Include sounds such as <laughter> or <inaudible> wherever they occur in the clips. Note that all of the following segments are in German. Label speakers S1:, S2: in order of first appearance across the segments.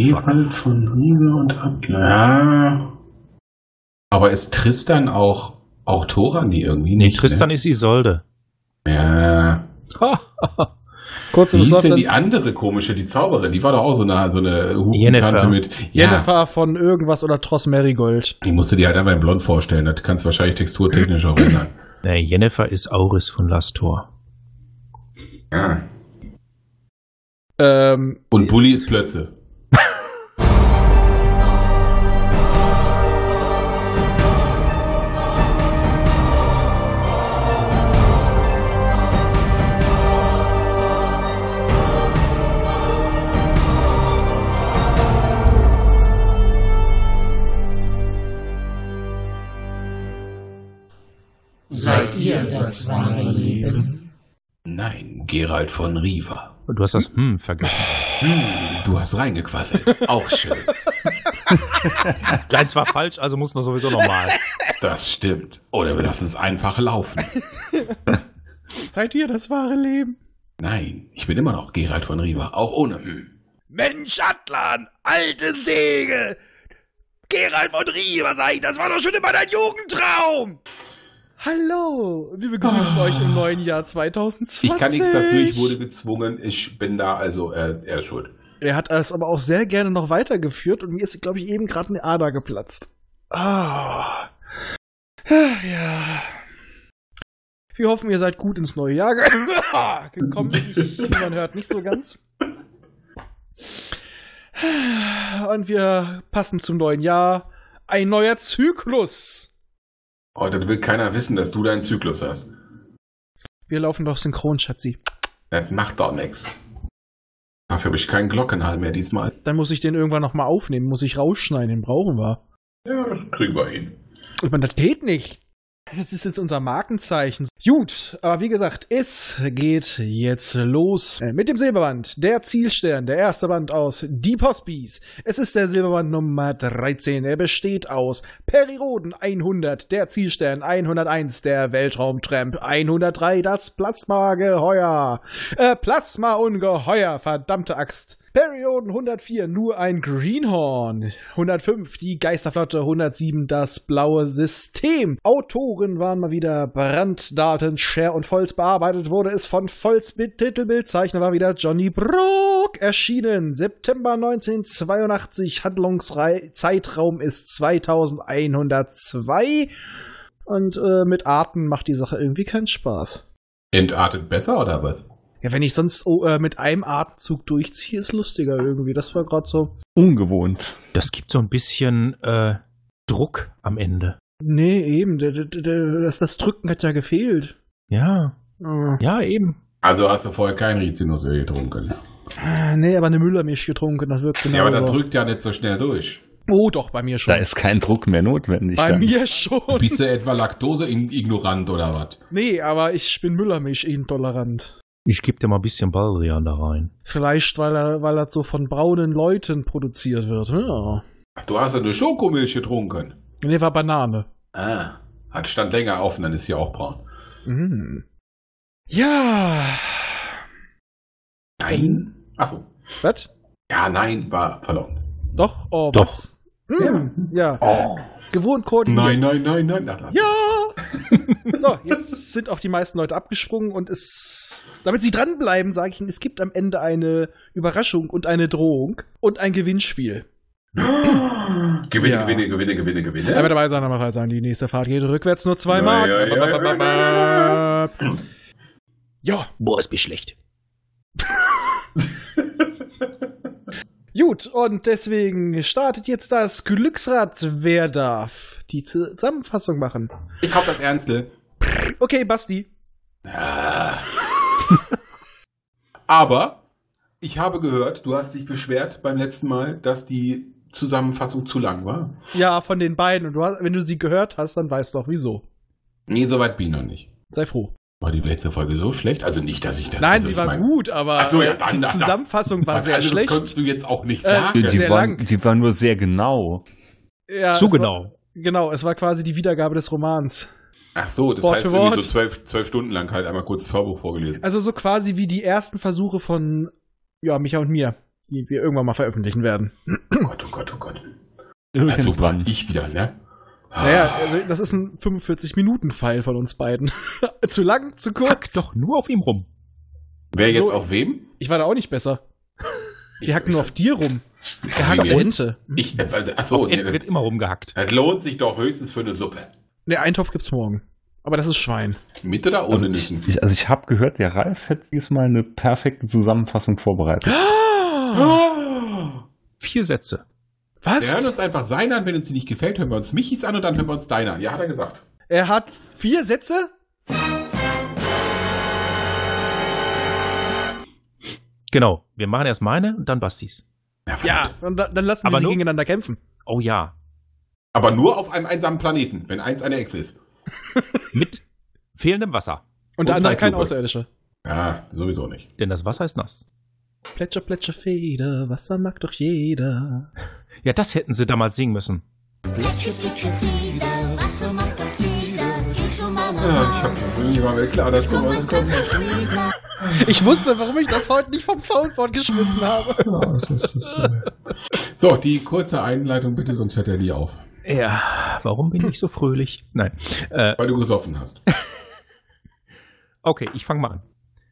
S1: Ewald von Liebe und Abkehr. Ja. Aber ist Tristan auch, auch Torani irgendwie
S2: Nee,
S3: ne?
S1: nicht?
S2: Tristan ist Isolde.
S1: Ne? Ja.
S4: <laughs> Kurze
S1: Wie hieß denn
S4: Besorgnis.
S1: die andere komische, die Zauberin? Die war doch auch so eine, so eine
S2: Yennefer.
S1: Hutentante mit. Ja,
S4: Jennifer von irgendwas oder Tross Marigold.
S1: die musst du dir halt einfach in blond vorstellen. Das kannst du wahrscheinlich texturtechnisch auch ändern.
S2: Nee, Jennifer ist Auris von Lastor.
S1: Ja.
S4: Ähm,
S1: Und Bulli ist Plötze.
S5: Seid ihr das wahre Leben?
S1: Nein, Gerald von Riva.
S2: Du hast das Hm vergessen.
S3: <laughs>
S1: Du hast reingequasselt. <laughs> Auch schön.
S2: Deins war falsch, also muss noch sowieso
S3: <laughs>
S2: nochmal.
S1: Das stimmt. Oder wir lassen es einfach laufen.
S4: seid ihr das wahre Leben?
S1: Nein, ich bin immer noch Gerald von Riva, auch ohne. Hm.
S6: Mensch, Atlan, alte Säge! Gerald von Riva, sag ich, das war doch schon immer dein Jugendtraum!
S4: Hallo, wir begrüßen euch im neuen Jahr 2020.
S1: Ich Ah. kann nichts dafür, ich wurde gezwungen. Ich bin da, also äh, er ist schuld.
S4: Er hat es aber auch sehr gerne noch weitergeführt und mir ist, glaube ich, eben gerade eine Ader geplatzt. Ah. Ah, Ja. Wir hoffen, ihr seid gut ins neue Jahr ge- <laughs> gekommen. Ich, man hört nicht so ganz. Und wir passen zum neuen Jahr. Ein neuer Zyklus.
S1: Oh, das will keiner wissen, dass du deinen Zyklus hast.
S4: Wir laufen doch synchron, Schatzi.
S1: Das macht doch nichts. Dafür habe ich keinen Glockenhall mehr diesmal.
S4: Dann muss ich den irgendwann nochmal aufnehmen, muss ich rausschneiden, den brauchen wir.
S1: Ja, das kriegen wir hin.
S4: Ich meine, das geht nicht. Das ist jetzt unser Markenzeichen. Gut, aber wie gesagt, es geht jetzt los Äh, mit dem Silberband. Der Zielstern, der erste Band aus Die Hospice. Es ist der Silberband Nummer 13. Er besteht aus Periroden 100, der Zielstern 101, der Weltraumtramp 103, das Plasmageheuer. Äh, Plasmaungeheuer, verdammte Axt. Perioden 104, nur ein Greenhorn. 105, die Geisterflotte. 107, das blaue System. Autoren waren mal wieder Branddaten, Share und Volz. Bearbeitet wurde es von Volz. Bild- Titelbildzeichner war wieder Johnny Brook. Erschienen September 1982. Handlungszeitraum ist 2102. Und äh, mit Arten macht die Sache irgendwie keinen Spaß.
S1: Entartet besser oder was?
S4: Ja, wenn ich sonst oh, äh, mit einem Atemzug durchziehe, ist lustiger irgendwie. Das war gerade so.
S3: Ungewohnt.
S2: Das gibt so ein bisschen äh, Druck am Ende.
S4: Nee, eben. Der, der, der, das, das Drücken hat ja gefehlt.
S2: Ja,
S4: Äh,
S2: ja, eben. aus
S1: Also hast du vorher kein Rizinusöl getrunken.
S4: Ah, Nee, aber eine Müllermilch getrunken, das wirkt genau.
S1: Ja, aber das
S4: so.
S1: drückt ja nicht so schnell durch.
S4: Oh, doch, bei mir schon.
S3: Da ist kein Druck mehr notwendig.
S4: bei
S3: dann.
S4: mir schon. <laughs>
S1: Bist du etwa Laktose-ignorant oder was?
S4: Nee, aber ich bin Müllermilch intolerant.
S2: Ich gebe dir mal ein bisschen Baldrian da rein.
S4: Vielleicht, weil er, weil das so von braunen Leuten produziert wird. hm, Ja.
S1: Du hast ja eine Schokomilch getrunken.
S4: Nee, war Banane.
S1: Ah. Hat stand länger offen, dann ist sie auch braun.
S4: Mm. Ja.
S1: Nein? Achso.
S4: Was?
S1: Ja, nein, war verloren.
S4: Doch, oh,
S2: Doch.
S4: was? Mm, ja.
S1: Oh.
S4: Gewohnt koordiniert.
S1: Nein, nein, nein, nein. Ach, ach.
S4: Ja! <laughs> So, jetzt sind auch die meisten Leute abgesprungen und es, damit sie dranbleiben, sage ich Ihnen, es gibt am Ende eine Überraschung und eine Drohung und ein Gewinnspiel.
S1: Gewinne,
S4: Ja.
S1: gewinne, gewinne, gewinne, gewinne.
S4: Aber dabei sein, aber dabei sein, die nächste Fahrt geht rückwärts nur zweimal.
S1: Ja, ja, ja, ja, ja,
S4: Ja,
S2: Boah, ist mir schlecht.
S4: gut, und deswegen startet jetzt das Glücksrad. Wer darf die Zusammenfassung machen?
S1: ich hab das
S4: ne?
S1: Ernstle.
S4: Okay, Basti.
S1: Ah. <laughs> Aber ich habe gehört, du hast dich beschwert beim letzten Mal, dass die Zusammenfassung zu lang war.
S4: Ja, von den beiden. Und du hast, wenn du sie gehört hast, dann weißt du auch wieso.
S1: Nee, soweit bin ich noch nicht.
S4: Sei froh.
S1: War die letzte Folge so schlecht? Also nicht, dass ich das.
S4: Nein,
S1: also
S4: sie
S1: ich
S4: war
S1: mein,
S4: gut, aber
S1: Ach so, ja,
S4: äh,
S1: dann- Also
S4: die
S1: dann- <laughs>
S4: Zusammenfassung war
S1: was
S4: sehr
S1: anderes
S4: schlecht.
S1: konntest du jetzt auch nicht
S4: Äh,
S1: sagen.
S3: Die, die,
S4: Sehr
S3: waren,
S4: lang.
S3: die waren nur sehr genau.
S4: Ja,
S2: Zu
S4: es war-
S2: genau.
S4: Genau, es war quasi die Wiedergabe des Romans.
S1: Ach so, das
S4: Wort
S1: heißt
S4: für
S1: irgendwie
S4: Wort.
S1: so zwölf, zwölf Stunden lang halt einmal kurz das Hörbuch vorgelesen.
S4: Also so quasi wie die ersten Versuche von ja, Micha und mir. die wir irgendwann mal veröffentlichen werden. <clears throat>
S1: Oh Gott, oh Gott, oh Gott. Also
S3: Irgendwann.
S1: wann ich wieder, ne?
S4: Naja, also das ist ein 45-Minuten-File von uns beiden. <laughs> zu lang, zu kurz.
S2: Hack doch nur auf ihm rum.
S1: Wer jetzt
S4: so-
S1: auf wem?
S4: Ich war da auch nicht besser. Wir hacken nur auf dir rum. Der Hack auf
S1: hackt
S4: der Ente.
S1: Ich, äh, also,
S3: Oh,
S1: achso,
S2: Auf
S1: nee,
S2: Ent wird immer rumgehackt.
S1: das lohnt sich doch höchstens für eine Suppe.
S4: Ne, Eintopf gibt's morgen. Aber das
S2: <gasps>
S4: ist Schwein.
S1: Mit oder ohne
S3: Also ich,
S1: Nüssen?
S3: ich, also ich habe gehört, der Ralf hat diesmal eine perfekte Zusammenfassung vorbereitet.
S1: Ah.
S2: Vier Sätze.
S1: Wir hören
S4: Was?
S1: uns einfach seine an, wenn uns die nicht gefällt, hören wir uns Michis an und dann hören wir uns deine an. Ja, hat er gesagt.
S4: Er hat vier Sätze?
S2: Genau. Wir machen erst meine und dann Bastis.
S1: verdammt.
S4: Und da, dann lassen wir
S2: Aber
S4: sie
S2: nur-
S4: gegeneinander kämpfen.
S2: Oh ja.
S1: Aber nur auf einem einsamen Planeten, wenn eins eine Echse ist.
S2: Mit fehlendem Wasser.
S4: Und
S1: Und
S4: der andere kein
S1: Zeitlupe.
S4: Außerirdischer.
S1: Ja, sowieso nicht.
S2: Denn das Wasser ist nass.
S4: Plätscher, Plätscher, Feder, Wasser mag doch jeder.
S2: Ja, das hätten sie damals singen müssen.
S7: Plätsche, plätsche, Flieder, Wasser macht doch jeder. Geh schon mal nach Hause.
S1: irgendwie war mir klar, dass
S7: Komm, was kommt denn später?
S4: Ich wusste, warum ich das heute nicht vom Soundboard geschmissen habe.
S1: So, die kurze Einleitung bitte, sonst hört er die auf.
S2: Ja, warum bin ich so fröhlich? Nein. Äh,
S1: Weil du gesoffen hast.
S2: okay, ich fange mal an.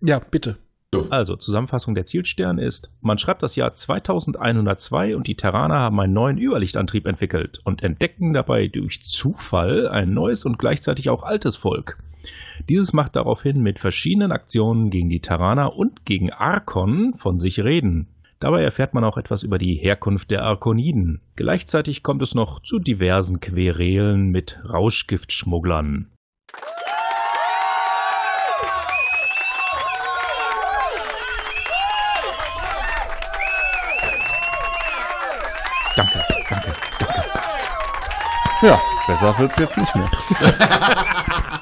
S4: Ja, bitte.
S2: Also, Zusammenfassung der Zielstern ist, man schreibt das Jahr 2102 und die Terraner haben einen neuen Überlichtantrieb entwickelt und entdecken dabei durch Zufall ein neues und gleichzeitig auch altes Volk. Dieses macht daraufhin mit verschiedenen Aktionen gegen die Terraner und gegen Arkon von sich reden. Dabei erfährt man auch etwas über die Herkunft der Arkoniden. Gleichzeitig kommt es noch zu diversen Querelen mit Rauschgiftschmugglern. Danke, danke.
S3: Ja, besser wird's jetzt nicht mehr.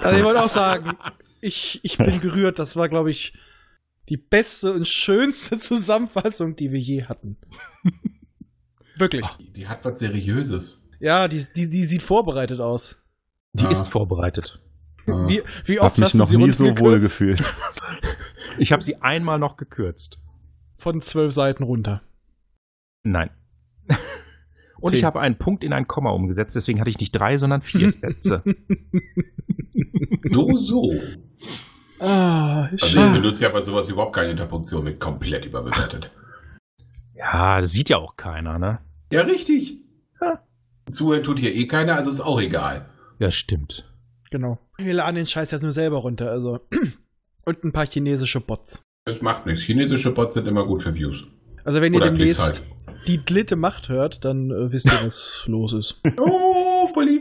S4: Also ich wollte auch sagen, ich, ich bin gerührt. Das war, glaube ich, die beste und schönste <laughs> Zusammenfassung, die wir je hatten. Wirklich.
S1: Die, die hat was Seriöses.
S4: Ja, die, die, die sieht vorbereitet aus.
S2: Die
S1: Ja.
S2: ist vorbereitet.
S4: Wie, wie
S3: Hab
S4: oft
S3: mich
S4: hast
S3: noch
S4: du sie
S3: nie so wohl
S4: runtergekürzt?
S3: gefühlt.
S2: Ich habe sie einmal noch gekürzt.
S4: Von zwölf Seiten runter.
S2: <laughs> Nein. Und
S4: Zehn.
S2: ich habe einen Punkt in ein Komma umgesetzt, deswegen hatte ich nicht drei, sondern vier <laughs> Sätze.
S1: So, so.
S4: Ah,
S1: Also ich
S4: schade.
S1: benutze ja bei sowas überhaupt keine Interpunktion, wird komplett überbewertet.
S2: Ja, das sieht ja auch keiner, ne?
S1: Ja, richtig. Ja. Zuhören tut hier eh keiner, also ist auch egal.
S2: Ja, stimmt.
S4: Genau. Wir laden den Scheiß jetzt nur selber runter, also. <clears throat> Und ein paar chinesische Bots.
S1: Das macht nichts. Chinesische Bots sind immer gut für Views.
S4: Also wenn ihr
S1: Oder Klicks
S4: demnächst die dritte Macht hört, dann äh, wisst ihr,
S2: <laughs>
S4: was los ist.
S1: Oh, Bulli.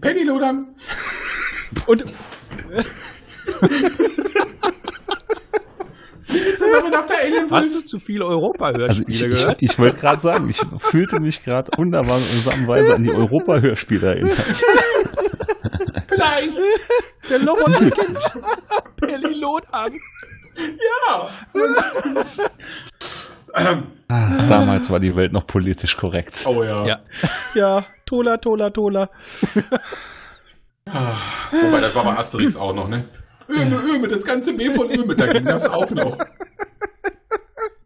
S1: Penny Lodern.
S4: Und
S1: Zusammen auf der Alien
S2: Hast du zu viel
S3: Also ich,
S2: Europa-Hörspiele
S3: ich,
S2: gehört?
S3: ich wollte gerade sagen, ich fühlte mich gerade wunderbarweise an die Europa-Hörspiele erinnert.
S1: Vielleicht.
S4: der <laughs> Lobo
S2: Pelilot an.
S1: Ähm,
S3: <laughs> Damals war die Welt noch politisch korrekt.
S1: oh ja.
S2: Ja.
S4: Ja, Tola, Tola, Tola.
S1: Ah, Wobei, das war bei Asterix auch noch, ne? Öme, Öme, das ganze B von Öme, da ging das auch noch.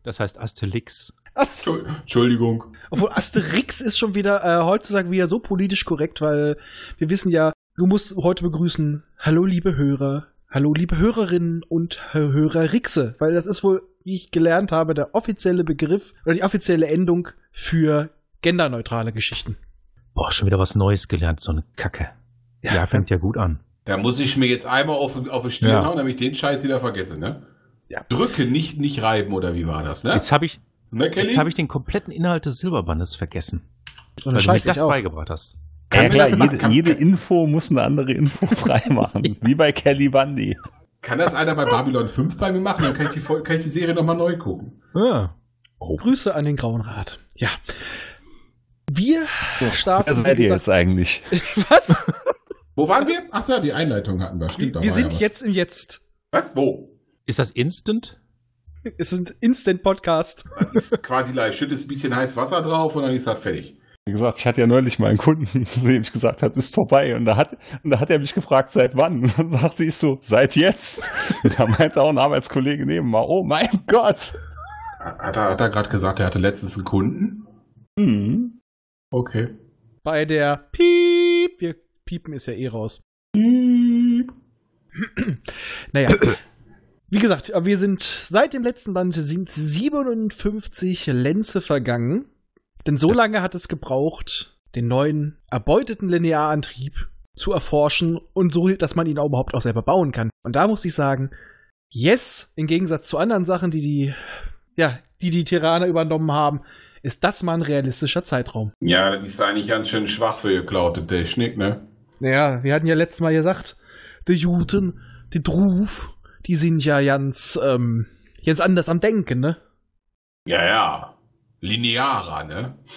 S2: Das heißt Astelix.
S4: Ast
S1: Entschu- Entschuldigung.
S4: Obwohl Asterix ist schon wieder äh, heutzutage wieder so politisch korrekt, weil wir wissen ja, du musst heute begrüßen, hallo liebe Hörer, hallo liebe Hörerinnen und Hörer Rixe, weil das ist wohl, wie ich gelernt habe, der offizielle Begriff oder die offizielle Endung für genderneutrale Geschichten.
S2: Boah, schon wieder was Neues gelernt, so eine Kacke. Ja, fängt ja gut an.
S1: Da muss ich mir jetzt einmal auf, auf die Stirn
S2: Ja.
S1: hauen, damit ich den Scheiß wieder vergesse, ne?
S4: Ja.
S1: Drücke, nicht, nicht reiben, oder wie war das, ne?
S2: Jetzt habe ich,
S1: ne
S2: jetzt hab ich den kompletten Inhalt des Silberbandes vergessen,
S4: So
S2: weil du mir
S4: eine Scheiße. ich
S2: also das
S4: auch.
S2: beigebracht hast.
S1: Kann
S3: Ja
S1: man
S3: klar,
S1: das machen?
S3: jede,
S1: Kann-
S3: jede Info muss eine andere Info <laughs> freimachen. Wie bei Kelly Bundy.
S1: Kann das einer bei Babylon 5 bei mir machen? Dann kann ich die, Fol- kann ich die Serie nochmal neu gucken.
S2: Ja.
S4: Grüße an den Grauen Rat. Ja. Wir starten.
S3: Wer
S4: also wie
S3: also seid ihr
S4: gesagt-
S3: jetzt eigentlich? <laughs>
S4: Was?
S1: Wo waren wir? Ach ja, die Einleitung hatten wir. Stimmt, da war
S4: wir
S1: ja
S4: sind
S1: was.
S4: jetzt im Jetzt.
S1: Was? Wo?
S2: Ist das Instant?
S4: Es ist ein Instant-Podcast.
S1: Quasi live. Schüttest ein bisschen heißes Wasser drauf und dann ist das fertig.
S3: Wie gesagt, ich hatte ja neulich mal einen Kunden, <laughs> zu dem ich gesagt habe, ist vorbei. Und da hat, und da hat er mich gefragt, seit wann? Und dann sagte <laughs> ich so, seit jetzt. Und da meinte auch ein Arbeitskollege nebenmal, oh mein Gott.
S1: Hat er, hat er gerade gesagt, er hatte letztens einen Kunden?
S3: Mhm.
S1: Okay.
S4: Bei der Piep, wir piepen ist ja eh raus.
S3: Hm.
S4: naja. Wie gesagt, wir sind seit dem letzten Band sind 57 Lenze vergangen. Denn so lange hat es gebraucht, den neuen erbeuteten Linearantrieb zu erforschen und so, dass man ihn auch überhaupt auch selber bauen kann. Und da muss ich sagen, yes, im Gegensatz zu anderen Sachen, die die, ja, die die Tiraner übernommen haben, ist das mal ein realistischer Zeitraum.
S1: Ja, das ist eigentlich ganz schön schwach für geklaute Technik, ne?
S4: Naja, wir hatten ja letztes Mal gesagt, die Juden, die Druf, die sind ja ganz, ähm, ganz anders am Denken, ne?
S1: Ja, ja. Linearer, ne?
S2: <laughs>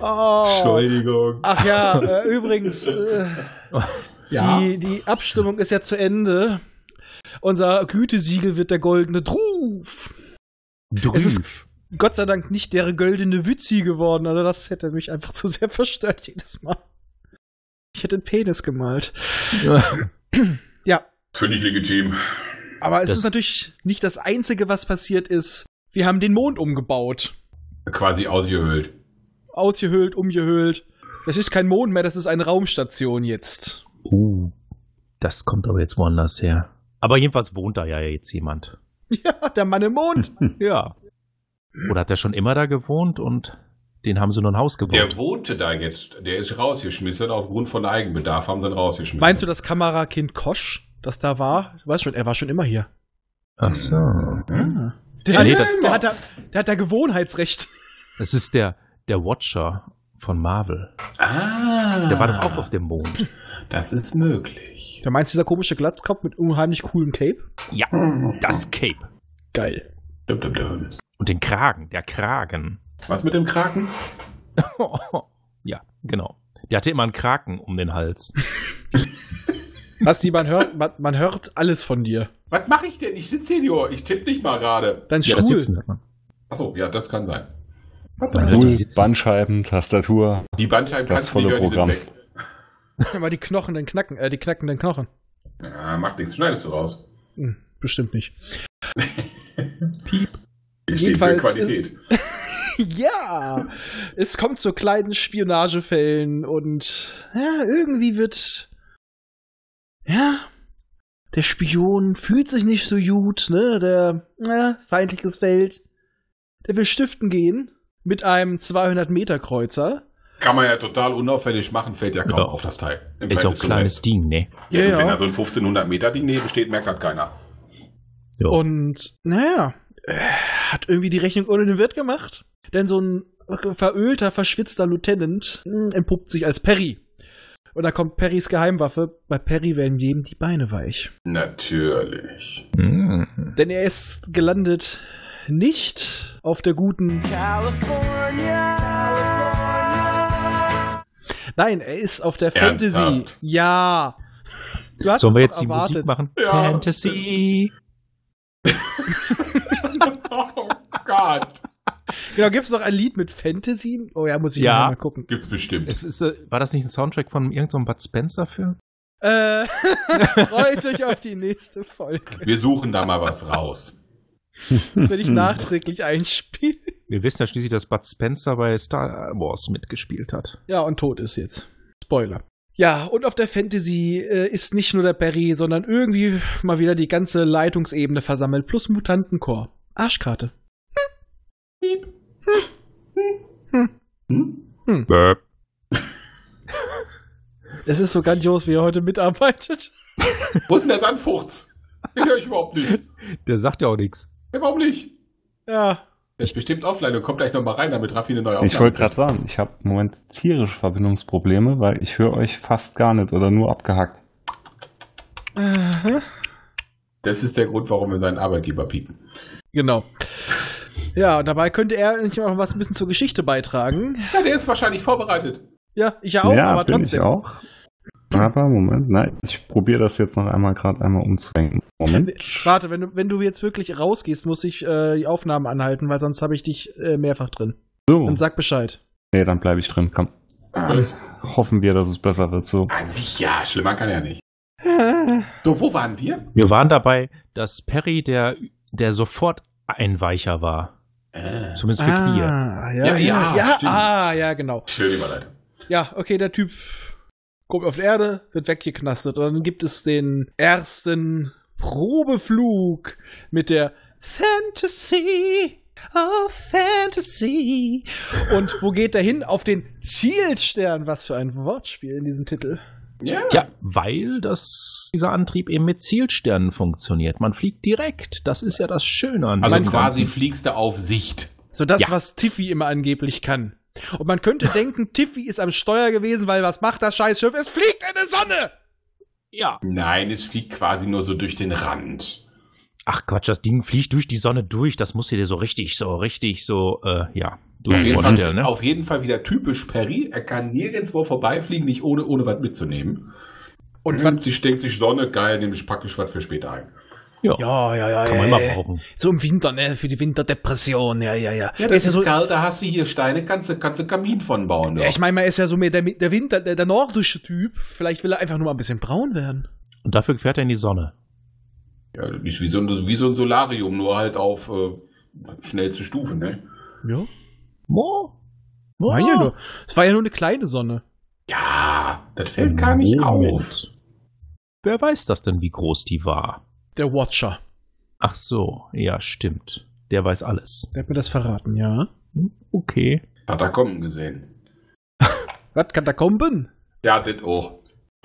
S4: Oh.
S1: Entschuldigung.
S4: Ach ja, äh, übrigens, äh, die, die Abstimmung ist ja zu Ende. Unser Gütesiegel wird der goldene Druf. Es ist Gott sei Dank nicht der goldene Witzi geworden. Also das hätte mich einfach <laughs> zu sehr verstört jedes Mal. Ich hätte einen Penis gemalt.
S1: Völlig legitim.
S4: Aber es
S2: Das-
S4: ist natürlich nicht das Einzige, was passiert ist. Wir haben den Mond umgebaut.
S1: Quasi ausgehöhlt.
S4: Ausgehöhlt, umgehöhlt. Das ist kein Mond mehr, das ist eine Raumstation jetzt. <laughs>
S2: Uh, das kommt aber jetzt woanders her. Aber jedenfalls wohnt da ja jetzt jemand.
S4: Ja, der Mann im Mond.
S2: Ja. Oder hat er schon immer da gewohnt und den haben sie nur ein Haus
S1: Der
S2: gebaut?
S1: wohnte da jetzt. Der ist rausgeschmissen. Aufgrund von Eigenbedarf haben sie ihn rausgeschmissen.
S4: Meinst du das Kamerakind Kosch, das da war? Du weißt schon, er war schon immer hier.
S2: Ach so.
S4: Der, hat,
S2: Nee, das-
S4: der, hat, da, der hat da Gewohnheitsrecht.
S2: Das ist der, der Watcher von Marvel.
S1: Ah.
S2: Der war doch auch auf dem Mond.
S1: Das ist möglich.
S4: Da meinst du dieser komische Glatzkopf mit unheimlich coolem Cape?
S2: Ja, das Cape.
S4: Geil.
S1: Dum, dum, dum.
S2: Und den Kragen, der <laughs> Kragen.
S1: Was mit dem Kraken?
S2: ja, genau. Der hatte immer einen Kraken um den Hals.
S4: Basti, man hört, man, man hört alles von dir.
S1: Was mache ich denn? Ich sitze hier nur. Ich tippe nicht mal gerade.
S4: Dein
S2: Ja, das
S4: Stuhl.
S2: sitzen hat man.
S1: Achso, ja, das kann sein.
S2: Also die
S3: Stuhl,
S2: sitzen-
S3: Bandscheiben, Tastatur.
S1: Die Bandscheiben
S3: Das volle Programm.
S4: Aber die Knochen, den Knacken, äh, die knackenden Knochen.
S1: Ja, macht nichts, schneidest du raus.
S4: Hm, bestimmt nicht.
S1: Ich
S4: Jedenfalls
S1: für Qualität.
S4: <laughs> Ja, es kommt zu kleinen Spionagefällen und ja, irgendwie wird ja der Spion fühlt sich nicht so gut, ne? Der ja, feindliches Feld, der will stiften gehen mit einem 200 Meter Kreuzer.
S1: Kann man ja total unauffällig machen, fällt ja kaum
S2: Ja.
S1: auf das Teil. Im
S2: Ist ja auch
S1: Verhältnis zum
S2: ein kleines
S1: Rest.
S2: Ding, ne?
S1: Ja,
S4: Ja,
S1: und
S4: ja.
S1: Wenn da so ein 1500 Meter Ding neben steht, merkt halt keiner.
S2: Ja.
S4: Und naja, äh, hat irgendwie die Rechnung ohne den Wirt gemacht. Denn so ein verölter, verschwitzter Lieutenant mh, entpuppt sich als Perry. Und da kommt Perrys Geheimwaffe. Bei Perry werden jedem die Beine weich.
S1: Natürlich.
S2: <laughs> Hm.
S4: Denn er ist gelandet nicht auf der guten. Nein, er ist auf der
S1: Ernsthaft?
S4: Fantasy. Ja. Du hast
S2: Sollen wir
S4: es doch
S2: jetzt die Musik machen?
S1: Ja.
S2: Fantasy.
S1: oh Gott.
S4: Genau, gibt es noch ein Lied mit Fantasy? Oh ja, muss ich
S2: Ja.
S4: nachher mal gucken.
S1: Gibt's bestimmt.
S2: Es ist, äh, war das nicht ein Soundtrack von irgendeinem Bud Spencer-Film?
S4: Äh, <laughs> freut euch auf die nächste Folge.
S1: Wir suchen da mal was raus.
S4: Das werde ich nachträglich einspielen.
S2: Wir wissen ja schließlich, dass Bud Spencer bei Star Wars mitgespielt hat.
S4: Ja, und tot ist jetzt. Spoiler. Ja, und auf der Fantasy äh, ist nicht nur der Barry, sondern irgendwie mal wieder die ganze Leitungsebene versammelt, plus Mutantenchor. Arschkarte. Hm. Es ist so grandios, wie er heute mitarbeitet.
S1: Wo ist denn der Sandfurz? Den höre ich überhaupt nicht.
S2: Der sagt ja auch nichts.
S1: Ja, warum nicht?
S4: Ja.
S1: Der ist bestimmt offline und kommt gleich nochmal rein, damit Raffi eine neue
S3: Ich wollte gerade sagen, ich habe im Moment tierische Verbindungsprobleme, weil ich höre euch fast gar nicht oder nur abgehackt.
S4: Aha.
S1: Das ist der Grund, warum wir seinen Arbeitgeber piepen.
S4: Genau. Ja, und dabei könnte er nicht mal was ein bisschen zur Geschichte beitragen.
S1: Ja, der ist wahrscheinlich vorbereitet.
S4: Ja, ich ja auch, aber
S3: bin
S4: trotzdem.
S3: ich auch. Aber Moment, nein, ich probiere das jetzt noch einmal gerade einmal umzudenken. Moment.
S4: Warte, wenn du, wenn du jetzt wirklich rausgehst, muss ich äh, die Aufnahmen anhalten, weil sonst habe ich dich äh, mehrfach drin.
S3: So,
S4: Dann sag Bescheid.
S3: nee, dann bleibe ich drin, komm. Hoffen wir, dass es besser wird so.
S1: Ah, sicher, schlimmer kann er nicht. So, wo waren wir?
S2: Wir waren dabei, dass Perry der, der sofort Einweicher war.
S1: Äh,
S2: Zumindest für Knie.
S4: Ah,
S1: Ja,
S4: ja, ja,
S1: ja,
S4: ja,
S1: stimmt.
S4: ah, ja, genau.
S1: schön überleitet.
S4: Ja, okay, der Typ kommt auf die Erde, wird weggeknastet und dann gibt es den ersten Probeflug mit der Fantasy. Oh, Fantasy. Und wo geht er hin? Auf den Zielstern. Was für ein Wortspiel in diesem Titel.
S1: Ja.
S2: Ja, weil das, dieser Antrieb eben mit Zielsternen funktioniert. Man fliegt direkt. Das ist ja das Schöne an
S1: Also
S2: dem
S1: quasi
S2: Ganzen.
S1: fliegst du auf Sicht.
S4: So das,
S2: Ja.
S4: was Tiffy immer angeblich kann. Und man
S2: <laughs>
S4: könnte denken, Tiffy ist am Steuer gewesen, weil was macht das Scheißschiff? Es fliegt in die Sonne!
S2: Ja.
S1: Nein, es fliegt quasi nur so durch den Rand.
S2: Ach Quatsch, das Ding fliegt durch die Sonne durch. Das musst du dir so richtig, so richtig, so, äh, ja, du
S1: Auf jeden, Fall,
S2: vorstellen, ne?
S1: auf jeden Fall wieder typisch Perry. Er kann nirgendwo vorbeifliegen, nicht ohne, ohne was mitzunehmen. Und
S2: Mhm.
S4: Und
S1: hm.
S4: was?
S1: sie denkt sich Sonne, geil, nehme ich praktisch was für später ein.
S2: Ja, Äh.
S4: Ja, ja, ja.
S2: kann man
S4: ja,
S2: immer
S4: ja.
S2: brauchen.
S4: So im Winter, ne? Für die Winterdepression, ja, ja, ja. Er ist ja so,
S1: kalt, da hast du hier Steine, kannst du kannst du Kamin von bauen.
S4: ja, ich meine, er ist ja so mehr der, der Winter, der, der nordische Typ. Vielleicht will er einfach nur mal ein bisschen braun werden.
S2: Und dafür fährt er in die Sonne.
S1: Ja, das ist ne? wie so, ein, wie so ein Solarium, nur halt auf äh, schnellste Stufe, ne?
S4: Ja.
S2: Mo? Mo?
S4: War ja nur, es war ja nur eine kleine Sonne.
S1: Ja, das fällt gar nicht auf.
S2: Moment. Wer weiß das denn, wie groß die war?
S4: Der Watcher.
S2: Ach so, ja, stimmt. Der weiß alles.
S4: Der hat mir das verraten, ja.
S2: Hm, Okay.
S1: Katakomben gesehen.
S4: Was? Katakomben?
S1: Ja, das auch.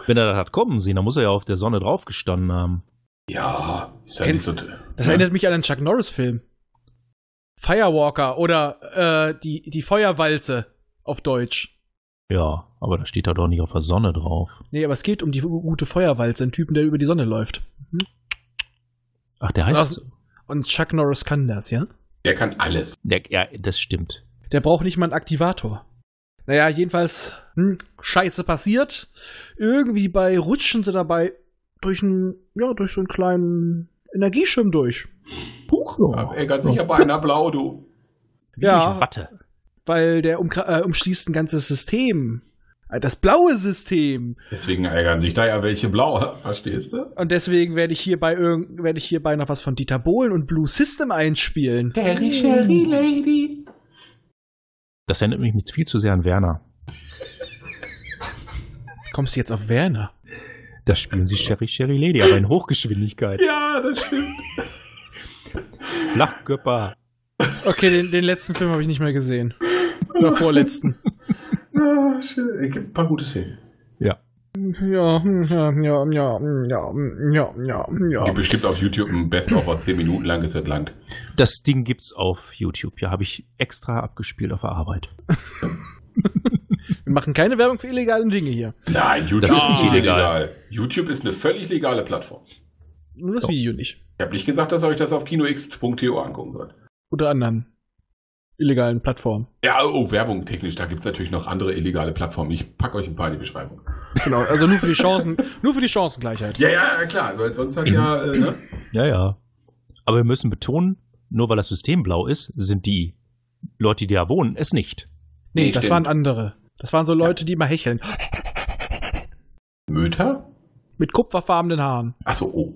S2: Wenn er das hat kommen sehen, dann muss er ja auf der Sonne draufgestanden haben.
S1: Ja, ist ja
S4: Kennst-
S1: nicht so.
S4: Das
S1: ja.
S4: erinnert mich an einen Chuck Norris-Film. Firewalker oder äh, die, die Feuerwalze auf Deutsch.
S2: Ja, aber da steht er doch nicht auf der Sonne drauf.
S4: Nee, aber es geht um die gute Feuerwalze, einen Typen, der über die Sonne läuft.
S2: Ach, der heißt.
S4: Ach.
S2: so.
S4: Und Chuck Norris kann das, ja?
S1: Der kann alles.
S2: Der, ja, das stimmt.
S4: Der braucht nicht mal einen Aktivator. Naja, jedenfalls, hm, Scheiße passiert. Irgendwie bei rutschen sie dabei durch einen, ja, durch so einen kleinen Energieschirm durch.
S2: Huch,
S1: Aber er kann sicher bei einer Blau, du.
S4: Ja.
S2: Watte.
S4: Weil der umkra- äh, umschließt ein ganzes System. Äh, Das blaue System.
S1: Deswegen ärgern sich da ja welche blau, <laughs> verstehst du?
S4: Und deswegen werde ich hierbei irgend, werde ich hierbei noch was von Dieter Bohlen und Blue System einspielen.
S1: Sherry, Sherry Lady.
S2: Das erinnert mich mit viel zu sehr an Werner.
S4: Kommst du jetzt auf Werner?
S2: Da spielen sie Sherry Sherry Lady, aber
S1: <laughs>
S2: in Hochgeschwindigkeit.
S1: Ja, das stimmt.
S2: Flachkörper.
S4: Okay, den, den letzten Film habe ich nicht mehr gesehen. Oder vorletzten.
S1: Ah, schön. Es gibt ein paar gute Szenen.
S4: Ja, hm, ja, ja, ja, hm, ja, hm, ja, ja, ja.
S1: Gibt bestimmt auf YouTube ein Best of was 10 Minuten lang ist das Land.
S2: Das Ding gibt's auf YouTube. Ja, habe ich extra abgespielt auf der Arbeit.
S4: Wir machen keine Werbung für illegale Dinge hier.
S1: Nein, YouTube
S2: Das ist nicht illegal.
S1: YouTube ist eine völlig legale Plattform.
S4: Nur das
S2: So.
S4: Video nicht.
S1: Ich habe nicht gesagt, dass ihr euch das auf kinox.to angucken sollt.
S4: Oder anderen illegalen Plattformen.
S1: Ja, oh, Werbung technisch. Da gibt es natürlich noch andere illegale Plattformen. Ich packe euch ein paar in die Beschreibung.
S4: Genau, also nur für die Chancen, <laughs> nur für die Chancengleichheit.
S1: Ja, ja, klar, weil sonst hat
S2: Mhm.
S1: ja. Äh, ne?
S2: Ja, ja. Aber wir müssen betonen, nur weil das System blau ist, sind die Leute, die da wohnen, es nicht. <clears throat>
S4: nee,
S1: nee,
S4: das
S1: stimmt.
S4: waren andere. Das waren so Leute, die immer hecheln.
S1: Möter?
S4: Mit kupferfarbenen Haaren.
S1: Achso, oh.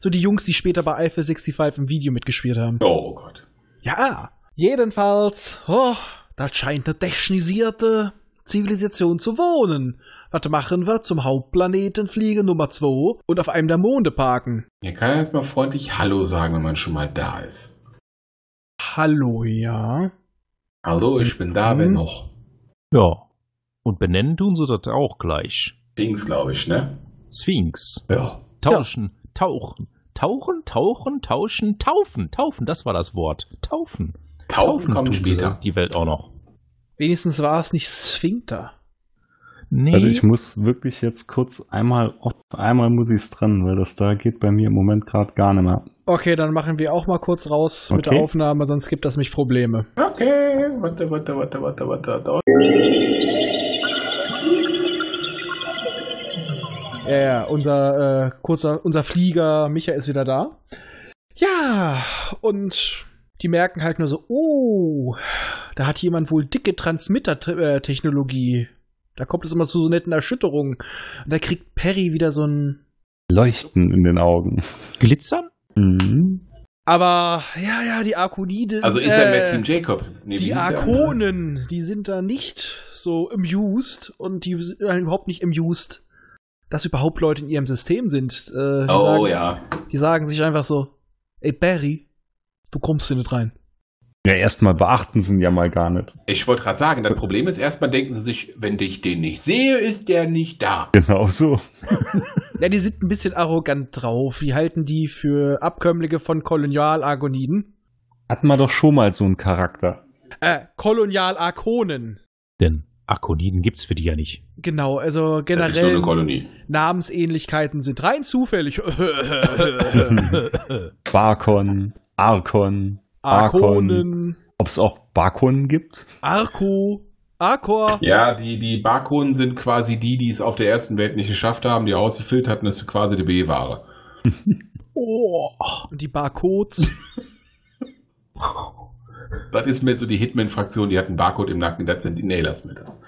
S4: So die Jungs, die später bei Alpha 65 im Video mitgespielt haben.
S1: Oh Gott.
S4: Ja, jedenfalls, oh, da scheint eine technisierte Zivilisation zu wohnen. Was machen wir? Zum Hauptplaneten fliegen Nummer 2 und auf einem der Monde parken.
S1: Ja, kann ja jetzt mal freundlich Hallo sagen, wenn man schon mal da ist.
S4: Hallo, ja.
S1: Hallo, ich bin da, wenn
S4: Mhm.
S1: noch.
S2: Ja. Und benennen tun sie das auch gleich.
S1: Dings, glaube ich, ne?
S2: Sphinx.
S1: Ja.
S2: Tauschen. Tauchen. Tauchen, tauchen, tauschen, taufen. Taufen, das war das Wort. Taufen.
S1: Taufen
S2: tun
S1: kommt
S2: sie
S1: später.
S2: die Welt auch noch.
S4: Wenigstens war es nicht Sphinkter.
S2: Nee.
S3: Also ich muss wirklich jetzt kurz einmal, einmal muss ich es trennen, weil das da geht bei mir im Moment gerade gar nicht mehr.
S4: Okay, dann machen wir auch mal kurz raus mit
S3: Okay.
S4: der Aufnahme, sonst gibt das mich Probleme.
S1: Okay, warte, warte, warte, warte, warte. warte.
S4: Ja, ja, unser äh, kurzer, unser Flieger Micha ist wieder da. Ja, und die merken halt nur so, oh, da hat jemand wohl dicke Transmitter-Technologie Da kommt es immer zu so netten Erschütterungen. Und da kriegt Perry wieder so ein.
S3: Leuchten in den Augen.
S2: Glitzern?
S3: Mhm.
S4: Aber ja, ja, die Arkoniden. äh,
S1: Also ist er mehr Team Jacob. Nee, wie hieß
S4: Die
S1: er?
S4: Arkonen, die sind da nicht so amused und die sind dann überhaupt nicht amused, dass überhaupt Leute in ihrem System sind. Äh, die,
S1: Oh
S4: sagen,
S1: ja.
S4: die sagen sich einfach so, ey Barry, du kommst hier nicht rein.
S3: Ja, erstmal beachten sie ihn ja mal gar nicht.
S1: Ich wollte gerade sagen, das Problem ist erstmal denken sie sich, wenn ich den nicht sehe, ist der nicht da.
S3: Genau so.
S4: Ja, die sind ein bisschen arrogant drauf. Die halten die für Abkömmlinge von Kolonialargoniden.
S3: Hat man doch schon mal so
S4: <clears throat>
S3: einen Charakter.
S4: Äh, Kolonialarkonen.
S2: Denn Akoniden gibt's für die
S1: <laughs>
S2: ja nicht.
S4: Genau,
S1: Das
S4: also
S1: ist so eine
S4: generell
S1: Kolonie.
S4: Namensähnlichkeiten sind rein zufällig. <laughs>
S3: Barkon, Arkon,
S4: Arkonen,
S3: ob es auch Barkonen gibt.
S4: Arko, Arkor.
S1: Ja, die, die Barkonen sind quasi die, die es auf der ersten Welt nicht geschafft haben, die ausgefüllt hatten, das ist quasi die B-Ware.
S2: oh.
S4: Und die Barcodes.
S1: Das ist mir so die Hitman-Fraktion, die hat einen Barcode im Nacken, das sind die Nailers mit das.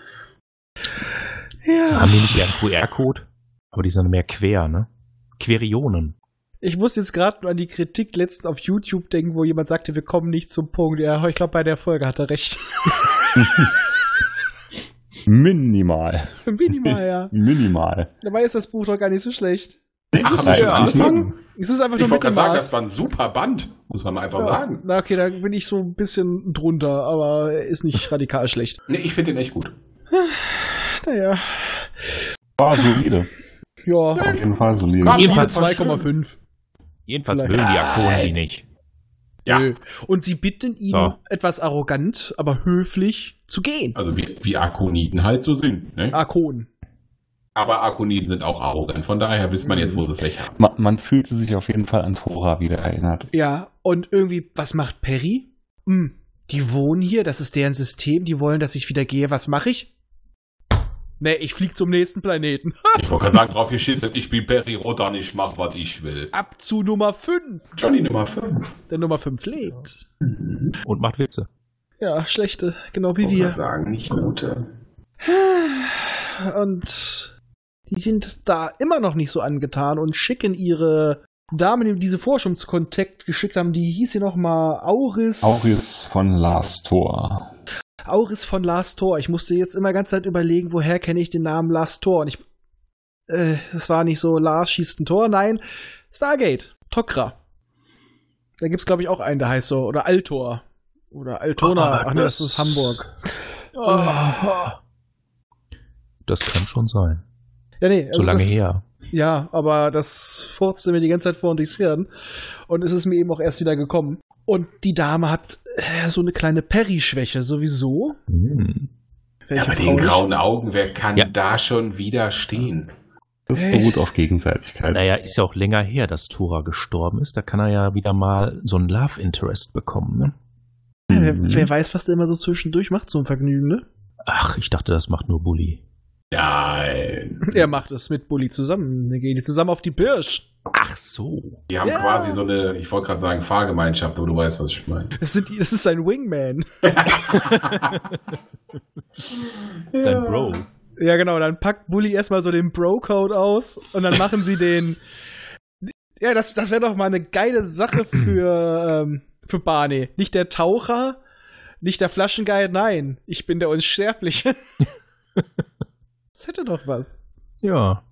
S2: Haben die nicht eher einen QR-Code? Aber die sind mehr quer, ne? Querionen.
S4: Ich muss jetzt gerade nur an die Kritik letztens auf YouTube denken, wo jemand sagte, wir kommen nicht zum Punkt. Ja, ich glaube, bei der Folge hat er recht. <laughs>
S3: Minimal.
S4: Minimal, ja.
S3: Minimal.
S4: Dabei ist das Buch doch gar nicht so schlecht.
S1: Ach,
S3: Nein,
S1: schon
S3: nicht
S1: angefangen?
S3: mitten.
S4: Es ist einfach
S1: Ich
S4: nur
S1: wollte gerade sagen,
S4: Mittelmaß.
S1: das war ein super Band, muss man mal einfach
S4: ja.
S1: sagen.
S4: Na, okay, da bin ich so ein bisschen drunter, aber er ist
S1: <laughs>
S4: nicht radikal schlecht.
S1: Nee, ich finde den echt gut.
S4: Naja,
S3: War solide.
S4: ja.
S3: Auf jeden Fall solide.
S1: War
S2: Jedenfalls
S1: schön.
S4: 2,5.
S2: Jedenfalls
S4: Vielleicht.
S2: mögen die Akonen die nicht.
S1: Ja.
S4: Nö. Und sie bitten ihn
S2: So.
S4: etwas arrogant, aber höflich zu gehen.
S1: Also wie, wie Arkoniden halt so sind. Ne?
S4: Arkon.
S1: Aber Arkoniden sind auch arrogant, von daher wisst man jetzt, wo sie es recht haben.
S3: Man, man fühlte sich auf jeden Fall an Thora wieder erinnert.
S4: Ja, und irgendwie, was macht Perry? Hm, die wohnen hier, das ist deren System, die wollen, dass ich wieder gehe. Was mache ich? Nee, ich flieg zum nächsten Planeten. <laughs>
S1: Ich wollte gerade sagen, drauf geschissen, ich bin Perry Rodan, ich mach, was ich will.
S4: Ab zu Nummer 5.
S1: Johnny Nummer 5.
S4: Der Nummer 5 lebt.
S2: Und macht Witze.
S4: Ja, schlechte, genau wie
S1: Ich
S4: wir.
S1: wollte sagen, nicht gute.
S4: Und die sind da immer noch nicht so angetan und schicken ihre Damen, die diese Forschung zu Kontakt geschickt haben, die hieß sie nochmal Auris.
S3: Auris von Lars Thor.
S4: Auris von Last Tor. Ich musste jetzt immer ganze Zeit überlegen, woher kenne ich den Namen Last Tor. Und ich. Äh, es war nicht so, Lars schießt ein Tor. Nein, Stargate. Tokra. Da gibt's, glaube ich, auch einen, der heißt so. Oder Altor. Oder Altona.
S2: Ah,
S4: Ach, nee, das
S2: das-
S4: ist Hamburg.
S2: Das kann schon sein.
S4: Ja, nee. also
S2: so lange
S4: das,
S2: her.
S4: Ja, aber das furzte mir die ganze Zeit vor und durchs Hirn. Und es ist mir eben auch erst wieder gekommen. Und die Dame hat äh, so eine kleine Perry-Schwäche sowieso.
S2: Hm.
S1: Ja,
S4: Welche
S1: bei
S4: Frau
S1: den
S4: nicht?
S1: grauen Augen, wer kann
S2: Ja.
S1: da schon wieder stehen?
S3: Das
S4: Echt?
S3: beruht auf Gegenseitigkeit.
S2: Naja, ist ja auch länger her, dass Tora gestorben ist. Da kann er ja wieder mal so ein Love Interest bekommen, ne?
S4: Ja, wer, wer
S3: Mhm.
S4: weiß, was der immer so zwischendurch macht zum Vergnügen, ne?
S2: Ach, ich dachte, das macht nur Bully.
S1: Nein.
S4: Er macht es mit Bully zusammen. Dann gehen die zusammen auf die Birsch.
S2: Ach so.
S1: Die haben
S4: Ja.
S1: quasi so eine, ich wollte gerade sagen, Fahrgemeinschaft, aber du weißt, was ich meine.
S4: Es, sind, es ist ein Wingman.
S2: Sein Bro.
S4: Ja, genau. Dann packt Bully erstmal so den Bro-Code aus und dann machen sie den. Ja, das, das wäre doch mal eine geile Sache für, ähm, für Barney. Nicht der Taucher, nicht der Flaschengeil, nein. Ich bin der Unsterbliche. das hätte doch was.
S2: Ja.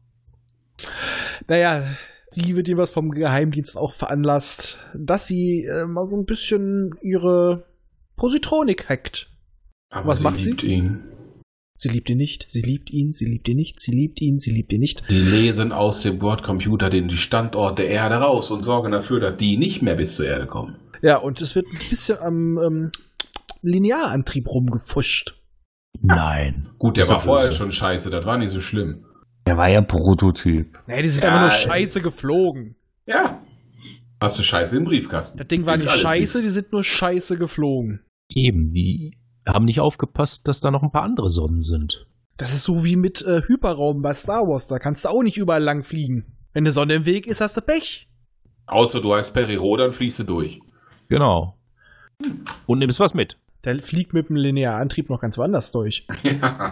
S4: Naja, sie wird jeweils vom Geheimdienst auch veranlasst, dass sie äh, mal so ein bisschen ihre Positronik hackt.
S1: Aber
S4: Was macht sie?
S1: liebt Ihn.
S4: Sie liebt ihn nicht, sie liebt ihn, sie liebt ihn nicht, sie liebt ihn, sie liebt ihn nicht.
S1: Sie lesen aus dem Bordcomputer den die Standort der Erde raus und sorgen dafür, dass die nicht mehr bis zur Erde kommen.
S4: Ja, und es wird ein bisschen am ähm, Linearantrieb rumgefuscht.
S2: Nein.
S1: Gut, der
S2: Das
S1: war
S2: war
S1: vorher
S2: böse.
S1: schon scheiße, das war nicht so schlimm.
S3: Der war ja Prototyp.
S4: Nee, die sind
S1: Ja,
S4: einfach nur
S1: äh.
S4: scheiße geflogen.
S1: Ja. Hast du Scheiße im Briefkasten.
S4: Das Ding war
S1: Gibt
S4: nicht
S1: alles
S4: scheiße,
S1: nicht.
S4: die sind nur scheiße geflogen.
S2: Eben, die haben nicht aufgepasst, dass da noch ein paar andere Sonnen sind.
S4: Das ist so wie mit äh, Hyperraum bei Star Wars, da kannst du auch nicht überall lang fliegen. Wenn eine Sonne im Weg ist, hast du Pech.
S1: Außer du heißt Perry Rodan, fließt du durch.
S2: Genau. Und nimmst was mit.
S4: Der fliegt mit dem Linearantrieb noch ganz woanders durch.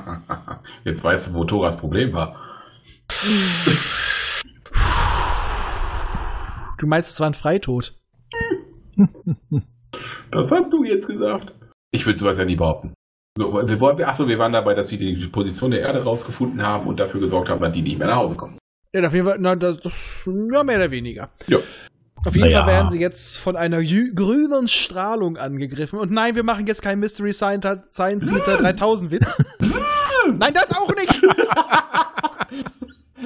S1: <laughs> Jetzt weißt du, wo Thoras Problem war.
S4: Du meinst, es war ein Freitod?
S1: Das hast du jetzt gesagt. Ich will sowas ja nie behaupten. So, wir wollten, achso, wir waren dabei, dass sie die Position der Erde rausgefunden haben und dafür gesorgt haben, dass die nicht mehr nach Hause kommen.
S4: Ja, auf jeden Fall, na, das, das, ja, mehr oder weniger.
S1: Ja.
S4: Auf jeden
S2: Naja.
S4: Fall werden sie jetzt von einer jü- grünen Strahlung angegriffen. Und nein, wir machen jetzt keinen Mystery Science, Science Theater 3000 Witz. nein, das auch nicht!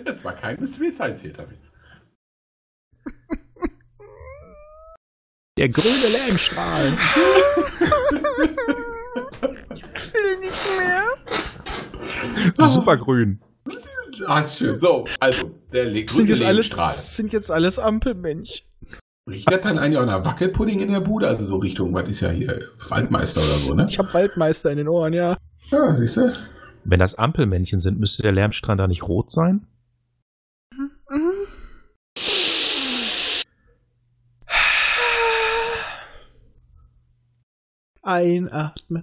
S1: Es war kein Mystery Science Theater Witz.
S2: Der grüne Lärmstrahl. Supergrün.
S1: Ah, ist schön. So, also, der Le
S4: Das sind
S1: grüne
S4: jetzt alles,
S1: Lebensstrahl.
S4: das sind jetzt alles Ampelmensch.
S1: Riecht das dann eigentlich auch nach Wackelpudding in der Bude? Also so Richtung, was ist ja hier, Waldmeister oder so, ne?
S4: Ich hab Waldmeister in den Ohren, ja.
S1: Ja, siehst du?
S2: Wenn das Ampelmännchen sind, müsste der Lärmstrahl da nicht rot sein?
S4: Einatmen,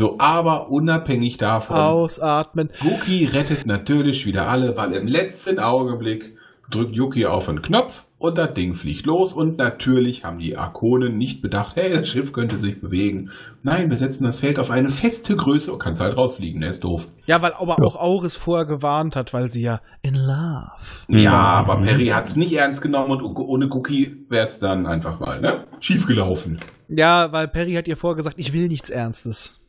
S1: So, aber unabhängig davon,
S4: ausatmen.
S1: Guki rettet natürlich wieder alle, weil im letzten Augenblick drückt Yuki auf einen Knopf und das Ding fliegt los. Und natürlich haben die Arkonen nicht bedacht, hey, das Schiff könnte sich bewegen. Nein, wir setzen das Feld auf eine feste Größe und kannst halt rausfliegen, der ist doof.
S4: Ja, weil aber auch Auris vorher gewarnt hat, weil sie ja in love.
S1: Ja, aber Perry hat's nicht ernst genommen und ohne Cookie wär's dann einfach mal, ne? Schiefgelaufen.
S4: Ja, weil Perry hat ihr vorher gesagt, ich will nichts Ernstes.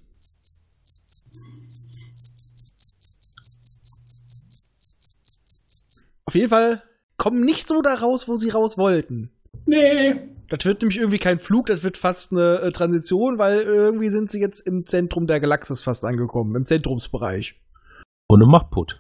S4: Auf jeden Fall kommen nicht so da raus, wo sie raus wollten.
S1: Nee.
S4: Das wird nämlich irgendwie kein Flug, das wird fast eine äh, Transition, weil irgendwie sind sie jetzt im Zentrum der Galaxis fast angekommen, im Zentrumsbereich.
S2: Und macht putt.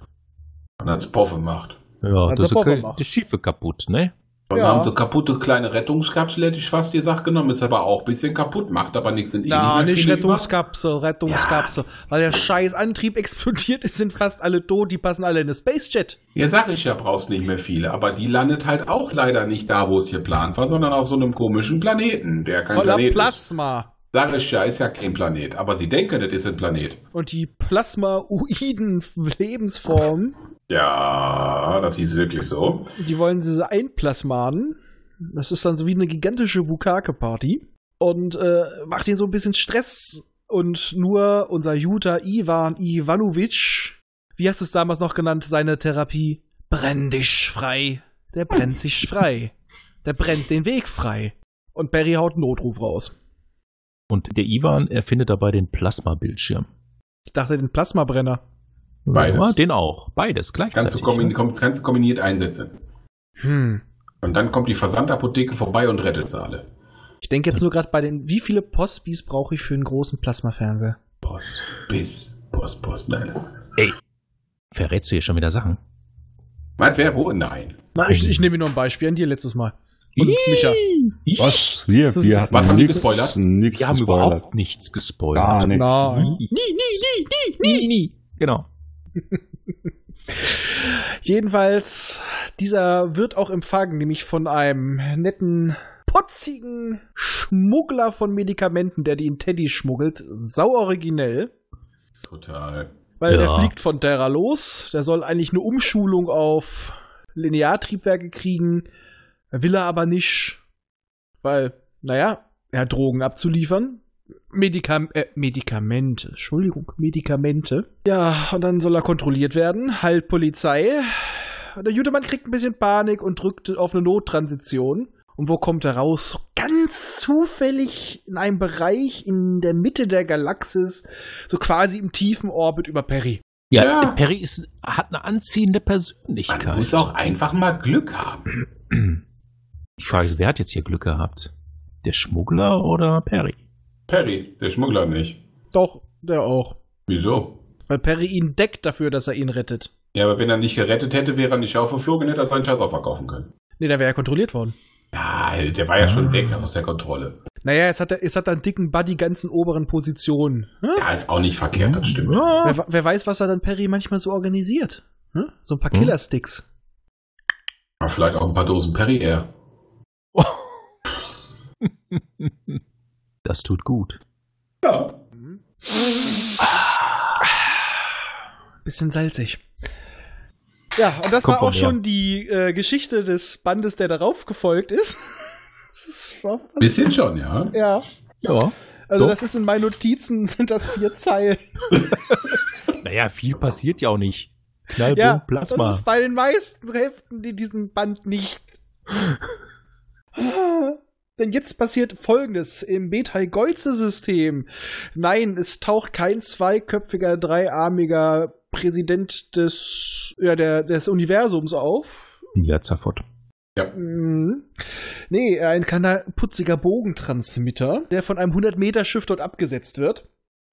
S1: Und hat's Poffe gemacht.
S2: Ja,
S4: Hat
S2: das ist
S4: der Papa
S2: okay.
S4: gemacht.
S2: Das Schiefe kaputt, ne?
S1: Und
S4: Ja.
S1: haben so kaputte kleine Rettungskapsel, hätte ich fast gesagt, genommen. Ist aber auch ein bisschen kaputt, macht aber nichts. Sind eh
S4: Na,
S1: mehr
S4: nicht
S1: viele über.
S4: Rettungskapsel, Rettungskapsel. Weil der scheiß Antrieb <laughs> explodiert ist, sind fast alle tot, die passen alle in eine Space Jet.
S1: Ja, sag ich ja, brauchst nicht mehr viele, aber die landet halt auch leider nicht da, wo es geplant war, sondern auf so einem komischen Planeten, der kein
S4: Voller
S1: Planet ist.
S4: Plasma.
S1: Sag ich ja, ist ja kein Planet, aber sie denken, das ist ein Planet.
S4: Und die plasmaoiden Lebensformen,
S1: Ja, das hieß wirklich so.
S4: die wollen sie so einplasmaden. Das ist dann so wie eine gigantische Bukake-Party. Und äh, macht ihnen so ein bisschen Stress. Und nur unser Juta Ivan Ivanovic, wie hast du es damals noch genannt, seine Therapie? Brenn dich frei. Der brennt sich frei. Der brennt den Weg frei. Und Barry haut einen Notruf raus.
S2: Und der Ivan erfindet dabei den Plasmabildschirm.
S4: Ich dachte, den Plasmabrenner.
S1: Beides.
S2: Ja, den auch. Beides
S1: Kannst du
S2: gleichzeitig.
S1: kombin
S2: ne?
S1: kom kannst du kombiniert einsetzen.
S4: Hm.
S1: Und dann kommt die Versandapotheke vorbei und rettet sie alle.
S4: Ich denke jetzt nur gerade bei den, wie viele Postbis brauche ich für einen großen Plasmafernseher?
S1: Post, bis, Post, Post, nein.
S2: Verrätst du hier schon wieder Sachen?
S1: Was, wer, wo? Nein.
S4: Na, ich, ich nehme nur ein Beispiel an dir letztes Mal. Und Micha.
S3: Was? Wir,
S4: Das
S3: wir
S4: ist-
S3: hatten
S1: Was haben die
S3: nix-
S1: gespoilert?
S3: nix
S2: Wir haben
S3: gespoilert.
S2: überhaupt genau. nichts gespoilert.
S3: Gar nichts.
S4: Nein.
S2: Ah. Nie, nie, nie, nie, nie, nie. Genau.
S4: Jedenfalls, dieser wird auch empfangen, nämlich von einem netten, putzigen Schmuggler von Medikamenten, der den Teddy schmuggelt. Sau originell.
S1: Total.
S4: Weil der
S2: Ja.
S4: fliegt von Terra los. Der soll eigentlich eine Umschulung auf Lineartriebwerke kriegen. Will er aber nicht. Weil, naja, er hat Drogen abzuliefern. Medikam äh, Medikamente, Entschuldigung, Medikamente. Ja, und dann soll er kontrolliert werden. Halt Polizei. Und der Judemann kriegt ein bisschen Panik und drückt auf eine Nottransition. Und wo kommt er raus? Ganz zufällig in einem Bereich in der Mitte der Galaxis, so quasi im tiefen Orbit über Perry.
S2: Ja,
S1: Ja.
S2: der Perry ist, hat eine anziehende
S1: Man
S2: Persönlichkeit.
S1: muss auch einfach mal Glück haben.
S2: Die Frage ist, wer hat jetzt hier Glück gehabt? Der Schmuggler oder Perry?
S1: Perry, der Schmuggler nicht.
S4: Doch, der auch.
S1: Wieso?
S4: Weil Perry ihn deckt dafür, dass er ihn rettet.
S1: Ja, aber wenn er nicht gerettet hätte, wäre er nicht aufgeflogen, hätte er seinen Scheiß auch verkaufen können.
S4: Nee, da wäre er kontrolliert worden.
S1: Ja, also der war ja schon weg aus der Kontrolle.
S4: Naja, jetzt hat er, jetzt hat er einen dicken Buddy ganzen oberen Positionen. Hm?
S1: Ja, ist auch nicht verkehrt, das stimmt.
S4: Wer, wa- wer weiß, was er dann Perry manchmal so organisiert. Hm? So ein paar Killersticks.
S1: Aber vielleicht auch ein paar Dosen Perry Air.
S2: Das tut gut.
S1: Ja.
S4: bisschen salzig. Ja, und das
S2: Kommt
S4: war
S2: von
S4: auch
S2: mir.
S4: schon die äh, Geschichte des Bandes, der darauf gefolgt ist. <laughs> das ist war fast-
S1: Bisschen schon, ja.
S4: Ja,
S2: Ja.
S4: also
S2: Doch.
S4: das ist in meinen Notizen, <laughs> sind das vier Zeilen.
S2: Naja, viel passiert ja auch nicht. Knallbunt,
S4: Ja,
S2: Plasma.
S4: das ist bei den meisten Hälften in diesem Band nicht. Denn jetzt passiert folgendes im Betai-Golze-System. Nein, es taucht kein zweiköpfiger, dreiarmiger Präsident des, ja, der, des Universums auf.
S2: ja, Zafot.
S4: Mhm. Nee, ein kleiner putziger Bogentransmitter, der von einem 100-Meter-Schiff dort abgesetzt wird.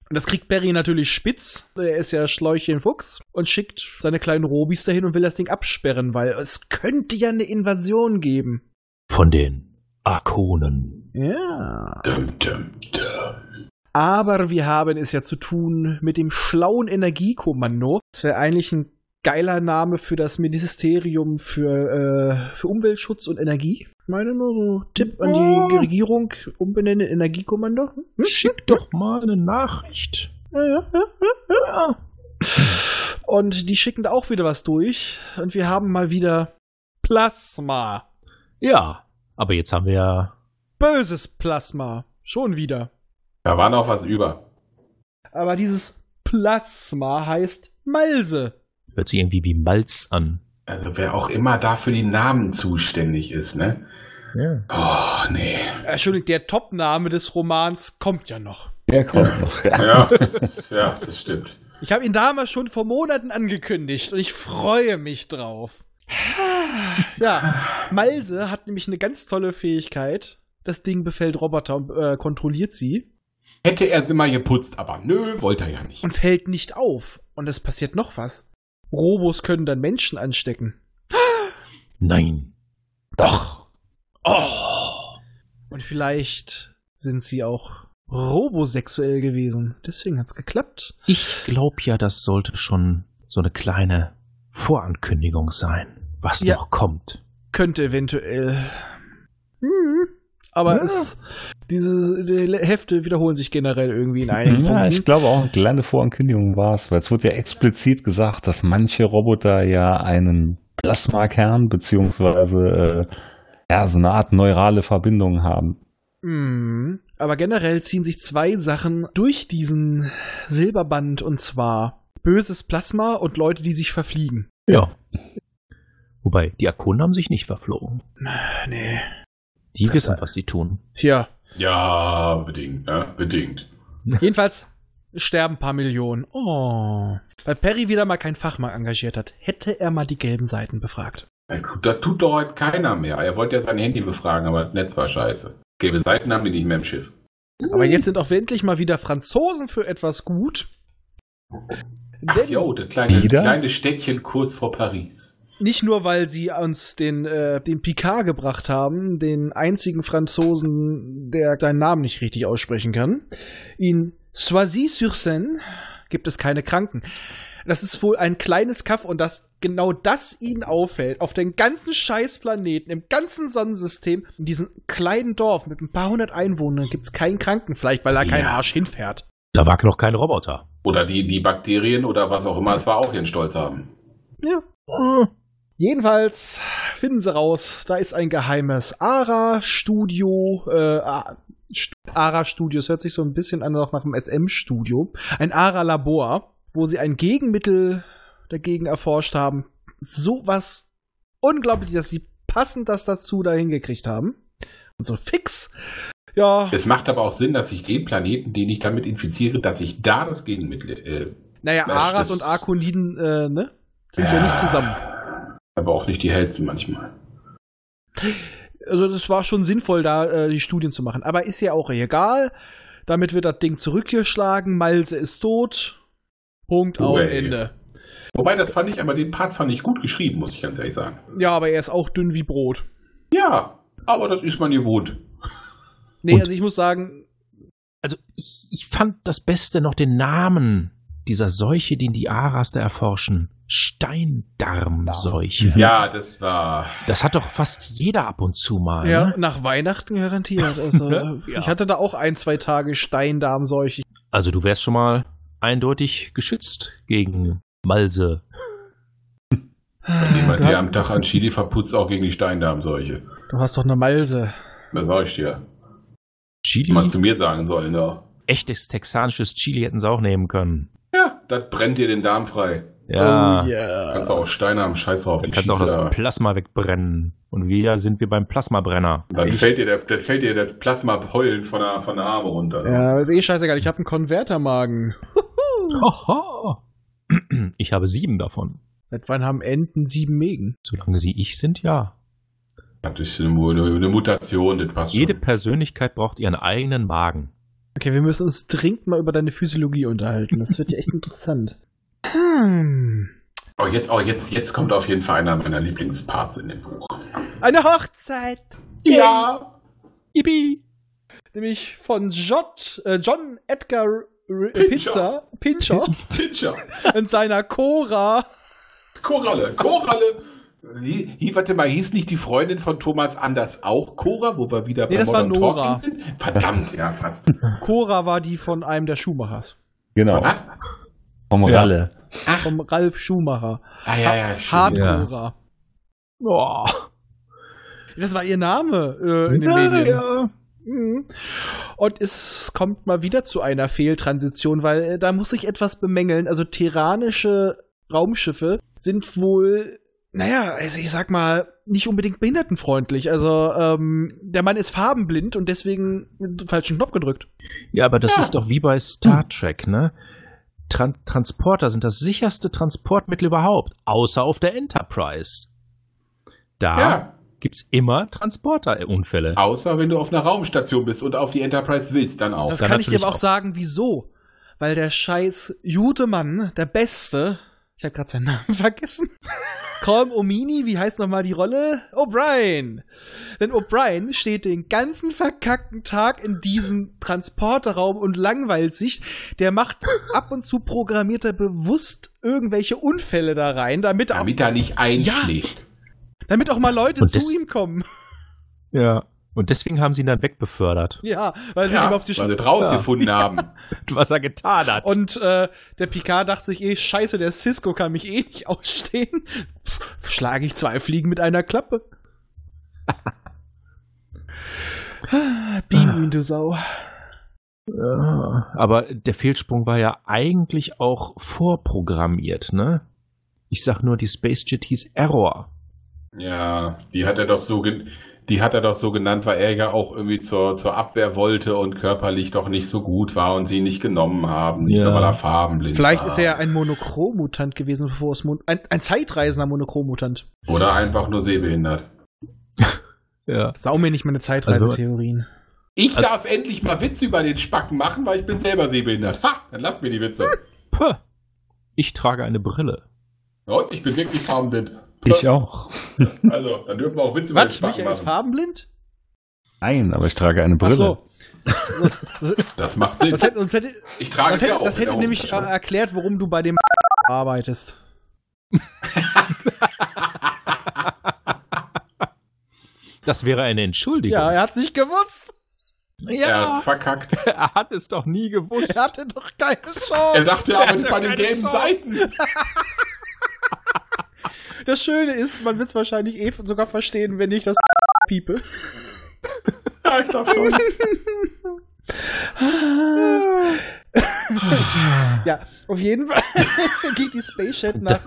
S4: Und das kriegt Perry natürlich spitz. Er ist ja Schläuchchenfuchs und schickt seine kleinen Robis dahin und will das Ding absperren, weil es könnte ja eine Invasion geben.
S2: Von den Arkonen.
S4: Ja.
S1: Dum, dum, dum.
S4: Aber wir haben es ja zu tun mit dem schlauen Energiekommando. Das wäre eigentlich ein geiler Name für das Ministerium für, äh, für Umweltschutz und Energie. Ich meine nur so Tipp an die Regierung, umbenennen in Energiekommando. Hm?
S2: Schick doch mal eine Nachricht.
S4: Ja, ja, ja, ja, ja. Und die schicken da auch wieder was durch. Und wir haben mal wieder Plasma.
S2: Ja, aber jetzt haben wir ja.
S4: Böses Plasma. Schon wieder.
S1: Da war noch was über.
S4: Aber dieses Plasma heißt Malse.
S2: Hört sich irgendwie wie Malz an.
S1: Also wer auch immer da für die Namen zuständig ist, ne?
S2: Ja.
S1: Oh, nee.
S4: Entschuldigung, Äh, der Topname des Romans kommt ja noch.
S3: Der kommt noch, ja.
S1: Ja, <laughs> das, ja, das stimmt.
S4: Ich habe ihn damals schon vor Monaten angekündigt und ich freue mich drauf. Ja, Malse hat nämlich eine ganz tolle Fähigkeit. Das Ding befällt Roboter und äh, kontrolliert sie.
S1: Hätte er sie mal geputzt, aber nö, wollte er ja nicht.
S4: und fällt nicht auf. Und es passiert noch was. Robos können dann Menschen anstecken.
S2: Nein.
S4: Doch. Oh. Und vielleicht sind sie auch robosexuell gewesen. Deswegen hat's geklappt.
S2: Ich glaube ja, das sollte schon so eine kleine Vorankündigung sein, was
S4: Ja.
S2: noch kommt.
S4: Könnte eventuell. Hm. Aber
S2: Ja.
S4: es, diese die Hefte wiederholen sich generell irgendwie in einigen
S3: Mhm, Ja,
S4: Punkten.
S3: ich glaube auch, eine kleine Vorankündigung war es, weil es wurde ja explizit gesagt, dass manche Roboter ja einen Plasmakern beziehungsweise äh, ja, so eine Art neurale Verbindung haben.
S4: Hm. Aber generell ziehen sich zwei Sachen durch diesen Silberband und zwar böses Plasma und Leute, die sich verfliegen.
S2: Ja. Wobei, die Arkonen haben sich nicht verflogen.
S4: Nee.
S2: Die
S4: Das-
S2: wissen, was sie tun.
S4: Ja.
S1: Ja, bedingt, ne? Bedingt.
S4: Jedenfalls sterben ein paar Millionen. Oh. Weil Perry wieder mal keinen Fachmann engagiert hat. Hätte er mal die gelben Seiten befragt.
S1: Na gut, Das tut doch heute keiner mehr. Er wollte ja sein Handy befragen, aber das Netz war scheiße. Gelbe Seiten haben die nicht mehr im Schiff.
S4: Aber jetzt sind auch wir endlich mal wieder Franzosen für etwas gut.
S1: Ach
S4: Denn
S1: jo, das kleine,
S3: Wieder?
S1: kleine Städtchen kurz vor Paris.
S4: nicht nur, weil sie uns den, äh, den Picard gebracht haben, den einzigen Franzosen, der seinen Namen nicht richtig aussprechen kann. In Soisy-sur-Seine gibt es keine Kranken. Das ist wohl ein kleines Kaff und das genau das ihnen auffällt. Auf den ganzen Scheißplaneten, im ganzen Sonnensystem, in diesem kleinen Dorf mit ein paar hundert Einwohnern gibt es keinen Kranken. Vielleicht, weil da kein
S1: Ja.
S4: Arsch hinfährt.
S2: Da war noch kein Roboter.
S1: Oder die, die Bakterien oder was auch immer es war, auch ihren Stolz haben.
S4: Ja. Jedenfalls finden sie raus, da ist ein geheimes ARA-Studio. Äh, A- Stu- ARA-Studio, es hört sich so ein bisschen an auch nach einem SM-Studio. Ein ARA-Labor, wo sie ein Gegenmittel dagegen erforscht haben. Sowas unglaublich, dass sie passend das dazu da hingekriegt haben. Und so fix. Ja,
S1: Es macht aber auch Sinn, dass ich den Planeten, den ich damit infiziere, dass ich da das Gegenmittel. Äh,
S4: naja,
S1: das-
S4: ARAs
S1: das-
S4: und Arkoniden, äh, ne? Sind ja nicht zusammen.
S1: Ah. Aber auch nicht die hellsten manchmal.
S4: also das war schon sinnvoll, da äh, die Studien zu machen. Aber ist ja auch egal. Damit wird das Ding zurückgeschlagen. Malse ist tot. Punkt aus
S1: Hooray.
S4: Ende.
S1: Wobei, das fand ich, aber den Part fand ich gut geschrieben, muss ich ganz ehrlich sagen.
S4: Ja, aber er ist auch dünn wie Brot.
S1: Ja, aber das ist man gewohnt.
S4: Nee,
S2: Und-
S4: also ich muss sagen,
S2: Also ich, ich fand das Beste noch den Namen dieser Seuche, den die Aras da erforschen. Steindarmseuche.
S1: Ja, das war.
S2: Das hat doch fast jeder ab und zu mal.
S4: ja,
S2: ne?
S4: nach Weihnachten
S1: <laughs>
S4: garantiert. Also,
S2: Ja.
S4: Ich hatte da auch ein, zwei Tage Steindarmseuche.
S2: Also du wärst schon mal eindeutig geschützt gegen Malse.
S1: Ah, Die man
S4: Du,
S1: dir
S4: hast-
S1: am Tag an Chili verputzt, auch gegen die Steindarmseuche.
S4: du hast doch eine Malse.
S1: Was sag ich dir?
S2: Chili.
S1: Mal zu mir sagen ne? sollen, da.
S2: Echtes texanisches Chili hätten sie auch nehmen können.
S1: Ja, das brennt dir den Darm frei.
S2: Ja.
S4: Oh
S1: Kannst
S4: yeah.
S1: du auch Steine am Scheiß drauf.
S2: Dann
S1: ich
S2: kannst du auch das
S1: schieße da.
S2: Plasma wegbrennen. Und wieder sind wir beim Plasmabrenner.
S1: Dann fällt dir der, dann fällt dir der Plasma heulend von der, von der Arme runter.
S4: Ja, ist eh scheißegal. Ich habe einen Konvertermagen.
S2: Hoho. Ich habe sieben davon.
S4: Seit wann haben Enten sieben Mägen?
S2: Solange sie ich sind, ja.
S1: Das ist eine, Mu- eine Mutation, das passt
S2: Jede
S1: schon.
S2: Persönlichkeit braucht ihren eigenen Magen.
S4: Okay, wir müssen uns dringend mal über deine Physiologie unterhalten. Das wird ja echt interessant. Hm.
S1: Oh, jetzt, oh, jetzt, jetzt kommt auf jeden Fall einer meiner Lieblingsparts in dem Buch.
S4: Eine Hochzeit!
S1: Ja!
S2: Yippie.
S4: Nämlich von Jot, äh, John Edgar R
S1: Pincher.
S4: Pizza, Pincher
S1: Tinscher!
S4: und seiner Cora.
S1: Koralle! Koralle! Hi- hi- Warte mal, hieß nicht die Freundin von Thomas Anders auch Cora, wo wir wieder
S4: Nee, das war
S1: Modern
S4: Nora.
S1: Talking sind? Verdammt, ja, fast.
S4: Cora war die von einem der Schumachers.
S3: Genau.
S1: Was?
S3: Vom
S2: Ja.
S3: Ralle.
S4: Vom Ralf Schumacher.
S1: Ah, ja, ja, stimmt.
S4: Hardcora.
S2: Oh.
S4: Das war ihr Name äh, in den
S2: Ja,
S4: Medien.
S2: ja.
S4: Mhm. Und es kommt mal wieder zu einer Fehltransition, weil äh, da muss ich etwas bemängeln. Also terranische Raumschiffe sind wohl, naja, also ich sag mal, nicht unbedingt behindertenfreundlich. Also ähm, der Mann ist farbenblind und deswegen den falschen Knopf gedrückt.
S2: Ja, aber das ist doch wie bei Star Trek, ne? Tran Transporter sind das sicherste Transportmittel überhaupt, außer auf der Enterprise. Da
S1: Ja,
S2: gibt's immer Transporterunfälle.
S1: außer wenn du auf einer Raumstation bist und auf die Enterprise willst, dann auch.
S4: Das
S2: dann
S4: kann ich dir
S2: natürlich
S4: aber auch,
S2: auch.
S4: sagen, wieso. Weil der scheiß Jude Mann, der Beste, ich habe gerade seinen <laughs> Namen vergessen. Colm Omini, wie heißt nochmal die Rolle? O'Brien. Denn O'Brien steht den ganzen verkackten Tag in diesem Transporterraum und langweilt sich. Der macht <laughs> ab und zu programmiert er bewusst irgendwelche Unfälle da rein, damit, auch,
S1: Damit er nicht einschläft.
S4: damit auch mal Leute
S2: Und
S4: zu
S2: das-
S4: ihm kommen. <laughs>
S2: Ja. Und deswegen haben sie ihn dann wegbefördert. <laughs>
S4: Ja, weil sie ihm auf die
S1: weil
S4: Sch
S1: wir rausgefunden haben.
S2: Was er getan hat.
S4: Und äh, der Picard dachte sich eh, scheiße, der Cisco kann mich eh nicht ausstehen. <laughs> Pff, Schlage ich zwei Fliegen mit einer Klappe. <laughs> Beam ihn, du Sau.
S2: Ja, aber der Fehlsprung war ja eigentlich auch vorprogrammiert, ne? Ich sag nur, die Spacejet hieß Error.
S1: Ja, die hat er doch so gen die hat er doch so genannt, weil er ja auch irgendwie zur, zur Abwehr wollte und körperlich doch nicht so gut war und sie nicht genommen haben, nicht
S2: Ja.
S1: nur weil er farbenblind
S4: Vielleicht
S1: war.
S4: ist er ja ein Monochrom-Mutant gewesen, bevor es Mon ein, ein zeitreisender Monochrom-Mutant.
S1: Oder einfach nur sehbehindert.
S2: Ja.
S4: Sau mir nicht meine
S1: Also,
S4: Zeitreisetheorien.
S1: Ich
S2: Also-
S1: darf endlich mal Witze über den Spacken machen, weil ich bin selber sehbehindert. Ha, dann lass mir die Witze.
S2: Puh. Ich trage eine Brille.
S1: Und ich bin wirklich farbenblind.
S3: Ich auch.
S1: Also, dann dürfen wir auch Witze über den
S4: Was?
S1: Spacken
S4: Michael ist
S1: machen.
S4: farbenblind?
S3: Nein, aber ich trage eine
S4: Ach
S3: Brille.
S4: so. Das, das,
S1: Das macht Sinn.
S4: das hätte,
S1: <laughs>
S4: das hätte,
S1: ich trage
S4: das
S1: es ja
S4: hätte,
S1: auch.
S4: das
S1: in der
S4: hätte nämlich äh,
S1: Hosentasche.
S4: erklärt, warum du bei dem <laughs> arbeitest.
S2: Das wäre eine Entschuldigung.
S4: Ja, er hat's nicht gewusst.
S1: Er ist verkackt.
S2: <laughs> er hat es doch nie gewusst.
S4: Er hatte doch
S1: <laughs>
S4: keine Chance.
S1: Er sagt ja
S2: Er
S1: aber nicht
S2: hat
S1: bei den
S2: keine
S1: gelben
S2: Chance.
S1: Seiten.
S4: Das Schöne ist, man wird es wahrscheinlich eh sogar verstehen, wenn ich das <laughs> piepe.
S1: Ja, ich glaub schon. <laughs>
S4: Ja, auf jeden Fall <laughs> geht die Space
S1: <laughs>
S4: Jet nach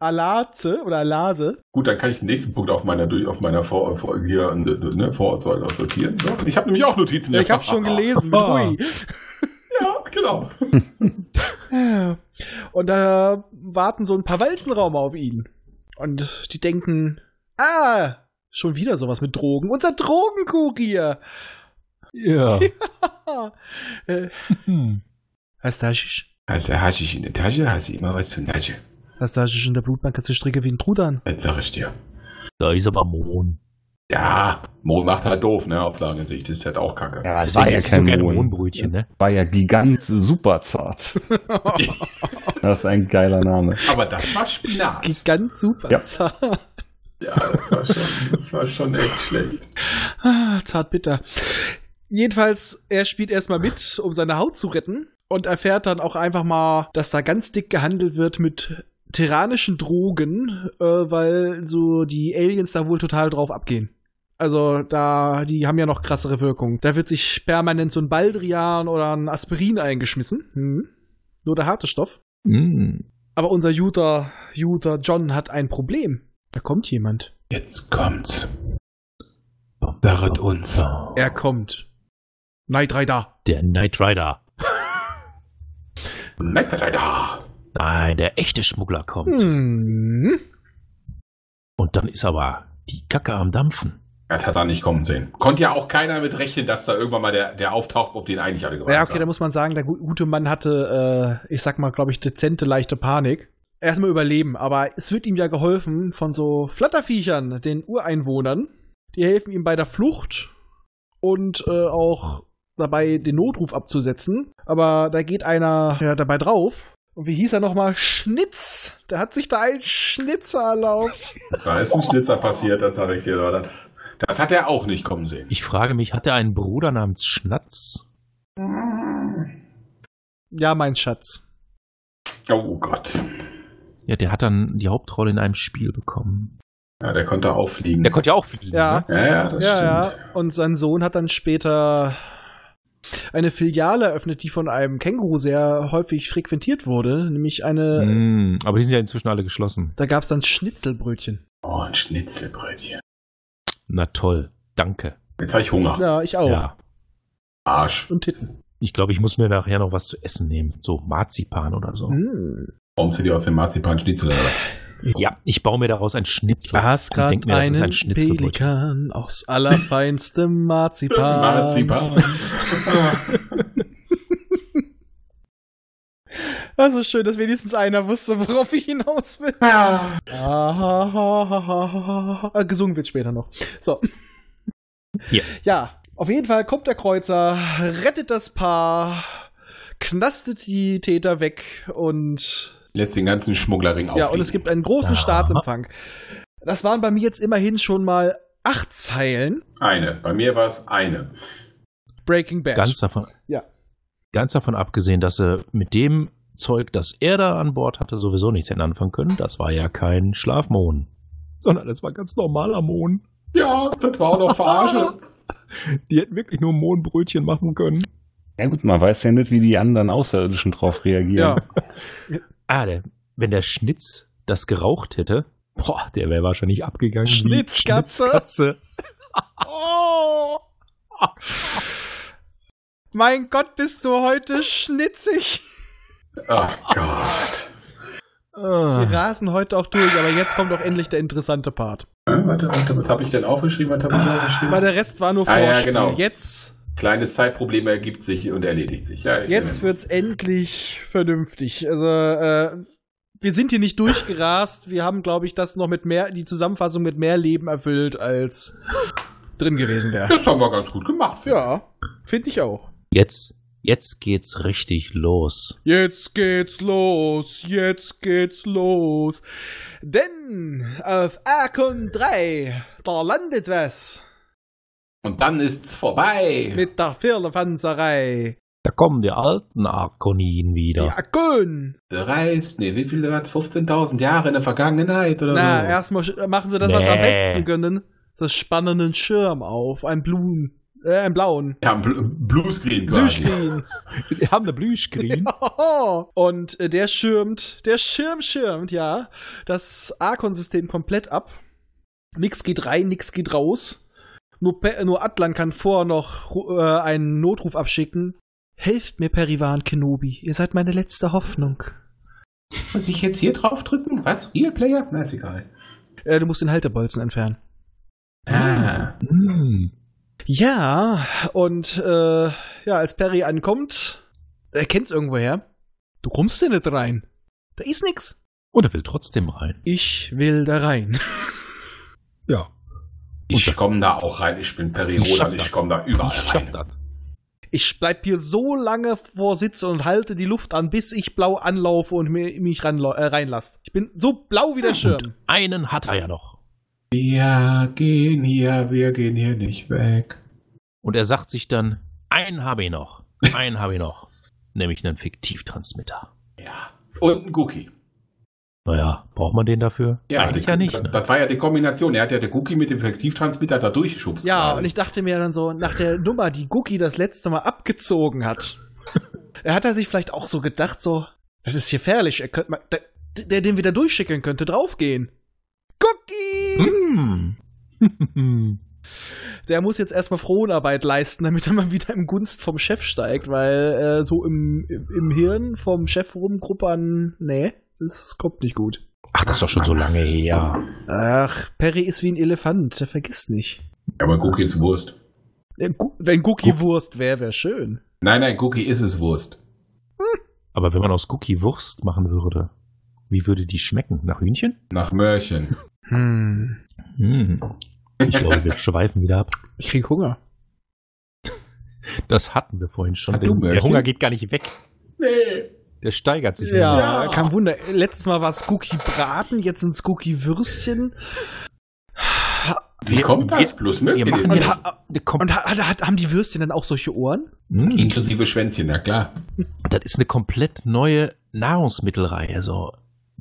S4: Alaze oder Alase.
S1: Gut, dann kann ich den nächsten Punkt auf meiner, durch- auf meiner Vor Vor- hier, ne, Vorurteile sortieren. So. Ich habe nämlich auch Notizen.
S4: Ich hab's schon gelesen. Hui.
S1: <laughs> Ja, genau.
S4: Und da warten so ein paar Walzenraume auf ihn. Und die denken, ah, schon wieder sowas mit Drogen. Unser Drogenkurier.
S2: Ja.
S4: Äh,
S2: Hm.
S4: Hast du Haschisch?
S1: Hast du Haschisch in der Tasche, hast du immer was zu Nasche.
S4: Hast du Haschisch in der Blutbank, hast du Stricke wie ein Trudan.
S1: Das sag ich dir.
S2: Da ist aber Mohn.
S1: Ja, Mo macht halt doof, ne, auf lange Sicht. Ist halt auch kacke.
S3: Ja, es
S2: Deswegen
S3: war ja
S2: isst sie so
S3: kein
S2: gerne
S3: Mohn.
S2: Mohnbrötchen, ne?
S3: War ja gigant super zart. das ist ein geiler Name.
S1: Aber das war <laughs> Spinat.
S4: Geht ganz super.
S3: Ja.
S4: Zart.
S1: Ja, das war schon, das war schon echt schlecht.
S4: Ah, zart bitter. Jedenfalls, er spielt erstmal mit, um seine Haut zu retten und erfährt dann auch einfach mal, dass da ganz dick gehandelt wird mit terranischen Drogen, äh, weil so die Aliens da wohl total drauf abgehen. Also da, die haben ja noch krassere Wirkungen. Da wird sich permanent so ein Baldrian oder ein Aspirin eingeschmissen. Hm. Nur der harte Stoff.
S2: Mm.
S4: Aber unser Juter, Juter John hat ein Problem. Da kommt jemand.
S1: Jetzt kommt's. Darret uns.
S4: Er kommt. Knight Rider.
S2: Der Knight Rider.
S1: Knight Rider.
S2: Nein, der echte Schmuggler kommt.
S4: Hm.
S2: Und dann ist aber die Kacke am Dampfen.
S1: Das hat er nicht kommen sehen. Konnte ja auch keiner mit rechnen, dass da irgendwann mal der, der auftaucht, ob den eigentlich alle gewarnt
S4: Ja, okay, da
S1: haben.
S4: muss man sagen, der gu- gute Mann hatte, äh, ich sag mal, glaube ich, dezente, leichte Panik. Erstmal überleben, aber es wird ihm ja geholfen von so Flatterviechern, den Ureinwohnern. Die helfen ihm bei der Flucht und äh, auch dabei, den Notruf abzusetzen. Aber da geht einer ja, dabei drauf. Und wie hieß er nochmal? Schnitz! Der hat sich da einen Schnitzer erlaubt.
S1: Da ist ein Schnitzer passiert, das habe ich dir erläutert. Das hat er auch nicht kommen sehen.
S2: Ich frage mich, hat er einen Bruder namens Schnatz?
S4: ja, mein Schatz.
S1: Oh Gott.
S2: Ja, der hat dann die Hauptrolle in einem Spiel bekommen.
S1: Ja, der konnte auch fliegen.
S2: Der konnte ja auch fliegen.
S4: Ja.
S2: Ne?
S1: ja, ja, das
S4: ja,
S1: stimmt.
S4: ja. Und sein Sohn hat dann später eine Filiale eröffnet, die von einem Känguru sehr häufig frequentiert wurde, nämlich eine.
S2: Mm, aber die sind ja inzwischen alle geschlossen.
S4: Da gab es dann Schnitzelbrötchen.
S1: Oh, ein Schnitzelbrötchen.
S2: Na toll, danke.
S1: Jetzt habe ich Hunger.
S4: Ja, ich auch.
S2: Ja.
S1: Arsch.
S4: Und Titten.
S2: Ich glaube, ich muss mir nachher noch was zu essen nehmen. So Marzipan oder so.
S4: Hm.
S1: Warum sind die aus dem Marzipan Schnitzel? oder?
S2: Ja, ich baue mir daraus ein Schnitzel.
S4: Hast
S2: Und
S4: grad
S2: denk mir, das ist
S4: einen
S2: ein Schnitzelbrötchen.
S4: Pelikan aus
S2: <laughs>
S4: allerfeinstem Marzipan.
S1: Marzipan.
S4: Also schön, dass wenigstens einer wusste, worauf ich hinaus will.
S1: Ah.
S4: Ah, äh, gesungen wird später noch. So.
S2: Ja.
S4: Ja, auf jeden Fall kommt der Kreuzer, rettet das Paar, knastet die Täter weg und
S1: Lässt den ganzen Schmugglerring
S4: ja,
S1: aufliegen.
S4: und es gibt einen großen
S2: Ja.
S4: Staatsempfang. Das waren bei mir jetzt immerhin schon mal acht Zeilen.
S1: Eine. Bei mir war es eine.
S4: Breaking Bad.
S2: Ganz davon,
S4: Ja.
S2: ganz davon abgesehen, dass sie mit dem Zeug, das er da an Bord hatte, sowieso nichts hätten anfangen können. Das war ja kein Schlafmohn, sondern das war ganz normaler Mohn.
S1: Ja, das war auch noch
S4: <laughs>
S1: Verarsche.
S2: Die hätten wirklich nur Mohnbrötchen machen können.
S3: Ja gut, man weiß ja nicht, wie die anderen Außerirdischen drauf reagieren.
S4: ja.
S2: Ah, der, wenn der Schnitz das geraucht hätte, boah, der wäre wahrscheinlich abgegangen. wie
S4: Schnitzkatze.
S2: Schnitzkatze.
S4: <laughs>
S2: <laughs>
S4: Oh. Mein Gott, bist du heute schnitzig.
S1: Ach Gott.
S2: Ah.
S4: Wir rasen heute auch durch, aber jetzt kommt auch endlich der interessante Part.
S1: Äh, Warte, warte, was habe ich denn aufgeschrieben? Was habe ich aufgeschrieben?
S4: Weil der Rest war nur
S1: Ah, ja,
S4: Vorspiel.
S1: genau.
S4: Jetzt,
S1: Kleines Zeitproblem ergibt sich und erledigt sich. Ja, ich-
S4: jetzt wird's endlich vernünftig. Also, äh, wir sind hier nicht durchgerast. Wir haben, glaube ich, das noch mit mehr, die Zusammenfassung mit mehr Leben erfüllt, als drin gewesen wäre.
S1: Das haben wir ganz gut gemacht.
S4: Ja, finde ich auch.
S2: Jetzt, jetzt geht's richtig los.
S4: Jetzt geht's los, jetzt geht's los. Denn auf Arkon 3, da landet was
S1: Und dann ist's vorbei.
S4: mit der Firlefanzerei.
S2: Da kommen die alten Arkonien wieder.
S4: Die Arkon.
S1: Reist, nee, wie viele waren 15.000 Jahre in der Vergangenheit oder
S4: Na,
S1: so?
S4: erstmal sch- machen sie das, was sie am
S2: Nee.
S4: besten können. Das spannen einen Schirm auf, einen Blumen, äh, einen blauen.
S1: Ja, Bl Bluescreen quasi.
S4: Blüschgrün.
S2: Die haben eine Blüschgrün.
S4: <laughs> Und äh, der schirmt, der Schirm schirmt, ja, das Arkon-System komplett ab. Nix geht rein, nix geht raus. Nur, Pe- nur Atlan kann vorher noch ru- äh, einen Notruf abschicken. Helft mir, Perivan Kenobi. Ihr seid meine letzte Hoffnung.
S1: Muss ich jetzt hier drauf drücken? Was? Real Player? Na, ist egal.
S4: Äh, du musst den Haltebolzen entfernen.
S1: Ah.
S2: <laughs> Hm.
S4: Ja, und äh, ja, als Perry ankommt, er kennt's irgendwoher. Du kommst denn nicht rein. Da ist nix.
S2: Und er will trotzdem rein.
S4: Ich will da rein. <laughs>
S2: Ja.
S1: Ich komme da auch rein. Ich bin
S2: Ich
S1: Perioder
S2: schaff
S1: und
S2: das.
S1: ich komme da überall rein.
S2: das.
S4: Ich bleib hier so lange vor Sitz und halte die Luft an, bis ich blau anlaufe und mir, mich ranla- äh, reinlasst. Ich bin so blau wie der Schirm.
S2: Einen hat er ja noch.
S1: Wir gehen hier, wir gehen hier nicht weg.
S2: Und er sagt sich dann, einen habe ich noch. <laughs> Einen habe ich noch. Nämlich einen Fiktivtransmitter.
S1: Ja. Und ein Cookie.
S2: Naja, braucht man den dafür? Eigentlich
S1: die-
S2: ja nicht.
S1: Das,
S2: Ne?
S1: das war ja die Kombination. Er hat ja der Cookie mit dem Effektivtransmitter da durchgeschubst.
S4: Ja,
S1: gerade.
S4: und ich dachte mir dann so, nach der Nummer, die Gucki das letzte Mal abgezogen <laughs> hat, er hat er sich vielleicht auch so gedacht, so, das ist gefährlich, er könnte mal, der, der den wieder durchschicken könnte, draufgehen. Gucki!
S2: <laughs> Hm.
S4: Der muss jetzt erstmal Fronarbeit leisten, damit er mal wieder im Gunst vom Chef steigt, weil äh, so im, im im Hirn vom Chef rumgruppern, nee, das kommt nicht gut.
S2: Ach, das ist doch schon so lange her.
S4: Ach, Perry ist wie ein Elefant, der vergisst nicht.
S1: Ja, aber Cookie ist Wurst.
S4: Äh, Gu- Wenn Gucki Wurst wäre, wäre schön.
S1: Nein, nein, Cookie ist es Wurst.
S2: Aber wenn man aus Cookie Wurst machen würde, wie würde die schmecken? Nach Hühnchen?
S1: Nach Mörchen.
S4: Hm.
S2: Hm. Ich
S1: <laughs>
S2: glaube, wir schweifen wieder ab.
S4: Ich krieg Hunger.
S2: Das hatten wir vorhin schon.
S1: Hat du
S2: Der, der
S1: Möhrchen?
S2: Hunger geht gar nicht weg.
S1: nee.
S2: Der steigert sich. nur.
S4: Ja, kein Wunder. Letztes Mal war es Cookie Braten, jetzt sind es Cookie Würstchen.
S1: Wie
S2: Wir-
S1: kommt das
S2: wir-
S1: bloß, ne?
S2: wir machen
S4: Und,
S2: Ja.
S4: ha
S2: Der kommt-
S4: und ha hat, haben die Würstchen dann auch solche Ohren?
S2: Hm.
S1: <laughs> Inklusive Schwänzchen, na klar.
S2: Das ist eine komplett neue Nahrungsmittelreihe. So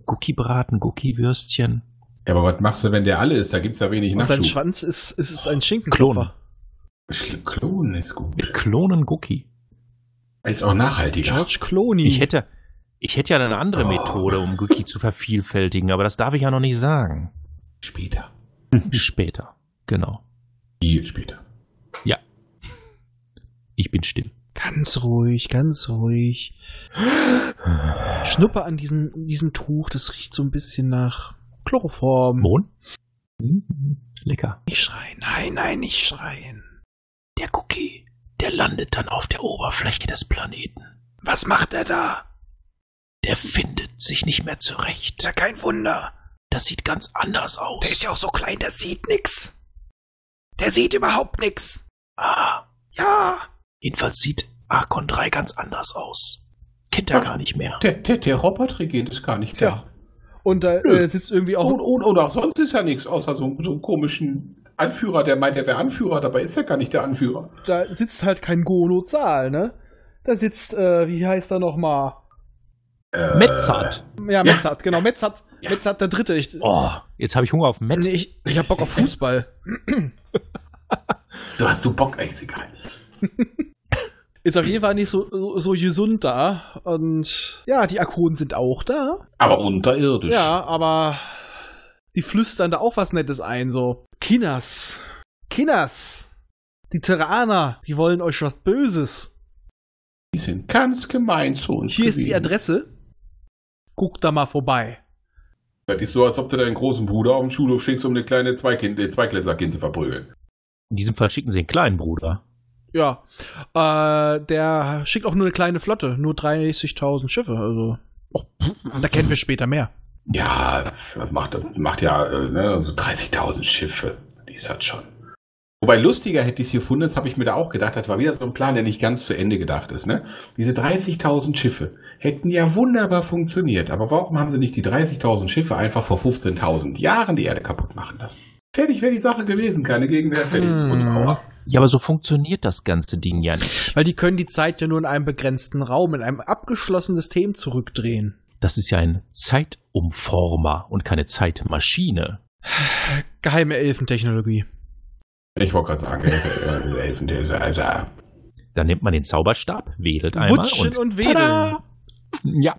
S2: Gucki-Braten, Gucki-Würstchen.
S1: Ja, aber was machst du, wenn der alle ist? Da gibt's ja wenig
S4: Und sein
S1: Nachschub.
S4: Schwanz ist, ist, ist ein
S2: Klon.
S4: Schinkenkopfer.
S1: Sch- Klonen ist gut.
S2: Wir klonen Gucki.
S1: Ist auch nachhaltiger.
S4: George Clooney.
S2: Ich hätte, ich hätte ja eine andere
S1: Hm. Oh.
S2: Methode, um Gucki zu vervielfältigen, aber das darf ich ja noch nicht sagen.
S1: Später.
S2: Später. Genau.
S1: Viel später.
S2: Ich bin still.
S4: ganz ruhig, ganz ruhig. Schnuppe an diesem, diesem Tuch, das riecht so ein bisschen nach Chloroform.
S2: Mohn?
S1: Hm.
S2: Lecker.
S4: Nicht schreien. Nein, nein, nicht schreien.
S2: Der Gucki, der landet dann auf der Oberfläche des Planeten.
S4: Was macht er da?
S2: Der findet sich nicht mehr zurecht.
S4: Ja, kein Wunder.
S2: Das sieht ganz anders aus.
S4: Der ist ja auch so klein, der sieht nix. Der sieht überhaupt nix.
S2: ah,
S4: Ja.
S2: jedenfalls sieht Archon 3 ganz anders aus. Kennt er gar nicht mehr.
S1: Der, der, der Roboterregent ist gar nicht da.
S4: Und da äh, sitzt irgendwie auch.
S1: Und, und, und auch sonst ist ja nichts, außer so, so einem komischen Anführer, der meint, er wäre Anführer, dabei ist er gar nicht der Anführer.
S4: Da sitzt halt kein Gonozal, ne? Da sitzt, äh, wie heißt er nochmal?
S1: Äh,
S2: Metzat.
S4: Ja, Metzat, genau, Metzat.
S1: Ja.
S4: Metzat der Dritte. Ich,
S2: Oh, jetzt habe ich Hunger auf Metz.
S4: nee, ich, ich hab Bock auf Fußball.
S1: Du hast so Bock, ey, ist egal.
S4: Ist auf jeden Fall nicht so, so, so gesund da. Und ja, die Akonen sind auch da.
S1: Aber unterirdisch.
S4: Ja, aber die flüstern da auch was Nettes ein, so. Kinas. Kinas. Die Terraner, die wollen euch was Böses.
S1: Die sind ganz gemein zu uns.
S4: Hier ist die
S1: gewesen.
S4: Adresse. Guck da mal vorbei.
S1: Das ist so, als ob du deinen großen Bruder auf den Schulhof schickst, um eine kleine Zweikind, äh, Zweiklässerkind zu verprügeln.
S2: In diesem Fall schicken sie den kleinen Bruder.
S4: Ja. Äh, der schickt auch nur eine kleine Flotte. Nur 30.000 Schiffe. Also. Da kennen wir später mehr.
S1: Ja, das macht, das macht ja äh, ne, so 30.000 Schiffe. Die ist das schon. Wobei lustiger hätte ich es gefunden, das habe ich mir da auch gedacht, das war wieder so ein Plan, der nicht ganz zu Ende gedacht ist. Ne? Diese 30.000 Schiffe hätten ja wunderbar funktioniert, aber warum haben sie nicht die 30.000 Schiffe einfach vor 15.000 Jahren die Erde kaputt machen lassen? Fertig wäre die Sache gewesen, keine Gegenwehr, fertig. Und oh, aua.
S2: Ja, aber so funktioniert das ganze Ding ja nicht.
S4: Weil die können die Zeit ja nur in einem begrenzten Raum, in einem abgeschlossenen System zurückdrehen.
S2: Das ist ja ein Zeitumformer und keine Zeitmaschine.
S4: Geheime Elfentechnologie.
S1: Ich wollte gerade sagen, helfen, äh, helfen, äh, äh, äh,
S2: Da nimmt man den Zauberstab, wedelt einmal
S4: Wutschen
S2: und,
S4: und, Wedeln.
S2: Tada! ja,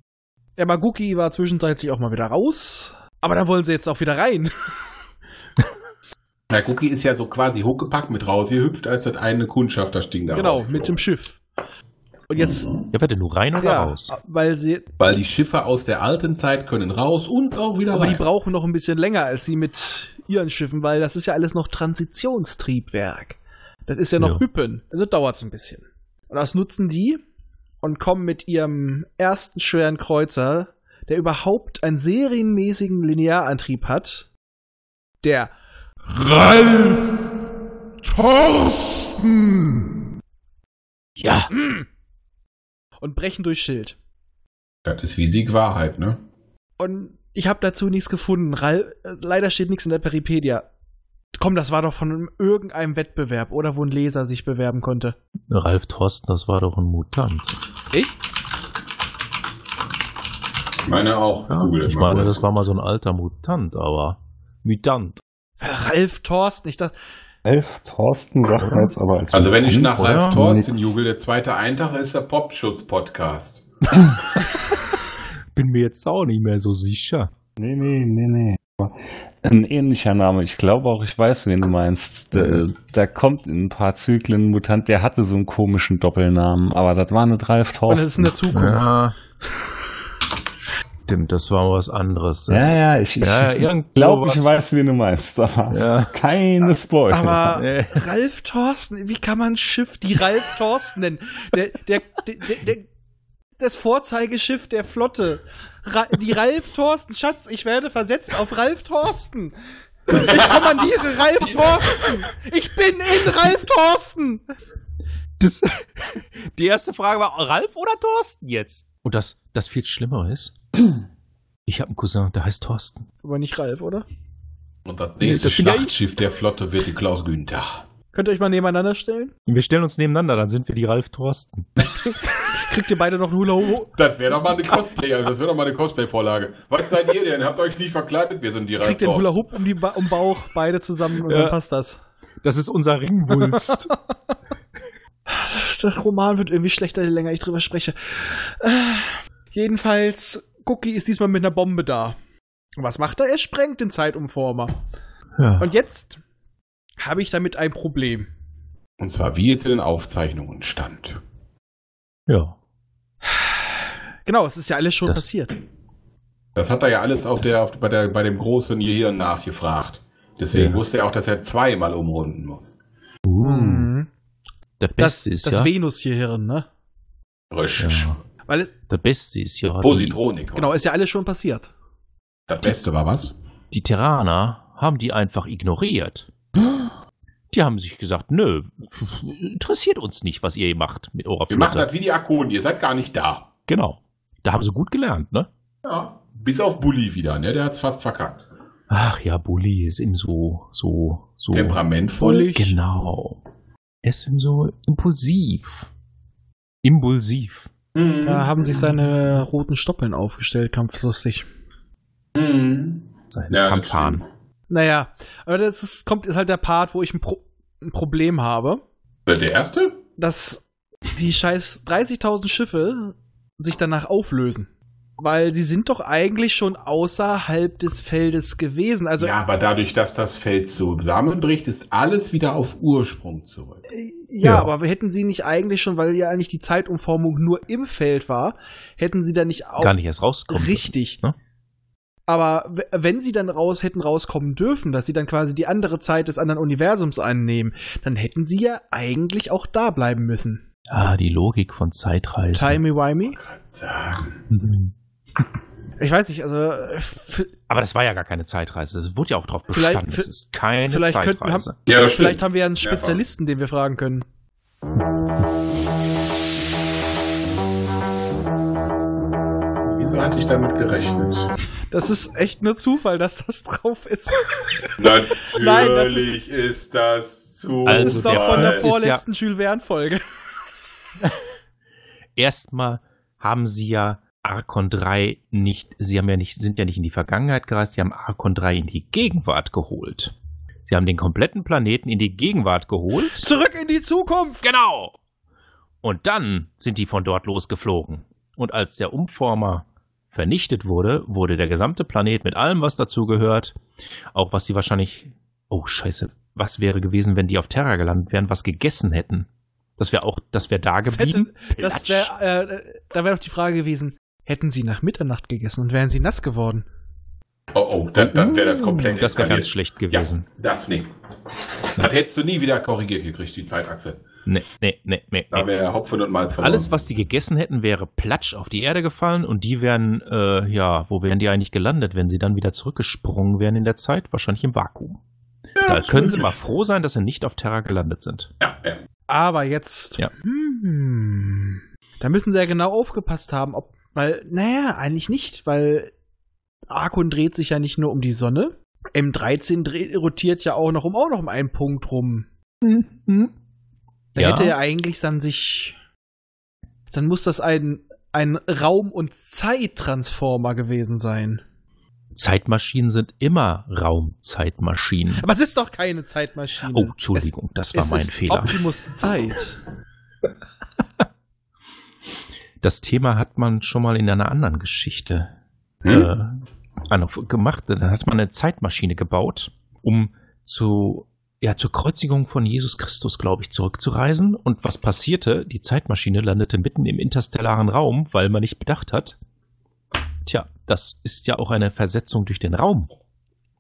S4: Der Maguki war zwischenzeitlich auch mal wieder raus. Aber dann wollen sie jetzt auch wieder rein.
S1: Na, Cookie ist ja so quasi hochgepackt mit rausgehüpft, als das eine Kundschafterstieg da
S4: genau,
S1: rausflog.
S4: mit dem Schiff. Und jetzt,
S2: ja warte, nur rein also. oder
S4: ja,
S2: raus?
S4: weil sie,
S1: Weil die Schiffe aus der alten Zeit können raus und auch wieder
S4: Aber die
S1: rein.
S4: brauchen noch ein bisschen länger als sie mit ihren Schiffen, weil das ist ja alles noch Transitionstriebwerk. Das ist ja
S2: Ja.
S4: noch Hüppen. Also dauert es ein bisschen. Und das nutzen die und kommen mit ihrem ersten schweren Kreuzer, der überhaupt einen serienmäßigen Linearantrieb hat, der
S2: Ja,
S4: und brechen durch Schild.
S1: das ist wie Sieg Wahrheit, ne?
S4: Und ich habe dazu nichts gefunden. Ral äh, Leider steht nichts in der Peripedia. Komm, das war doch von irgendeinem Wettbewerb oder wo ein Leser sich bewerben konnte.
S2: Ralf Thorsten, das war doch ein Mutant.
S4: Ich?
S1: Ich meine auch.
S2: Ja,
S1: Google
S2: ich
S1: immer
S2: meine,
S1: kurz.
S2: das war mal so ein alter Mutant, aber Mutant.
S4: Ralf Thorsten, ich dachte,
S3: Elf Thorsten sagt man jetzt aber als
S1: also wenn ich nach
S2: Hm, oder?
S1: Ralf Thorsten
S3: Nix.
S1: jubel, der zweite Eintrag ist der Popschutz-Podcast.
S2: Bin mir jetzt auch nicht mehr so sicher.
S3: Nee, nee, nee, nee. Ein ähnlicher Name. Ich glaube auch, ich weiß, wen du meinst. Da, da kommt in ein paar Zyklen ein Mutant, der hatte so einen komischen Doppelnamen, aber das war eine Ralf
S4: oh, das ist in
S3: Thorsten.
S4: der Zukunft.
S2: Ja. Stimmt, das war was anderes. <laughs>
S3: Ja, ja, ich, ich
S2: Ja, irgend
S3: glaube, ich
S2: sowas.
S3: weiß, wen du meinst, aber
S2: Ja.
S3: keine Spoiler.
S4: Aber
S2: Nee.
S4: Ralf Thorsten, wie kann man ein Schiff die Ralf Thorsten nennen? Der, der, der, der, das Vorzeigeschiff der Flotte. Ra die Ralf Thorsten, Schatz, ich werde versetzt auf Ralf Thorsten. Ich kommandiere Ralf Thorsten. Ich bin in Ralf Thorsten.
S2: Das, die erste Frage war Ralf oder Thorsten jetzt? Und das, das viel Schlimmer <clears throat> ist, ich habe einen Cousin, der heißt Thorsten.
S4: Aber nicht Ralf, oder?
S1: Und das
S2: Nee,
S1: nächste
S2: das bin ja ich.
S1: Schlachtschiff der Flotte wird die Klaus Günther.
S4: Könnt ihr euch mal nebeneinander stellen?
S2: Wir stellen uns nebeneinander, dann sind wir die Ralf Thorsten.
S4: Kriegt ihr beide noch einen Hula Hoop?
S1: Das wäre doch mal eine Cosplay, also das wäre doch mal eine Cosplay-Vorlage. Was seid ihr denn? Habt euch nicht verkleidet? Wir sind die Ralf
S4: Kriegt ihr einen Hula
S1: Thorsten.
S4: Hoop um, die ba um den Bauch, beide zusammen und
S2: Ja.
S4: dann passt das.
S2: Das ist unser Ringwulst.
S4: Der Roman wird irgendwie schlechter, je länger ich drüber spreche. Äh, jedenfalls, Cookie ist diesmal mit einer Bombe da. Und was macht er? Er sprengt den Zeitumformer.
S2: <laughs> ja.
S4: Und jetzt habe ich damit ein Problem.
S1: Und zwar wie es in den Aufzeichnungen stand.
S2: ja.
S4: Genau, es ist ja alles schon
S2: Das-
S4: passiert.
S1: Das hat er ja alles auf der, auf, bei, der, bei dem großen Gehirn nachgefragt. Deswegen
S2: Ja.
S1: wusste er auch, dass er zweimal umrunden muss.
S2: Uh,
S4: Mhm.
S2: der
S4: Das,
S2: Beste
S4: das
S2: ist ja.
S4: Venus-Gehirn, ne?
S1: Richtig.
S2: ja.
S4: Weil, es,
S2: Der Beste ist ja. Die,
S1: Positronik.
S4: genau, ist ja alles schon passiert.
S1: Das Beste war was?
S2: die Terraner haben die einfach ignoriert. <gasps> Die haben sich gesagt, nö, interessiert uns nicht, was ihr hier macht mit eurer
S1: Wir machen
S2: Flotte.
S1: das wie die Akkonen, ihr seid gar nicht da.
S2: Genau. Da haben sie gut gelernt, ne?
S1: Ja. Bis auf Bulli wieder, ne? Der hat's fast verkackt.
S2: Ach ja, Bully ist eben so, so, so.
S1: Temperamentvoll.
S2: Genau. Er ist eben so impulsiv. Impulsiv.
S1: Mhm.
S4: Da haben sich seine roten Stoppeln aufgestellt, kampflustig.
S1: Mhm.
S2: Sein
S1: Ja, das
S2: Kampfhahn.
S1: stimmt.
S4: Naja, aber das ist, kommt, ist halt der Part, wo ich ein, Pro ein Problem habe.
S1: Äh, Der erste?
S4: dass die scheiß 30.000 Schiffe sich danach auflösen. Weil sie sind doch eigentlich schon außerhalb des Feldes gewesen. Also,
S1: ja, aber dadurch, dass das Feld zusammenbricht, ist alles wieder auf Ursprung zurück.
S4: äh, ja,
S2: Ja.
S4: aber hätten sie nicht eigentlich schon, weil ja eigentlich die Zeitumformung nur im Feld war, hätten sie da nicht auch.
S2: Gar nicht erst rausgekommen.
S4: Richtig.
S2: ne?
S4: Aber w- wenn sie dann raus hätten rauskommen dürfen, dass sie dann quasi die andere Zeit des anderen Universums annehmen, dann hätten sie ja eigentlich auch da bleiben müssen.
S2: Ah, die Logik von Zeitreisen.
S4: Timey-wimey?
S1: Sagen.
S2: Mhm.
S4: Ich weiß nicht, also äh, f-
S2: Aber das war ja gar keine Zeitreise. Das wurde ja auch drauf
S4: Vielleicht-
S2: bestanden. Es
S4: vi-
S2: ist keine
S4: vielleicht könnten-
S2: Zeitreise.
S1: Ja, das
S4: Vielleicht
S1: stimmt.
S4: haben wir ja einen Spezialisten, den wir fragen können.
S1: Wieso hatte ich damit gerechnet?
S4: Das ist echt nur Zufall, dass das <laughs> drauf ist.
S1: Natürlich
S4: <laughs> Nein, das ist-
S1: ist das zu.
S2: Das Also
S4: Das ist doch von der
S2: ist ja-
S4: vorletzten Jules Verne-Folge. <laughs>
S2: Erstmal haben sie ja Arkon 3 nicht, sie haben ja nicht, sind ja nicht in die Vergangenheit gereist, sie haben Arkon 3 in die Gegenwart geholt. Sie haben den kompletten Planeten in die Gegenwart geholt.
S4: Zurück in die Zukunft!
S2: Genau. Und dann sind die von dort losgeflogen. Und als der Umformer vernichtet wurde, wurde der gesamte Planet mit allem, was dazugehört, auch was sie wahrscheinlich. Oh, scheiße. Was wäre gewesen, wenn die auf Terra gelandet wären, was gegessen hätten? Das wäre auch, das wäre da
S4: Das hätte,
S2: geblieben.
S4: das
S2: Platsch.
S4: wär, äh, da wäre doch die Frage gewesen, hätten sie nach Mitternacht gegessen und wären sie nass geworden?
S1: Oh, oh, dann, dann wäre das komplett.
S2: Mm, Das wäre
S1: eskaliert.
S2: ganz schlecht gewesen.
S1: Ja, das nicht. Das hättest du nie wieder korrigiert gekriegt, die Zeitachse.
S2: Nee, nee, nee, nee.
S1: Da
S2: nee.
S1: wäre ja Hopfen und Malz verloren.
S2: Alles, was die gegessen hätten, wäre platsch auf die Erde gefallen und die wären, äh, ja, wo wären die eigentlich gelandet, wenn sie dann wieder zurückgesprungen wären in der Zeit? Wahrscheinlich im Vakuum. da können sie mal froh sein, dass sie nicht auf Terra gelandet sind.
S1: Ja, ja.
S4: Aber jetzt.
S2: Ja.
S4: Hm, da müssen sie ja genau aufgepasst haben, ob. Weil, naja, eigentlich nicht, weil Arkon dreht sich ja nicht nur um die Sonne. M13 dreht, rotiert ja auch noch um auch noch um einen Punkt rum. Da
S2: Ja.
S4: Mhm. hätte er eigentlich dann sich. Dann muss das ein ein Raum- und Zeittransformer gewesen sein.
S2: Zeitmaschinen sind immer Raumzeitmaschinen.
S4: Aber es ist doch keine Zeitmaschine.
S2: Oh, Entschuldigung, das war
S4: es
S2: mein
S4: ist
S2: Fehler.
S4: Optimus
S2: <laughs>
S4: Zeit.
S2: Das Thema hat man schon mal in einer anderen Geschichte
S4: Hm?
S1: Hm?
S2: äh, an- gemacht. Da hat man eine Zeitmaschine gebaut, um zu, ja, zur Kreuzigung von Jesus Christus, glaube ich, zurückzureisen. Und was passierte? Die Zeitmaschine landete mitten im interstellaren Raum, weil man nicht bedacht hat. Tja, das ist ja auch eine Versetzung durch den Raum.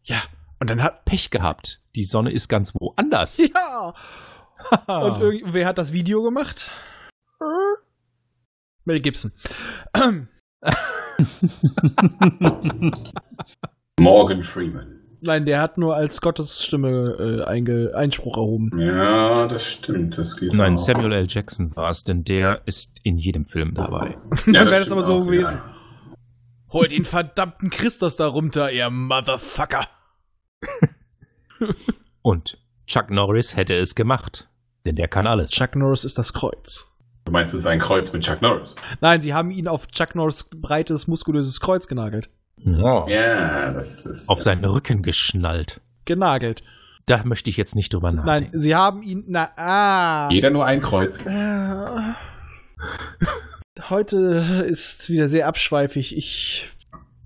S4: Ja, und dann hat.
S2: Pech gehabt. Die Sonne ist ganz woanders.
S4: Ja!
S2: <laughs>
S4: Und irgend- wer hat das Video gemacht? Mel Gibson. <clears throat>
S1: Morgan Freeman.
S4: Nein, der hat nur als Gottes Stimme äh, einge Einspruch <laughs> erhoben.
S1: Ja, das stimmt. Das geht
S2: Nein,
S1: auch.
S2: Samuel L. Jackson war es, denn der ist in jedem Film
S1: Ja,
S2: dabei.
S4: dann wäre das
S1: stimmt
S4: aber so
S1: auch,
S4: gewesen.
S1: Ja.
S4: Holt den verdammten Christus da runter, ihr Motherfucker.
S2: Und Chuck Norris hätte es gemacht, denn der kann alles.
S4: Chuck Norris ist das Kreuz.
S1: Du meinst, es ist ein Kreuz mit Chuck Norris?
S4: Nein, sie haben ihn auf Chuck Norris breites, muskulöses Kreuz genagelt.
S2: Ja.
S1: Ja, das ist.
S2: Auf seinen Rücken geschnallt.
S4: Genagelt.
S2: Da möchte ich jetzt nicht drüber
S4: Nein,
S2: nachdenken.
S4: sie haben ihn. Na, ah.
S1: Jeder nur ein Kreuz.
S4: Äh, Heute ist wieder sehr abschweifig. Ich.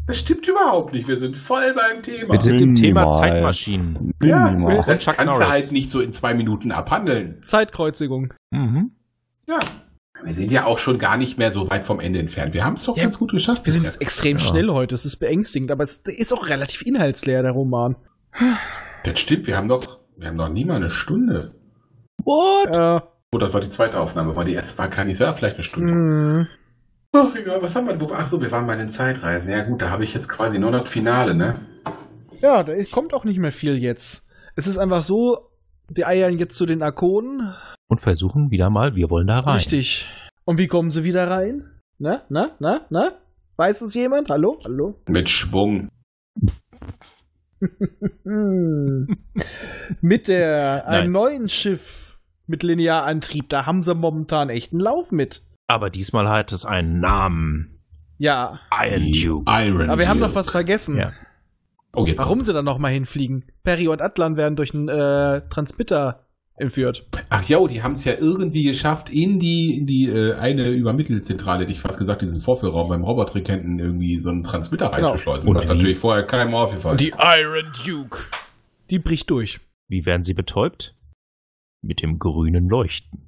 S1: Das stimmt überhaupt nicht. Wir sind voll beim Thema.
S2: Wir sind im Thema
S3: Minimal.
S2: Zeitmaschinen.
S1: Ja,
S3: Minimal.
S1: das
S2: Und Chuck
S1: kannst du
S2: Norris.
S1: halt nicht so in zwei Minuten abhandeln.
S4: Zeitkreuzigung.
S2: Mhm.
S1: Ja. Wir sind ja auch schon gar nicht mehr so weit vom Ende entfernt. Wir haben es doch
S4: Ja.
S1: ganz gut geschafft.
S4: Wir sind
S1: bisher.
S4: extrem
S2: Ja.
S4: schnell heute. Es ist beängstigend, aber es ist auch relativ inhaltsleer, der Roman.
S1: das stimmt, wir haben doch, wir haben doch nie mal eine Stunde.
S4: Äh,
S1: Oh, das war die zweite Aufnahme, war die erste war gar nicht, ja, vielleicht eine Stunde.
S4: mh,
S1: Ach, egal, was haben wir? denn? Ach so, wir waren bei den Zeitreisen. Ja gut, da habe ich jetzt quasi nur das Finale, ne?
S4: ja, da kommt auch nicht mehr viel jetzt. Es ist einfach so, die eiern jetzt zu den Arkonen.
S2: Und versuchen wieder mal, wir wollen da rein.
S4: Richtig. Und wie kommen sie wieder rein? Na, na, na, na? Weiß es jemand? Hallo? Hallo?
S1: Mit Schwung.
S4: <laughs> Hm. mit der
S2: Nein.
S4: einem neuen Schiff mit Linearantrieb, da haben sie momentan echt einen Lauf mit.
S2: Aber diesmal hat es einen Namen.
S4: Ja,
S2: Iron Duke.
S1: Iron
S4: aber wir haben
S1: Duke.
S4: noch was vergessen.
S2: Ja.
S1: Oh, jetzt
S4: Warum
S1: kommt's.
S4: sie dann noch mal hinfliegen? Perry und Atlan werden durch einen äh, Transmitter entführt.
S1: Ach ja, oh, die haben es ja irgendwie geschafft, in die, in die äh, eine Übermittelzentrale, hätte ich fast gesagt, diesen Vorführraum beim Robotrick hinten irgendwie so einen Transmitter
S4: Genau.
S1: reinzuschleusen.
S2: Und
S1: was
S2: wie?
S1: natürlich vorher keinem aufgefallen ist.
S6: Iron Duke.
S4: Die bricht durch. <laughs>
S2: Wie werden sie betäubt? Mit dem grünen Leuchten.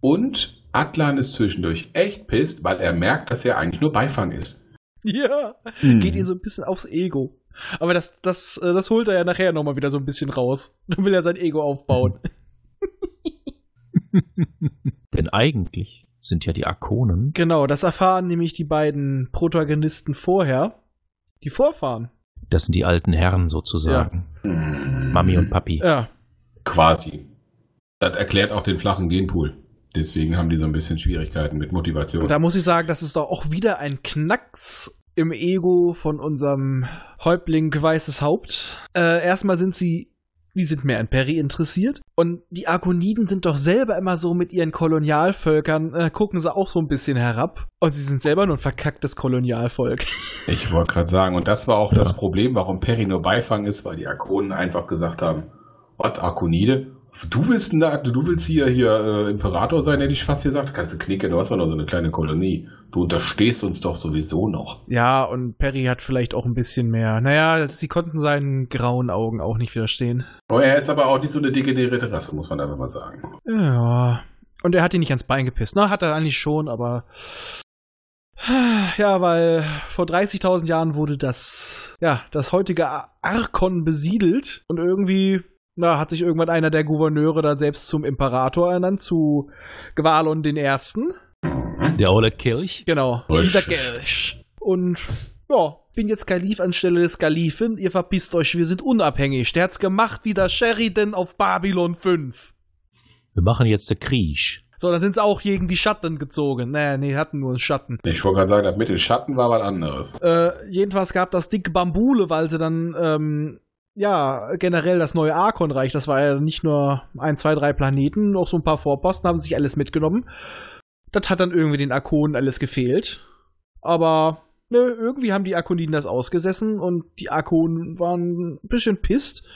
S1: Und Atlan ist zwischendurch echt pisst, weil er merkt, dass er eigentlich nur Beifang ist.
S4: Ja,
S3: Hm.
S4: geht ihr so ein bisschen aufs Ego. Aber das, das, äh, das holt er ja nachher noch mal wieder so ein bisschen raus. <laughs> Dann will er sein Ego aufbauen.
S2: Denn eigentlich sind ja die Arkonen
S4: Genau, das erfahren nämlich die beiden Protagonisten vorher. Die Vorfahren.
S2: Das sind die alten Herren sozusagen. Mami und Papi.
S4: Ja,
S1: Quasi. Das erklärt auch den flachen Genpool. Deswegen haben die so ein bisschen Schwierigkeiten mit Motivation.
S4: Und da muss ich sagen, das ist doch auch wieder ein Knacks im Ego von unserem Häuptling Weißes Haupt. Äh, erstmal sind sie, die sind mehr an Perry interessiert. Und die Argoniden sind doch selber immer so mit ihren Kolonialvölkern, äh, gucken sie auch so ein bisschen herab. Und sie sind selber nur ein verkacktes Kolonialvolk. <laughs>
S1: Ich wollte gerade sagen, und das war auch das
S2: Ja.
S1: Problem, warum Perry nur Beifang ist, weil die Arkonen einfach gesagt haben, Ott, Arkonide, du willst, na, du willst hier, hier äh, Imperator sein, hätte ich fast gesagt. Kannst du knicken, du hast doch noch so eine kleine Kolonie. Du unterstehst uns doch sowieso noch.
S4: Ja, und Perry hat vielleicht auch ein bisschen mehr. Naja, sie konnten seinen grauen Augen auch nicht widerstehen.
S1: Oh, er ist aber auch nicht so eine degenerierte Rasse, muss man einfach mal sagen.
S4: Ja. Und er hat ihn nicht ans Bein gepisst. Na, hat er eigentlich schon, aber. Ja, weil vor 30.000 Jahren wurde das, ja, das heutige Ar- Arkon besiedelt und irgendwie, na, hat sich irgendwann einer der Gouverneure da selbst zum Imperator ernannt, zu Gwalon den Ersten.
S2: Der Ole Kirch.
S4: Genau.
S1: Richtig.
S4: Dieser Gelsch. Und, ja, bin jetzt Kalif anstelle des Kalifen. Ihr verpisst euch, wir sind unabhängig. Der hat's gemacht wie der Sheridan auf Babylon 5.
S2: Wir machen jetzt den Krieg.
S4: So, dann sind sie auch gegen die Schatten gezogen. Nee, nee, hatten nur einen Schatten.
S1: Ich wollte gerade sagen, das mit den Schatten war was anderes.
S4: Äh, jedenfalls gab das dicke Bambule, weil sie dann, ähm, ja, generell das neue Arkon-Reich, das war ja nicht nur ein, zwei, drei Planeten, noch so ein paar Vorposten, haben sie sich alles mitgenommen. Das hat dann irgendwie den Arkonen alles gefehlt. Aber nö, irgendwie haben die Akoniden das ausgesessen und die Akonen waren ein bisschen pisst.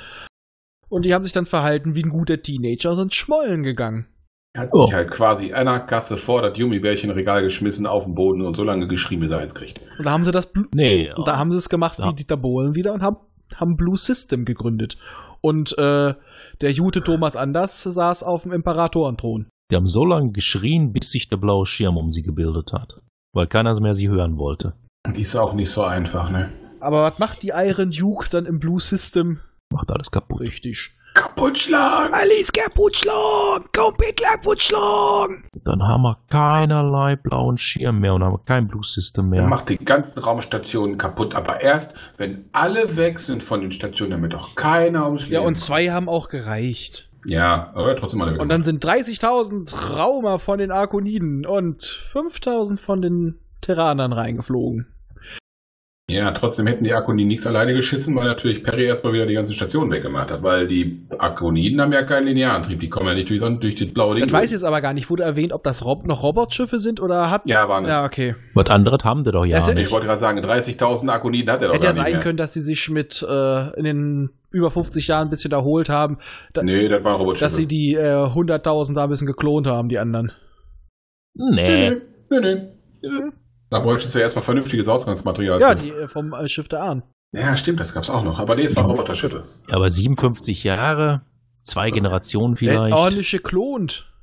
S4: Und die haben sich dann verhalten wie ein guter Teenager und sind schmollen gegangen.
S1: Er hat
S2: Oh.
S1: sich halt quasi einer Kasse vor das Gummibärchenregal geschmissen auf den Boden und so lange geschrien, bis er eins kriegt.
S4: Und da haben sie das Bl
S2: Nee,
S4: Und da haben sie es gemacht
S2: Ja.
S4: wie Dieter Bohlen wieder und haben, haben Blue System gegründet. Und äh, der Jute Thomas Anders saß auf dem Imperatorenthron.
S2: die haben so lange geschrien, bis sich der blaue Schirm um sie gebildet hat. Weil keiner mehr sie hören wollte.
S1: Ist auch nicht so einfach, ne?
S4: Aber was macht die Iron Duke dann im Blue System?
S2: Macht alles kaputt.
S4: Richtig.
S1: Kaputt schlagen!
S6: Alice kaputt schlagen! Komplett kaputt schlagen!
S2: Dann haben wir keinerlei blauen Schirm mehr und haben kein Blue System mehr.
S1: Er macht die ganzen Raumstationen kaputt, aber erst, wenn alle weg sind von den Stationen, damit auch keiner ums Leben
S4: Ja, und zwei haben auch gereicht.
S1: Ja, aber er hat trotzdem alle
S4: Und dann sind 30.000 Raumer von den Arkoniden und 5.000 von den Terranern reingeflogen.
S1: Ja, trotzdem hätten die Akoniden nichts alleine geschissen, weil natürlich Perry erstmal wieder die ganze Station weggemacht hat, weil die Akoniden haben ja keinen Linearantrieb, die kommen ja nicht durch, sondern durch das blaue Ding.
S4: Ich weiß jetzt aber gar nicht, wurde erwähnt, ob das Rob noch Robotschiffe sind oder hat.
S1: ja, waren es.
S4: Ja, okay.
S2: Was anderes haben die doch ja
S4: Das sind-
S2: nicht.
S1: Ich wollte gerade sagen, 30.000 Akoniden hat er doch
S4: Hätte
S1: gar
S4: ja
S1: nicht
S4: sein
S1: mehr.
S4: können, dass sie sich mit äh, in den über 50 Jahren ein bisschen erholt haben, da-
S1: Nee, das waren Robotschiffe.
S4: dass sie die äh, 100.000 da ein bisschen geklont haben, die anderen.
S2: Nee.
S4: Mhm.
S1: Nee, nee, nee. Da bräuchtest du erstmal vernünftiges Ausgangsmaterial.
S4: Ja,
S1: für.
S4: die äh, vom äh, Schiff der Ahn.
S1: ja, stimmt, das gab's auch noch. Aber nee, es waren Roboterschiffe.
S2: Aber 57 Jahre, zwei Generationen
S4: Äh,
S2: vielleicht.
S4: ordentlich geklont.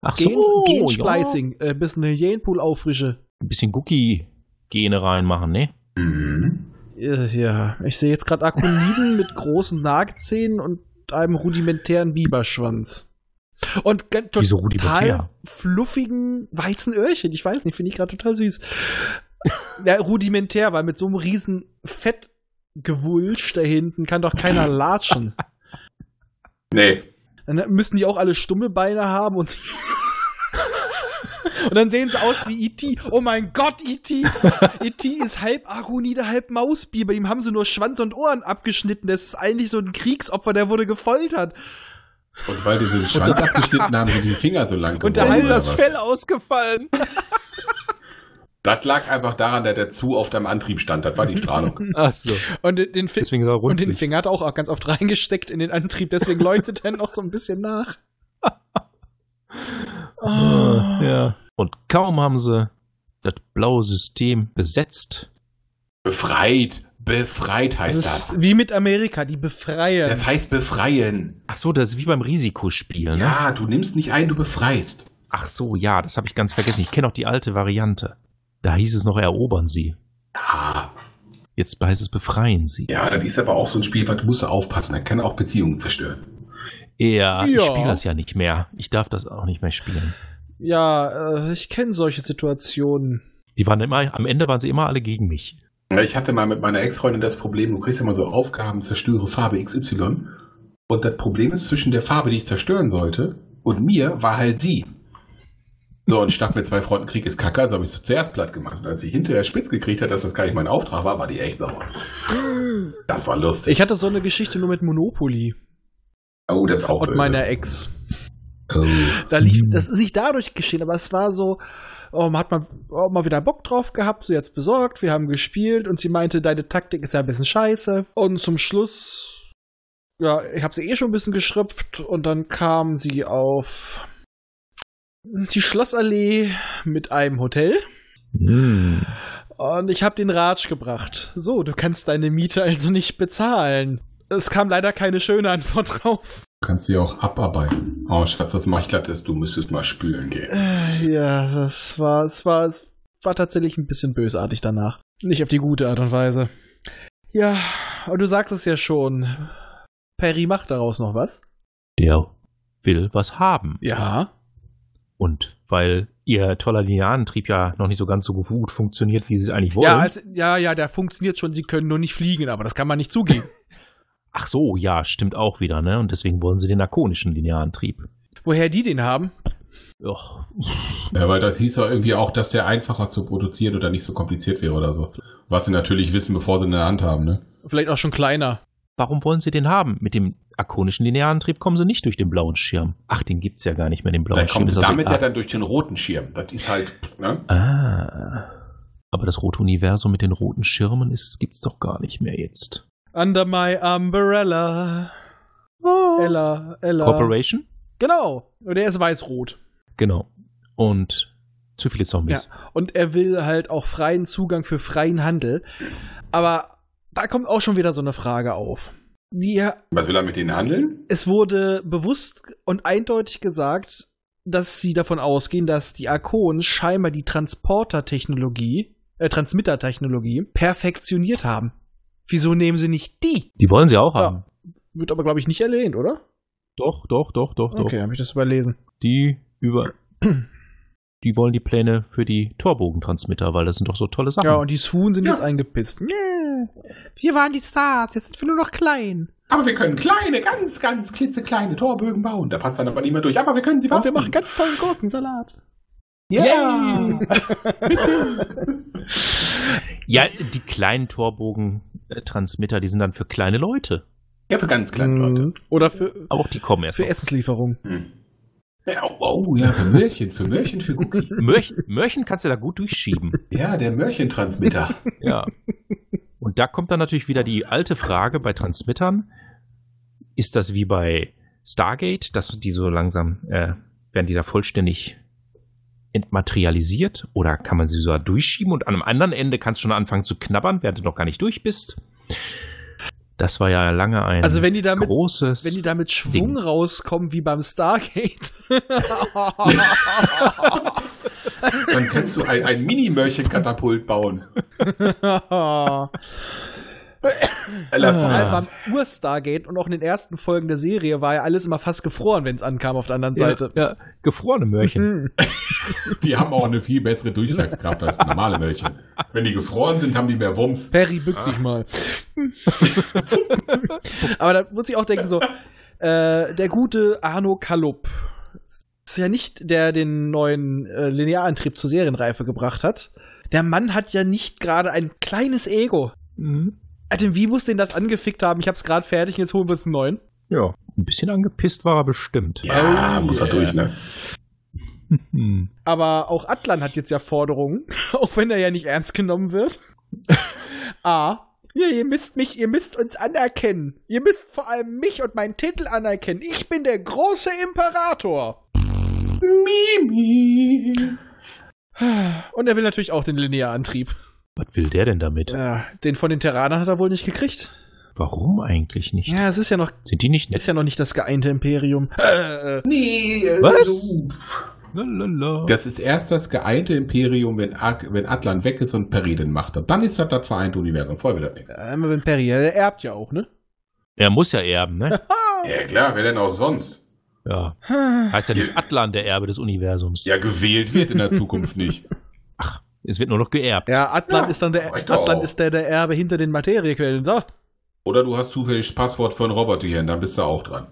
S2: Ach
S4: Gen,
S2: so, ja.
S4: Gensplicing. Äh, bisschen eine Genpool auffrische.
S2: Ein bisschen Cookie-Gene reinmachen, ne?
S1: Mhm.
S4: Äh, ja, ich sehe jetzt gerade
S2: <laughs>
S4: Akoniden mit großen Nagezähnen und einem rudimentären Biberschwanz. Und ganz
S2: Wieso
S4: total
S2: rudimentär?
S4: fluffigen Weizenöhrchen. Ich weiß nicht, finde ich gerade
S2: <laughs>
S4: total süß. ja, rudimentär, weil mit so einem riesen Fettgewulsch da hinten kann doch
S2: <laughs>
S4: keiner latschen.
S1: Nee.
S4: Dann müssen die auch alle stumme Beine haben und <laughs> Und dann sehen sie aus wie E.T. Oh mein Gott, E.T. E.T. ist halb Agonide, halb Mausbier. Bei ihm haben sie nur Schwanz und Ohren abgeschnitten. Das ist eigentlich so ein Kriegsopfer, der wurde gefoltert.
S1: Und weil die so den
S4: <laughs>
S1: Schwanz abgeschnitten haben, sind die Finger so lang geworden.
S4: Und der halbe
S1: Oh, oder
S4: das
S1: was?
S4: Fell ausgefallen.
S1: Das lag einfach daran, dass der zu oft am Antrieb stand. Das war die
S4: <laughs>
S1: Strahlung.
S2: Ach so.
S4: Und den, den, Fi-
S2: Deswegen ist er
S4: und den
S2: runzlig.
S4: Finger hat er auch ganz oft reingesteckt in den Antrieb. Deswegen leuchtet er noch so ein bisschen nach.
S2: Ah, ja. Und kaum haben sie das blaue System besetzt.
S1: Befreit. Befreit
S4: Das
S1: heißt das.
S4: ist wie mit Amerika, die befreien.
S1: Das heißt befreien.
S2: Ach so, das ist wie beim Risikospiel, ne?
S1: Ja, du nimmst nicht ein, du befreist.
S2: Ach so, ja, das habe ich ganz vergessen. Ich kenne auch die alte Variante. Da hieß es noch erobern sie.
S1: Ja,
S2: Jetzt heißt es befreien sie.
S1: ja, das ist aber auch so ein Spiel, was du musst aufpassen. Das kann auch Beziehungen zerstören.
S2: Ja, ich
S4: Ja.
S2: spiele das ja nicht mehr. Ich darf das auch nicht mehr spielen.
S4: Ja, äh, ich kenne solche Situationen.
S2: Die waren immer, am Ende waren sie immer alle gegen mich.
S1: Ich hatte mal mit meiner Ex-Freundin das Problem, du kriegst immer so Aufgaben, zerstöre Farbe XY. Und das Problem ist, zwischen der Farbe, die ich zerstören sollte, und mir war halt sie. So, und ich dachte mir, zwei Fronten Krieg ist kacke, also habe ich es zuerst platt gemacht. Und als ich hinterher spitz gekriegt hat, dass das gar nicht mein Auftrag war, war die echt sauer. Das war lustig.
S4: Ich hatte so eine Geschichte nur mit Monopoly
S1: oh, das ist auch
S4: und
S1: böse.
S4: meiner Ex.
S1: oh.
S4: Da lief, das ist nicht dadurch geschehen, aber es war so, oh, man hat mal, oh, mal wieder Bock drauf gehabt, so jetzt besorgt, wir haben gespielt und sie meinte, deine Taktik ist ja ein bisschen scheiße. Und zum Schluss, ja, ich habe sie eh schon ein bisschen geschröpft und dann kam sie auf die Schlossallee mit einem Hotel.
S2: Hm.
S4: Und ich habe den Ratsch gebracht. So, du kannst deine Miete also nicht bezahlen. Es kam leider keine schöne Antwort <laughs> drauf.
S1: Kannst du ja auch abarbeiten. Oh, Schatz, das mache ich glatt ist. Du müsstest mal spülen gehen.
S4: Äh, Ja, das war, es war, es war tatsächlich ein bisschen bösartig danach. Nicht auf die gute Art und Weise. Ja, aber du sagst es ja schon. Perry macht daraus noch was.
S2: Der will was haben.
S4: Ja.
S2: Und weil ihr toller Linearentrieb ja noch nicht so ganz so gut funktioniert, wie sie es eigentlich wollen.
S4: Ja, als, ja, ja, der funktioniert schon. Sie können nur nicht fliegen, aber das kann man nicht zugeben.
S2: Ach so, ja, stimmt auch wieder, ne? Und deswegen wollen sie den arkonischen Linearantrieb.
S4: <laughs> Woher die den haben?
S2: Och,
S1: Ja, weil das hieß ja irgendwie auch, dass der einfacher zu produzieren oder nicht so kompliziert wäre oder so. Was sie natürlich wissen, bevor sie ihn in der Hand haben, ne?
S4: Vielleicht auch schon kleiner.
S2: warum wollen sie den haben? Mit dem arkonischen Linearantrieb kommen sie nicht durch den blauen Schirm. Ach, den gibt's ja gar nicht mehr, den blauen
S1: Dann
S2: Schirm.
S1: kommen sie
S2: ist also
S1: damit ja
S2: egal.
S1: dann durch den roten Schirm. Das ist halt, ne?
S2: ah. Aber das rote Universum mit den roten Schirmen ist, gibt's doch gar nicht mehr jetzt.
S4: Under my umbrella. Oh. Ella, Ella.
S2: Corporation?
S4: Genau. Und er ist weiß-rot.
S2: Genau. Und zu viele Zombies.
S4: Und er will halt auch freien Zugang für freien Handel. Aber da kommt auch schon wieder so eine Frage auf. Die,
S1: Was will er mit denen handeln?
S4: es wurde bewusst und eindeutig gesagt, dass sie davon ausgehen, dass die Arkonen scheinbar die Transporter-Technologie, äh, Transmitter-Technologie perfektioniert haben. Wieso nehmen sie nicht die?
S2: Die wollen sie auch
S4: Ja.
S2: haben.
S4: Wird aber, glaube ich, nicht erwähnt, oder?
S2: Doch, doch, doch, doch, doch.
S4: Okay, habe ich das überlesen.
S2: Die über. <clears throat> Die wollen die Pläne für die Torbogentransmitter, weil das sind doch so tolle Sachen.
S4: Ja, und die Swoon sind
S1: Ja.
S4: jetzt eingepisst. Wir waren die Stars, jetzt sind wir nur noch klein.
S1: Aber wir können kleine, ganz, ganz klitzekleine Torbögen bauen. Da passt dann aber niemand durch. Aber wir können sie bauen.
S4: Und wir machen ganz tollen Gurkensalat.
S1: Yeah.
S2: Ja, die kleinen Torbogen-Transmitter, die sind dann für kleine Leute.
S1: Ja, für ganz kleine Leute.
S4: Mm. Oder für,
S2: Aber auch die kommen erst.
S4: für
S2: noch.
S4: Essenslieferung.
S1: Hm. Ja, oh, oh, ja, für Möhrchen, für Möhrchen, für Cookie.
S2: Mörch, Mörchen kannst du da gut durchschieben.
S1: Ja, der Möhrchentransmitter.
S4: <laughs>
S2: Ja. Und da kommt dann natürlich wieder die alte Frage bei Transmittern. Ist das wie bei Stargate, dass die so langsam, äh, werden die da vollständig entmaterialisiert oder kann man sie sogar durchschieben und an einem anderen Ende kannst du schon anfangen zu knabbern, während du noch gar nicht durch bist? Das war ja lange ein
S4: Also wenn die damit
S2: großes.
S4: Wenn die da mit Schwung
S2: Ding.
S4: rauskommen, wie beim Stargate. <laughs>
S1: Dann kannst du ein, ein Mini-Möhrchenkatapult bauen.
S2: Ah.
S1: Lass
S4: Vor allem
S1: mal.
S4: beim Ur-Stargate und auch in den ersten Folgen der Serie war ja alles immer fast gefroren, wenn es ankam auf der anderen Seite. Mm.
S2: Ja, ja, gefrorene Mörchen.
S1: Die haben auch eine viel bessere Durchschlagskraft als normale Möhrchen. Wenn die gefroren sind, haben die mehr Wumms.
S4: Perry, bück dich mal. <laughs> Aber da muss ich auch denken, so, äh, der gute Arno Kalup ist ja nicht der, den neuen äh, Linearantrieb zur Serienreife gebracht hat. Der Mann hat ja nicht gerade ein kleines Ego.
S2: Mhm.
S4: Alter, wie muss den das angefickt haben? Ich hab's gerade fertig und jetzt holen wir uns einen neuen.
S2: Ja. Ein bisschen angepisst war er bestimmt.
S1: Ja,
S4: Oh,
S1: muss er
S4: yeah.
S1: durch, ne?
S2: Hm.
S4: Aber auch Atlan hat jetzt ja Forderungen, <laughs> auch wenn er ja nicht ernst genommen wird. <laughs> A. Ja, ihr müsst mich, ihr müsst uns anerkennen. Ihr müsst vor allem mich und meinen Titel anerkennen. Ich bin der große Imperator.
S1: Mimi.
S4: <sighs> Und er will natürlich auch den Linearantrieb.
S2: Was will der denn damit?
S4: Ja, den von den Terranern hat er wohl nicht gekriegt.
S2: Warum eigentlich nicht?
S4: Ja, es ist ja noch,
S2: Sind die nicht nett?
S4: ist ja noch nicht das geeinte Imperium. Äh, äh,
S1: Nee, äh,
S2: Was?
S1: du.
S2: Lalala.
S1: Das ist erst das geeinte Imperium, wenn, Ak- wenn Atlan weg ist und Perry den macht. Und dann ist das das vereinte Universum. Vorher wieder nichts.
S4: einmal Ah, wenn Perry, er erbt ja auch, ne?
S2: Er muss ja erben, ne?
S1: Ja, klar, wer denn auch sonst?
S2: Ja. Heißt ja nicht Atlan, der Erbe des Universums.
S1: Ja, gewählt wird in der Zukunft nicht.
S2: Es wird nur noch geerbt.
S4: Ja, Atlan
S1: Ja,
S4: ist dann der,
S1: reicht doch
S4: Atlan
S1: auch.
S4: ist der, der Erbe hinter den Materiequellen. So.
S1: Oder du hast zufällig das Passwort für ein Roboterhirn, dann bist du auch dran.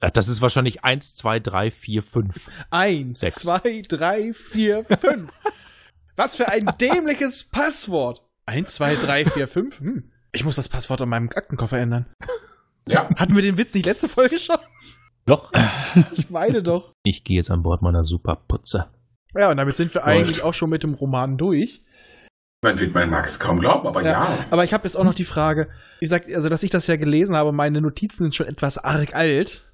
S2: Ach, Das ist wahrscheinlich 1, 2, 3, 4, 5.
S4: Eins,
S2: Sechs.
S4: zwei, drei, vier, fünf. Was für ein dämliches Passwort. Eins, zwei, drei, vier, fünf. Hm. Ich muss das Passwort an meinem Aktenkoffer ändern.
S1: Ja,
S4: Hatten wir den Witz nicht letzte Folge schon?
S3: Doch.
S4: Ich meine doch.
S2: Ich gehe jetzt an Bord meiner Superputze.
S4: Ja, und damit sind wir
S1: Läuft.
S4: eigentlich auch schon mit dem Roman durch.
S1: man wird mein Max kaum glauben, aber ja.
S4: Aber ich habe jetzt auch noch die Frage, ich sag, also dass ich das ja gelesen habe, meine Notizen sind schon etwas arg alt.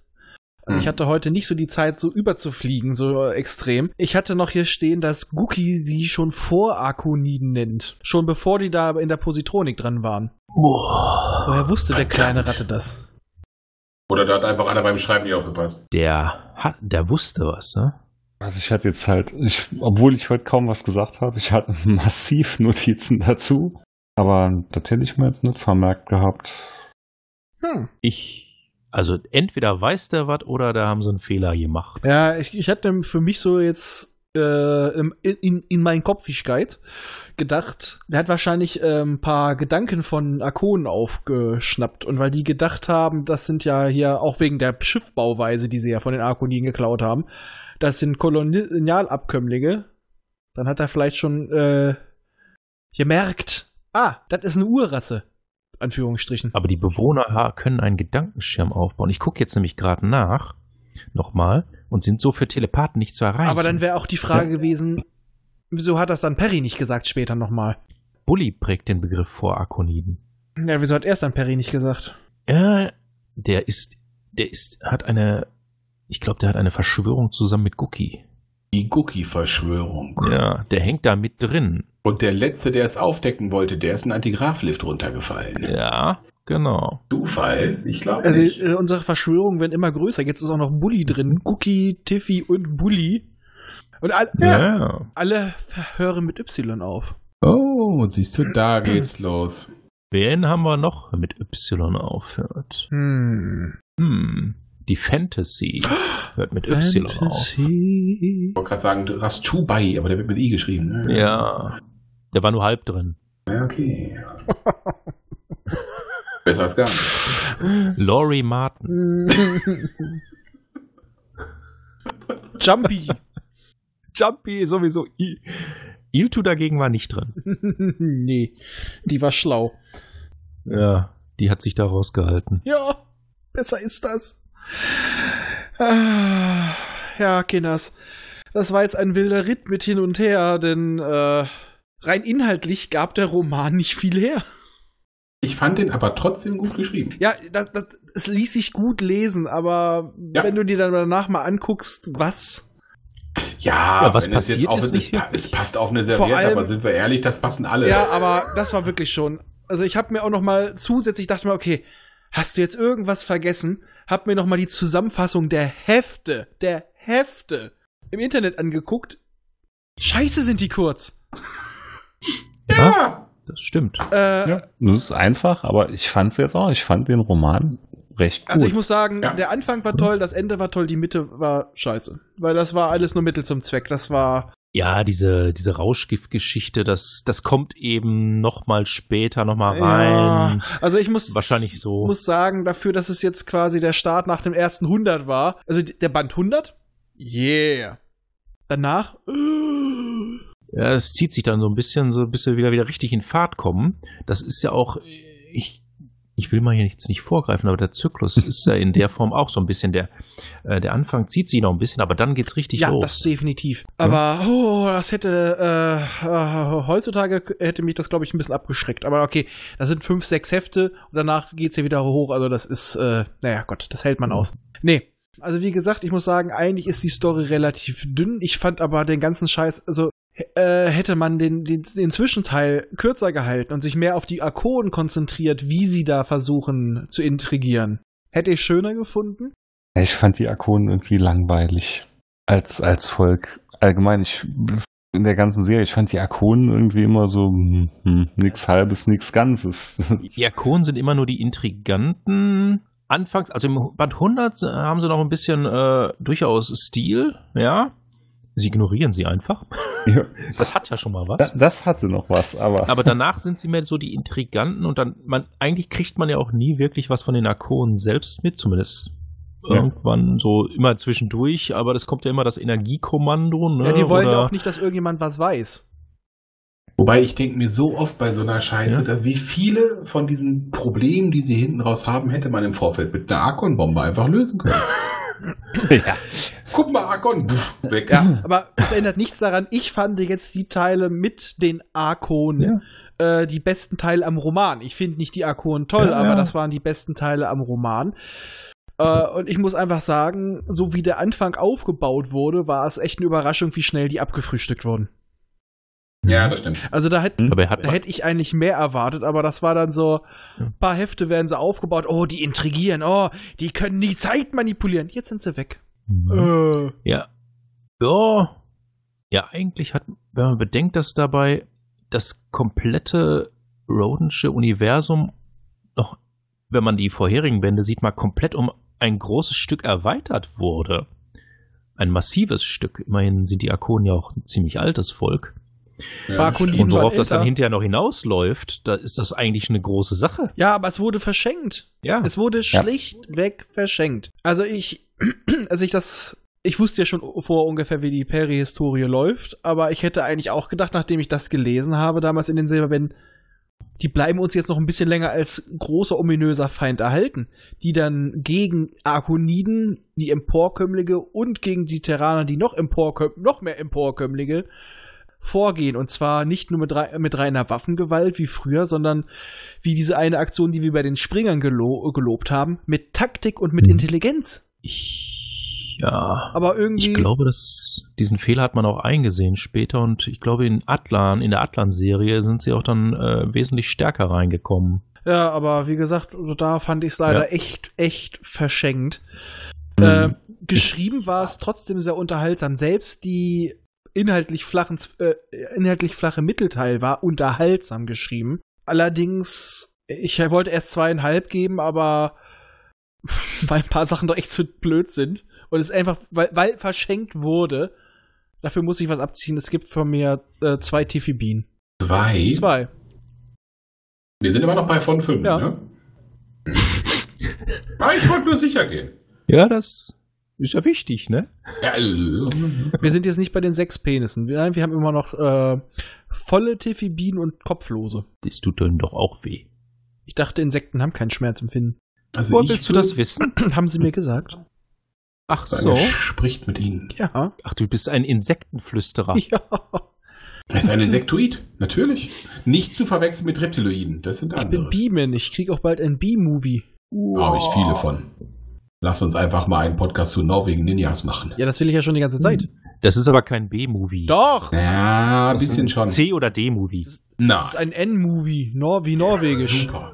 S4: Und Ich
S1: Hm.
S4: hatte heute nicht so die Zeit, so überzufliegen, so äh, extrem. Ich hatte noch hier stehen, dass Guki sie schon vor Arkoniden nennt. Schon bevor die da in der Positronik dran waren. Woher wusste der kleine Ratte das?
S1: Oder da hat einfach einer beim Schreiben nicht aufgepasst.
S2: Der, hat, der wusste was, ne?
S3: Also ich hatte jetzt halt, ich, obwohl ich heute kaum was gesagt habe, ich hatte <laughs> massiv Notizen dazu. Aber das hätte ich mir jetzt nicht vermerkt gehabt.
S4: Hm.
S2: Ich. Also entweder weiß der was oder da haben sie einen Fehler gemacht.
S4: Ja, ich, ich hatte für mich so jetzt äh, im- in, in meinen Kopfigkeit gedacht, der hat wahrscheinlich äh, ein paar Gedanken von Arkonen aufgeschnappt. Und weil die gedacht haben, das sind ja hier auch wegen der Schiffbauweise, die sie ja von den Arkoniden geklaut haben, das sind Kolonialabkömmlinge, dann hat er vielleicht schon äh, gemerkt, ah, das ist eine Urrasse. Anführungsstrichen.
S2: Aber die Bewohner ha, können einen Gedankenschirm aufbauen. Ich gucke jetzt nämlich gerade nach. Nochmal. Und sind so für Telepathen nicht zu erreichen.
S4: Aber dann wäre auch die Frage gewesen, wieso hat das dann Perry nicht gesagt später nochmal?
S2: Bully prägt den Begriff vor Arkoniden.
S4: Ja, wieso hat er es dann Perry nicht gesagt?
S2: Äh, der ist, der ist, hat eine, ich glaube, der hat eine Verschwörung zusammen mit Guki.
S1: Die Gucki-Verschwörung.
S2: Ja, der hängt da mit drin.
S1: Und der Letzte, der es aufdecken wollte, der ist ein Antigraflift runtergefallen.
S2: Ja, genau.
S1: Zufall? Ich glaube
S4: Also,
S1: nicht.
S4: äh, unsere Verschwörungen werden immer größer. Jetzt ist auch noch Bully drin. Cookie, Tiffy und Bully. Und all,
S2: Ja.
S4: alle Verhöre mit Y auf.
S1: Oh, siehst du, da
S4: <clears throat>
S1: geht's los.
S2: Wen haben wir noch mit Y aufhört?
S4: Hm.
S2: Hm, die <gasps> Fantasy hört mit Y auf.
S4: Fantasy.
S1: Ich wollte gerade sagen, Rastubai, aber der wird mit I geschrieben. Ne?
S2: Ja, der war nur halb drin.
S1: Ja,
S4: <laughs>
S1: okay. Besser als gar nicht.
S2: Laurie <laughs> Martin.
S4: Jumpy.
S2: Jumpy sowieso. I- Iltu dagegen war nicht drin.
S4: <laughs> nee, die war schlau.
S2: Ja, die hat sich da rausgehalten.
S4: Ja, besser ist das. Ah, Ja, Kinders, das war jetzt ein wilder Ritt mit hin und her, denn äh, rein inhaltlich gab der Roman nicht viel her.
S1: Ich fand den aber trotzdem gut geschrieben.
S4: Ja, das, das, es ließ sich gut lesen, aber
S1: Ja.
S4: wenn du dir dann danach mal anguckst, was
S1: Ja,
S2: Ja, was
S1: wenn es jetzt
S2: passiert
S1: auch-
S2: ist
S1: es,
S2: nicht
S1: es,
S2: wirklich.
S1: es passt auf eine
S4: Vor
S1: Serviette,
S4: allem-
S1: aber sind wir ehrlich, das passen alle.
S4: Ja, aber das war wirklich schon. Also ich habe mir auch noch mal zusätzlich dachte mir, okay, hast du jetzt irgendwas vergessen? Hab mir noch mal die Zusammenfassung der Hefte, der Hefte im Internet angeguckt. Scheiße sind die kurz.
S1: ja.
S2: Das stimmt.
S4: Äh,
S3: Ja, das ist einfach, aber ich fand es jetzt auch. Ich fand den Roman recht gut.
S4: Also ich muss sagen,
S1: Ja.
S4: der Anfang war toll, das Ende war toll, die Mitte war scheiße, weil das war alles nur Mittel zum Zweck. Das war
S2: Ja, diese, diese Rauschgiftgeschichte, das, das kommt eben nochmal später nochmal rein.
S4: Ja, also ich muss
S2: Wahrscheinlich so.
S4: muss sagen, dafür, dass es jetzt quasi der Start nach dem ersten 100 war, also die- der Band 100, yeah. Danach äh,
S2: Ja, es zieht sich dann so ein bisschen, so bis wir wieder, wieder richtig in Fahrt kommen. Das ist ja auch, ich, ich will mal hier jetzt nicht vorgreifen, aber der Zyklus ist ja in der
S4: <laughs>
S2: Form auch so ein bisschen der, äh, der Anfang zieht sich noch ein bisschen, aber dann geht's richtig
S4: ja, das
S2: los.
S4: definitiv. Aber oh, das hätte äh, äh, heutzutage k- hätte mich das glaube ich ein bisschen abgeschreckt. Aber okay, das sind fünf, sechs Hefte und danach geht's ja wieder hoch. Also das ist, äh, naja Gott, das hält man aus. Nee. Also wie gesagt, ich muss sagen, eigentlich ist die Story relativ dünn. Ich fand aber den ganzen Scheiß, also h- äh, hätte man den, den, den Zwischenteil kürzer gehalten und sich mehr auf die Arkonen konzentriert, wie sie da versuchen zu intrigieren. Hätte ich schöner gefunden.
S3: Ich fand die Arkonen irgendwie langweilig als, als Volk. Allgemein, ich in der ganzen Serie, ich fand die Arkonen irgendwie immer so hm, hm, nix halbes, nix ganzes.
S2: Die Diakonen sind immer nur die Intriganten. Anfangs, also im Band 100 haben sie noch ein bisschen äh, durchaus Stil, ja. Sie ignorieren sie einfach.
S3: Ja.
S2: Das hat ja schon mal was.
S3: Das, das hatte noch was, aber,
S2: Aber danach sind sie mehr so die Intriganten und dann, man, eigentlich kriegt man ja auch nie wirklich was von den Arkonen selbst mit, zumindest.
S3: Ja.
S2: Irgendwann so immer zwischendurch, aber das kommt ja immer das Energiekommando. Ne?
S4: Ja, die wollen ja
S2: Oder-
S4: auch nicht, dass irgendjemand was weiß.
S1: Wobei ich denke mir so oft bei so einer Scheiße,
S2: Ja.
S1: dass wie viele von diesen Problemen, die sie hinten raus haben, hätte man im Vorfeld mit einer Arkon-Bombe einfach lösen <laughs> können.
S3: <laughs> ja.
S1: Guck mal, Arkon, pff, weg.
S4: Aber es ändert nichts daran, ich fand jetzt die Teile mit den Arkonen äh, die besten Teile am Roman. Ich finde nicht die Arkonen toll,
S2: Ja,
S4: aber
S2: ja.
S4: das waren die besten Teile am Roman. Äh, und ich muss einfach sagen, so wie der Anfang aufgebaut wurde, war es echt eine Überraschung, wie schnell die abgefrühstückt wurden.
S1: Ja, das stimmt.
S4: Also da, hätt,
S2: Dabei hat
S4: da hätte ich eigentlich mehr erwartet, aber das war dann so,
S2: Ja.
S4: ein paar Hefte werden sie aufgebaut, oh, die intrigieren, oh, die können die Zeit manipulieren. Jetzt sind sie weg. Äh.
S2: Ja. Ja. Ja, eigentlich hat, wenn man bedenkt, dass dabei das komplette Rodensche Universum noch, wenn man die vorherigen Bände sieht, mal komplett um ein großes Stück erweitert wurde. Ein massives Stück. Immerhin sind die Arkonen ja auch ein ziemlich altes Volk.
S1: Ja,
S4: Barkun-
S1: das
S4: Die
S2: Und worauf
S4: waren
S2: das dann
S4: älter.
S2: hinterher noch hinausläuft, da ist das eigentlich eine große Sache.
S4: Ja, aber es wurde verschenkt.
S2: Ja.
S4: Es wurde schlichtweg verschenkt. Also ich, <clears throat> also ich das, ich wusste ja schon vor ungefähr, wie die Perry-Historie läuft, aber ich hätte eigentlich auch gedacht, nachdem ich das gelesen habe, damals in den Silberbänden, die bleiben uns jetzt noch ein bisschen länger als großer ominöser Feind erhalten, die dann gegen Arkoniden, die Emporkömmlinge und gegen die Terraner, die noch Emporkömm noch mehr Emporkömmlinge vorgehen. Und zwar nicht nur mit, rei- mit reiner Waffengewalt wie früher, sondern wie diese eine Aktion, die wir bei den Springern gelo gelobt haben, mit Taktik und mit
S2: Mhm.
S4: Intelligenz.
S2: Ja.
S4: Aber irgendwie.
S2: Ich glaube, dass diesen Fehler hat man auch eingesehen später und ich glaube in Atlan, in der Atlan-Serie sind sie auch dann äh, wesentlich stärker reingekommen.
S4: Ja, aber wie gesagt, da fand ich es leider
S2: Ja.
S4: echt, echt verschenkt.
S2: Mhm.
S4: Äh, geschrieben war es trotzdem sehr unterhaltsam. Selbst die inhaltlich, flachen, Z- äh, inhaltlich flache Mittelteil war unterhaltsam geschrieben. Allerdings, ich wollte erst zweieinhalb geben, aber <laughs> weil ein paar Sachen doch echt zu blöd sind und es einfach, weil, weil verschenkt wurde, dafür muss ich was abziehen. Es gibt von mir äh, zwei Tiffy-Bienen.
S1: Zwei.
S4: Zwei.
S1: Wir sind immer noch bei von fünf,
S4: Ja.
S1: ne? ah, ich wollte nur sicher gehen.
S2: Ja, das ist ja wichtig, ne?
S1: Ja, äh,
S4: Wir sind jetzt nicht bei den sechs Penissen. Wir- Nein, wir haben immer noch äh, volle Tiffy-Bienen und kopflose.
S2: Das tut dann doch auch weh.
S4: Ich dachte, Insekten haben kein Schmerzempfinden.
S1: also
S2: Woher
S1: ich
S2: willst du das wissen?
S4: <clears throat> haben sie mir gesagt.
S2: Ach so.
S1: Einer spricht mit ihnen.
S4: Ja.
S2: Ach, du bist ein Insektenflüsterer.
S4: Ja.
S1: Er ist ein Insektoid, natürlich. Nicht zu verwechseln mit Reptiloiden, das sind
S4: Ich
S1: andere.
S4: bin Beeman. Ich krieg auch bald ein Bee-Movie.
S1: Da habe ich viele von. Lass uns einfach mal einen Podcast zu Norwegen Ninjas machen.
S4: Ja, das will ich ja schon die ganze Zeit.
S2: Das ist aber kein B-Movie.
S4: Doch.
S1: Ja, ein
S2: Das ist
S1: bisschen schon.
S2: C- oder D-Movie.
S1: Na,
S4: Das ist ein N-Movie. Nor wie norwegisch.
S1: super.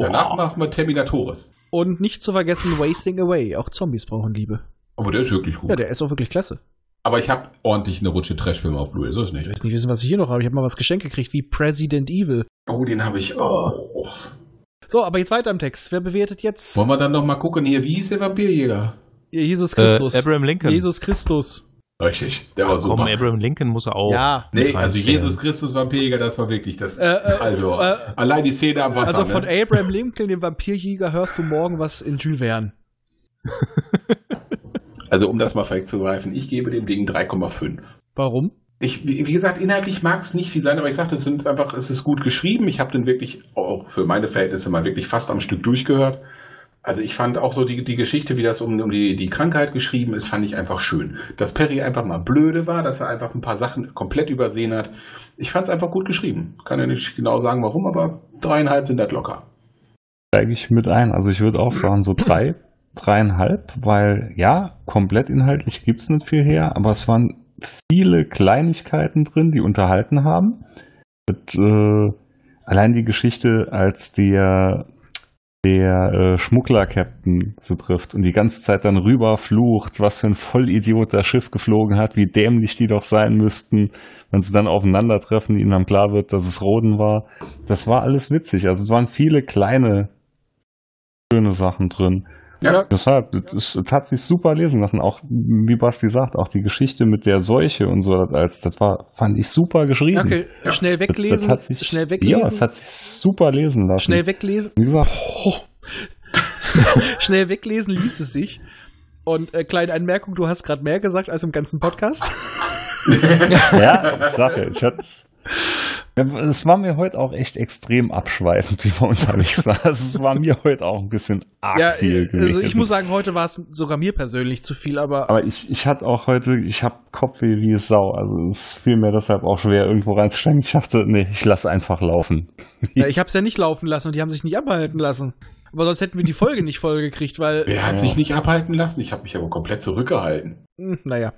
S1: Danach machen wir Terminatoris.
S4: Und nicht zu vergessen Wasting Away. Auch Zombies brauchen Liebe.
S1: Aber der ist wirklich gut.
S4: Ja, der ist auch wirklich klasse.
S1: Aber ich habe ordentlich eine Rutsche Trashfilme auf Blu-ray, so ist
S4: Ich
S1: nicht.
S4: weiß nicht wissen, was ich hier noch habe. Ich habe mal was geschenkt gekriegt, wie President Evil.
S1: Oh, den habe ich. Oh.
S4: So, aber jetzt weiter im Text. Wer bewertet jetzt?
S1: Wollen wir dann noch mal gucken hier, wie hieß der Vampirjäger?
S4: Jesus Christus.
S2: Äh, Abraham Lincoln.
S4: Jesus Christus.
S1: Richtig, der war
S2: Ach,
S1: super.
S2: komm, Abraham Lincoln muss er
S3: Oh.
S2: auch.
S4: Ja.
S1: nee,
S2: mit
S1: also
S2: reinzählen.
S1: Jesus Christus Vampirjäger, das war wirklich das.
S4: Äh, äh,
S1: also,
S4: äh,
S1: allein die Szene am Wasser.
S4: also von
S1: ne?
S4: Abraham Lincoln, dem Vampirjäger, hörst du morgen was in Jules Verne.
S1: Also, um das mal vorwegzugreifen, ich gebe dem Ding 3,5.
S4: Warum?
S1: Ich, wie wie gesagt, inhaltlich mag es nicht viel sein, aber ich sagte, es sind einfach, es ist gut geschrieben. Ich habe den wirklich, auch für meine Verhältnisse mal wirklich fast am Stück durchgehört. Also ich fand auch so die, die Geschichte, wie das um, um die, die Krankheit geschrieben ist, fand ich einfach schön. Dass Perry einfach mal blöde war, dass er einfach ein paar Sachen komplett übersehen hat. Ich fand es einfach gut geschrieben. Kann ja nicht genau sagen, warum, aber dreieinhalb sind das locker.
S3: steige ich mit ein. Also ich würde auch sagen, so drei, dreieinhalb, weil ja, komplett inhaltlich gibt es nicht viel her, aber es waren viele Kleinigkeiten drin, die unterhalten haben. Mit, äh, allein die Geschichte, als der, der äh, Schmuggler-Captain sie trifft und die ganze Zeit dann rüber flucht, was für ein Vollidiot das Schiff geflogen hat, wie dämlich die doch sein müssten, wenn sie dann aufeinandertreffen, ihnen dann klar wird, dass es Roden war das war alles witzig. Also es waren viele kleine, schöne Sachen drin.
S1: Ja.
S3: Deshalb, es, es hat sich super lesen lassen. Auch, wie Basti sagt, auch die Geschichte mit der Seuche und so, das, als, das war, fand ich super geschrieben.
S4: Okay,
S1: Ja.
S4: schnell
S3: Das,
S4: weglesen.
S3: das hat sich,
S4: schnell weglesen.
S3: Ja, es hat sich super lesen lassen.
S4: schnell weglesen. <laughs>
S3: wie gesagt,
S4: Schnell weglesen ließ es sich. Und äh, kleine Anmerkung, du hast gerade mehr gesagt als im ganzen Podcast.
S3: ja, ich sage, ich hatte es war mir heute auch echt extrem abschweifend, wie wir unterwegs waren. Also es war mir heute auch ein bisschen arg viel
S4: äh, also ich
S3: gewesen.
S4: muss sagen, heute war es sogar mir persönlich zu viel, aber,
S3: Aber ich, ich hatte auch heute, wirklich- ich habe Kopfweh wie es Sau. Also es fiel mir deshalb auch schwer, irgendwo reinzusteigen. Ich dachte, nee, ich lasse einfach laufen.
S4: ja, äh, ich habe es ja nicht laufen lassen und die haben sich nicht abhalten lassen. Aber sonst hätten wir die Folge nicht voll gekriegt, weil,
S1: Wer hat sich nicht abhalten lassen? Ich habe mich aber komplett zurückgehalten.
S4: mh, naja.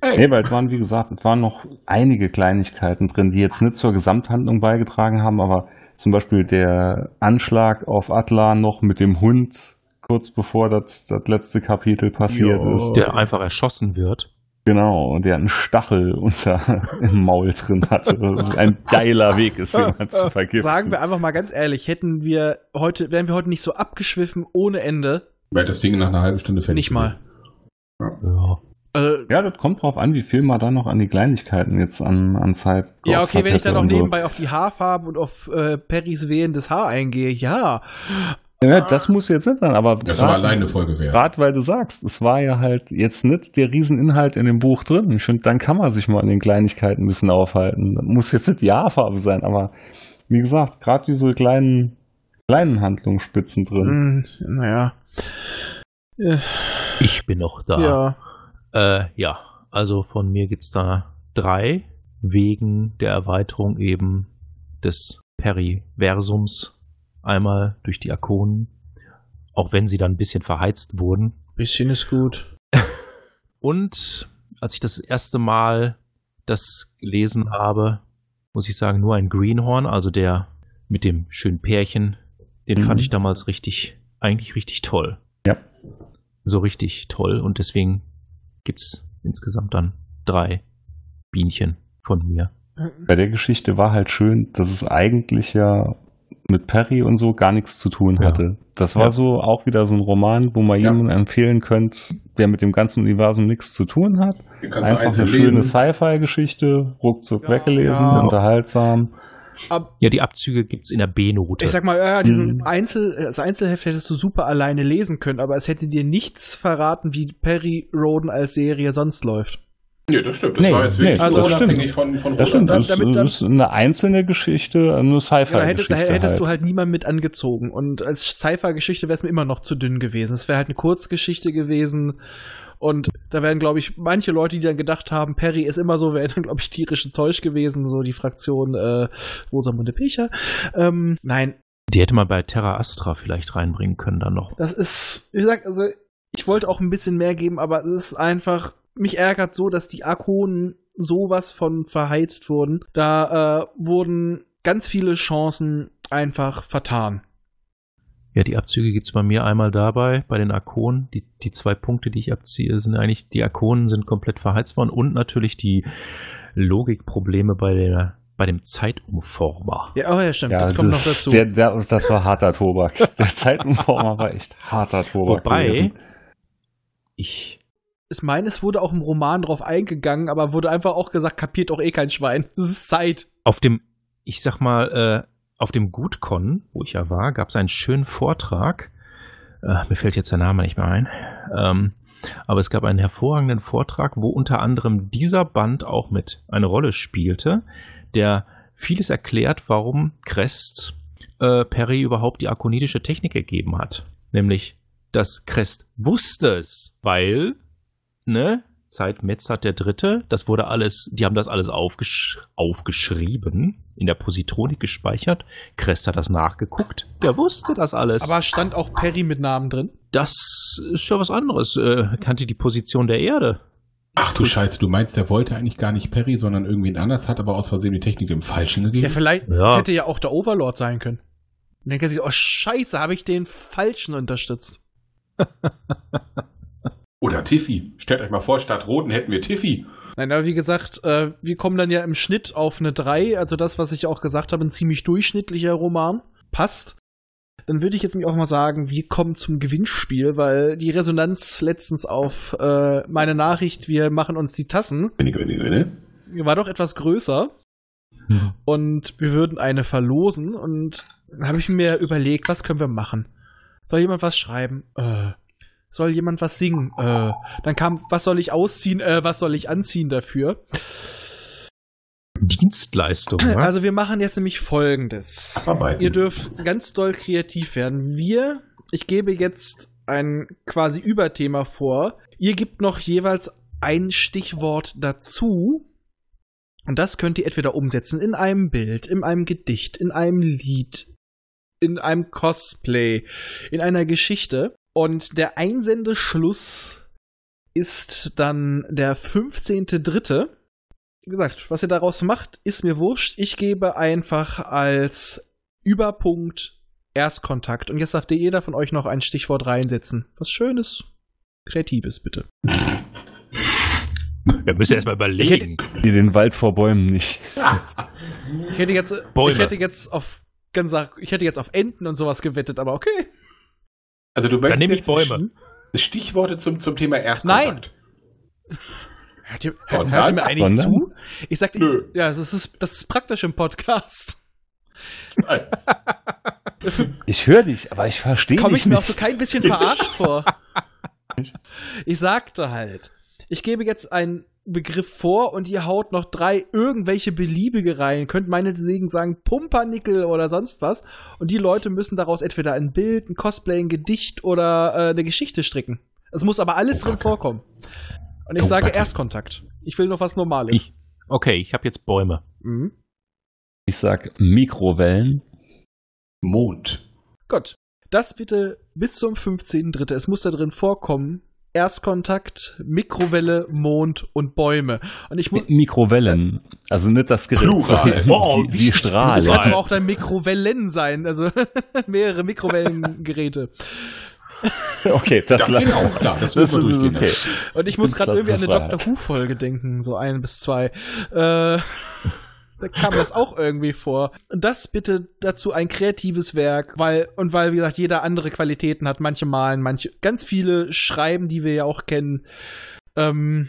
S1: Ey,
S3: Nee, weil es waren, wie gesagt, es waren noch einige Kleinigkeiten drin, die jetzt nicht zur Gesamthandlung beigetragen haben, aber zum Beispiel der Anschlag auf Atlan noch mit dem Hund, kurz bevor das, das letzte Kapitel passiert
S1: Jo.
S3: ist.
S2: Der einfach erschossen wird.
S3: Genau, und der einen Stachel <laughs> unter im Maul drin hatte. Das ist ein geiler Weg, ist jemand zu vergiften.
S4: Sagen wir einfach mal ganz ehrlich, hätten wir heute, wären wir heute nicht so abgeschwiffen ohne Ende.
S1: Weil das Ding nach einer halben Stunde fertig
S4: Nicht mal.
S2: Ja.
S4: Äh,
S3: Ja, das kommt drauf an, wie viel man da noch an die Kleinigkeiten jetzt an, an Zeit
S4: ja, okay,
S3: geopfert
S4: wenn ich dann
S3: hätte
S4: noch
S3: und so.
S4: nebenbei auf die Haarfarbe und auf äh, Perrys wehendes Haar eingehe, ja.
S3: Ja, das muss jetzt nicht sein, aber
S1: Das war
S3: gerade
S1: alleine eine Folge wert.
S3: gerade weil du sagst, es war ja halt jetzt nicht der Rieseninhalt in dem Buch drin. Ich finde, dann kann man sich mal an den Kleinigkeiten ein bisschen aufhalten. Das muss jetzt nicht die Haarfarbe sein, aber wie gesagt, gerade diese kleinen, kleinen Handlungsspitzen drin.
S4: Hm, naja. Äh,
S2: Ich bin noch da.
S4: ja.
S2: Äh, ja, also von mir gibt's da drei. wegen der Erweiterung eben des Periversums einmal durch die Arkonen, auch wenn sie dann ein bisschen verheizt wurden.
S8: Bisschen ist gut.
S2: Und als ich das erste Mal das gelesen habe, muss ich sagen, nur ein Greenhorn, also der mit dem schönen Pärchen, den
S3: Mhm.
S2: fand ich damals richtig, eigentlich richtig toll.
S3: Ja.
S2: So richtig toll und deswegen gibt es insgesamt dann drei Bienchen von mir.
S3: Bei der Geschichte war halt schön, dass es eigentlich ja mit Perry und so gar nichts zu tun
S2: Ja.
S3: hatte. Das war
S2: Ja.
S3: so auch wieder so ein Roman, wo man
S1: Ja.
S3: jemandem empfehlen könnte, der mit dem ganzen Universum nichts zu tun hat.
S1: Du kannst
S3: Einfach eine
S1: einzeln
S3: schöne
S1: lesen.
S3: Sci-Fi-Geschichte, ruckzuck
S4: Ja,
S3: weggelesen,
S4: ja.
S3: unterhaltsam.
S4: Ab,
S2: Ja, die Abzüge gibt es in der B-Note.
S4: ich sag mal, ja, diesen
S3: Mhm.
S4: Einzel, das Einzelheft hättest du super alleine lesen können, aber es hätte dir nichts verraten, wie Perry Roden als Serie sonst läuft.
S1: Nee, das stimmt. Das
S3: Nee,
S1: war jetzt
S3: nee,
S1: wirklich
S4: also das
S1: unabhängig von, von
S3: Das stimmt,
S1: Roland.
S3: das
S4: damit-
S3: ist eine einzelne Geschichte, eine
S4: Ja, da, hättest,
S3: Sci-Fi-Geschichte.
S4: da hättest
S3: halt.
S4: du halt niemand mit angezogen. Und als Sci-Fi-Geschichte wäre es mir immer noch zu dünn gewesen. Es wäre halt eine Kurzgeschichte gewesen. Und da wären, glaube ich, manche Leute, die dann gedacht haben, Perry ist immer so, wären, glaube ich, tierisch enttäuscht gewesen. So die Fraktion äh, Rosamunde Pilcher. Ähm, nein,
S2: Die hätte man bei Terra Astra vielleicht reinbringen können dann noch.
S4: das ist, wie gesagt, also ich wollte auch ein bisschen mehr geben, aber es ist einfach, mich ärgert so, dass die Arkonen sowas von verheizt wurden. Da äh, wurden ganz viele Chancen einfach vertan.
S2: Ja, die Abzüge gibt es bei mir einmal dabei, bei den Arkonen. Die, die zwei Punkte, die ich abziehe, sind eigentlich, die Arkonen sind komplett verheizt worden und natürlich die Logikprobleme bei, der, bei dem Zeitumformer.
S4: Ja, oh ja, stimmt.
S3: Ja,
S4: das kommt noch
S3: das,
S4: dazu.
S3: Der, der, das war
S4: <laughs>
S3: harter Tobak. Der Zeitumformer war echt harter Tobak.
S2: Wobei,
S3: gewesen.
S2: ich,
S4: ich meine, es wurde auch im Roman drauf eingegangen, aber wurde einfach auch gesagt, kapiert doch eh kein Schwein. Es ist Zeit.
S2: auf dem, ich sag mal, äh, auf dem Gutcon, wo ich ja war, gab es einen schönen Vortrag. Äh, mir fällt jetzt der Name nicht mehr ein. Ähm, aber es gab einen hervorragenden Vortrag, wo unter anderem dieser Band auch mit eine Rolle spielte, der vieles erklärt, warum Crest äh, Perry überhaupt die arkonitische Technik gegeben hat. Nämlich, dass Crest wusste es, weil, ne, Zeit Metzert der Dritte, das wurde alles, die haben das alles aufgesch aufgeschrieben, in der Positronik gespeichert. Crest hat das nachgeguckt, der wusste das alles.
S4: Aber stand auch Perry mit Namen drin?
S2: das ist ja was anderes. Äh, kannte die Position der Erde.
S1: Ach du Scheiße, du meinst, der wollte eigentlich gar nicht Perry, sondern irgendwen anders, hat aber aus Versehen die Technik dem Falschen
S4: Ja,
S3: Mhm.
S1: gegeben.
S4: vielleicht.
S2: Ja.
S4: Es hätte ja auch der Overlord sein können. Und dann denkt er sich, oh Scheiße, habe ich den Falschen unterstützt.
S1: Oder Tiffy. Stellt euch mal vor, statt Roten hätten wir Tiffy.
S4: Nein, aber wie gesagt, äh, wir kommen dann ja im Schnitt auf eine 3, also das, was ich auch gesagt habe, ein ziemlich durchschnittlicher Roman. Passt. Dann würde ich jetzt mich auch mal sagen, wir kommen zum Gewinnspiel, weil die Resonanz letztens auf äh, meine Nachricht, wir machen uns die Tassen,
S1: Gewinne, gewinne, gewinne.
S4: war doch etwas größer. Und wir würden eine verlosen. Und dann habe ich mir überlegt, was können wir machen? Soll jemand was schreiben? Äh. Soll jemand was singen? Äh. Dann kam, was soll ich ausziehen? Äh, was soll ich anziehen dafür?
S2: Dienstleistung. ne?
S4: Also wir machen jetzt nämlich folgendes.
S1: Arbeiten.
S4: Ihr dürft ganz doll kreativ werden. Wir, ich gebe jetzt ein quasi Überthema vor. Ihr gebt noch jeweils ein Stichwort dazu. Und das könnt ihr entweder umsetzen in einem Bild, in einem Gedicht, in einem Lied, in einem Cosplay, in einer Geschichte. Und der Einsendeschluss ist dann der 15.3. Wie gesagt, was ihr daraus macht, ist mir wurscht. Ich gebe einfach als Überpunkt Erstkontakt. Und jetzt darf dir jeder von euch noch ein Stichwort reinsetzen. Was Schönes, Kreatives, bitte.
S2: wir müssen erstmal überlegen.
S3: Die den Wald vor Bäumen nicht.
S4: Ich hätte jetzt,
S2: Bäume.
S4: ich hätte jetzt auf ganz, sag- ich hätte jetzt auf Enten und sowas gewettet, aber okay.
S1: Also du
S2: Dann
S1: möchtest
S2: nehme ich
S1: jetzt
S2: Bäume.
S1: Stichworte zum, zum Thema
S4: Nein.
S1: Erstkontakt.
S4: Hört ihr,
S1: Sondern-
S4: hört ihr mir eigentlich
S3: sondern?
S4: zu? Ich sagte,
S1: Nö.
S4: ja, das ist, das ist praktisch im Podcast.
S1: Nein.
S3: Ich höre dich, aber ich verstehe
S4: Komme ich
S3: dich
S4: mir
S3: nicht.
S4: auch so kein bisschen verarscht vor. Ich sagte halt, ich gebe jetzt einen Begriff vor und ihr haut noch drei irgendwelche beliebige rein. Könnt meinetwegen sagen Pumpernickel oder sonst was. Und die Leute müssen daraus entweder ein Bild, ein Cosplay, ein Gedicht oder äh, eine Geschichte stricken. Es muss aber alles drin
S1: Pumpernickel.
S4: vorkommen. Und ich sage
S1: Pumpernickel.
S4: Erstkontakt. Oh, Ich will noch was Normales.
S2: Ich, Okay, ich habe jetzt Bäume.
S4: Mhm.
S3: Ich sag Mikrowellen.
S1: Mond.
S4: Gott. Das bitte bis zum 15.3. Es muss da drin vorkommen. Erstkontakt, Mikrowelle, Mond und Bäume. Und ich muss.
S3: Mit Mikrowellen. Also nicht das Gerät,
S1: Plural.
S3: sondern
S2: Oh,
S3: die, die
S2: wichtig.
S3: Strahl.
S4: Es kann
S2: Alter.
S4: aber auch dein Mikrowellen sein, also <laughs> mehrere Mikrowellengeräte.
S3: <laughs> Okay, das,
S1: Das
S3: lass
S1: geht auch klar. Das,
S3: Genau. Das
S1: müssen
S3: ist
S1: wir genau. durchgehen.
S3: okay.
S4: Und ich muss
S3: Find's
S4: gerade irgendwie an eine
S3: Freiheit.
S4: Doctor Who-Folge denken, so ein bis zwei. Äh, da kam das auch irgendwie vor. Und das bitte dazu ein kreatives Werk, weil, und weil, wie gesagt, jeder andere Qualitäten hat, manche malen, manche, ganz viele schreiben, die wir ja auch kennen. Ähm,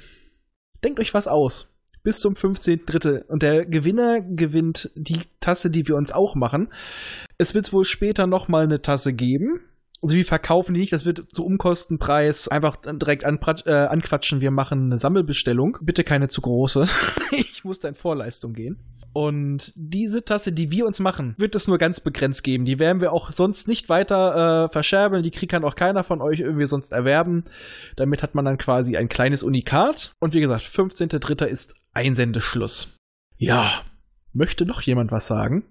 S4: denkt euch was aus. Bis zum 15.3. Und der Gewinner gewinnt die Tasse, die wir uns auch machen. Es wird wohl später nochmal eine Tasse geben. Also wir verkaufen die nicht, das wird zu Umkostenpreis einfach dann direkt anprat- äh, anquatschen. Wir machen eine Sammelbestellung. Bitte keine zu große. <laughs> ich muss da in Vorleistung gehen. Und diese Tasse, die wir uns machen, wird es nur ganz begrenzt geben. Die werden wir auch sonst nicht weiter äh, verscherbeln. Die krieg- kann auch keiner von euch irgendwie sonst erwerben. Damit hat man dann quasi ein kleines Unikat. Und wie gesagt, 15.3. ist Einsendeschluss. Ja, möchte noch jemand was sagen?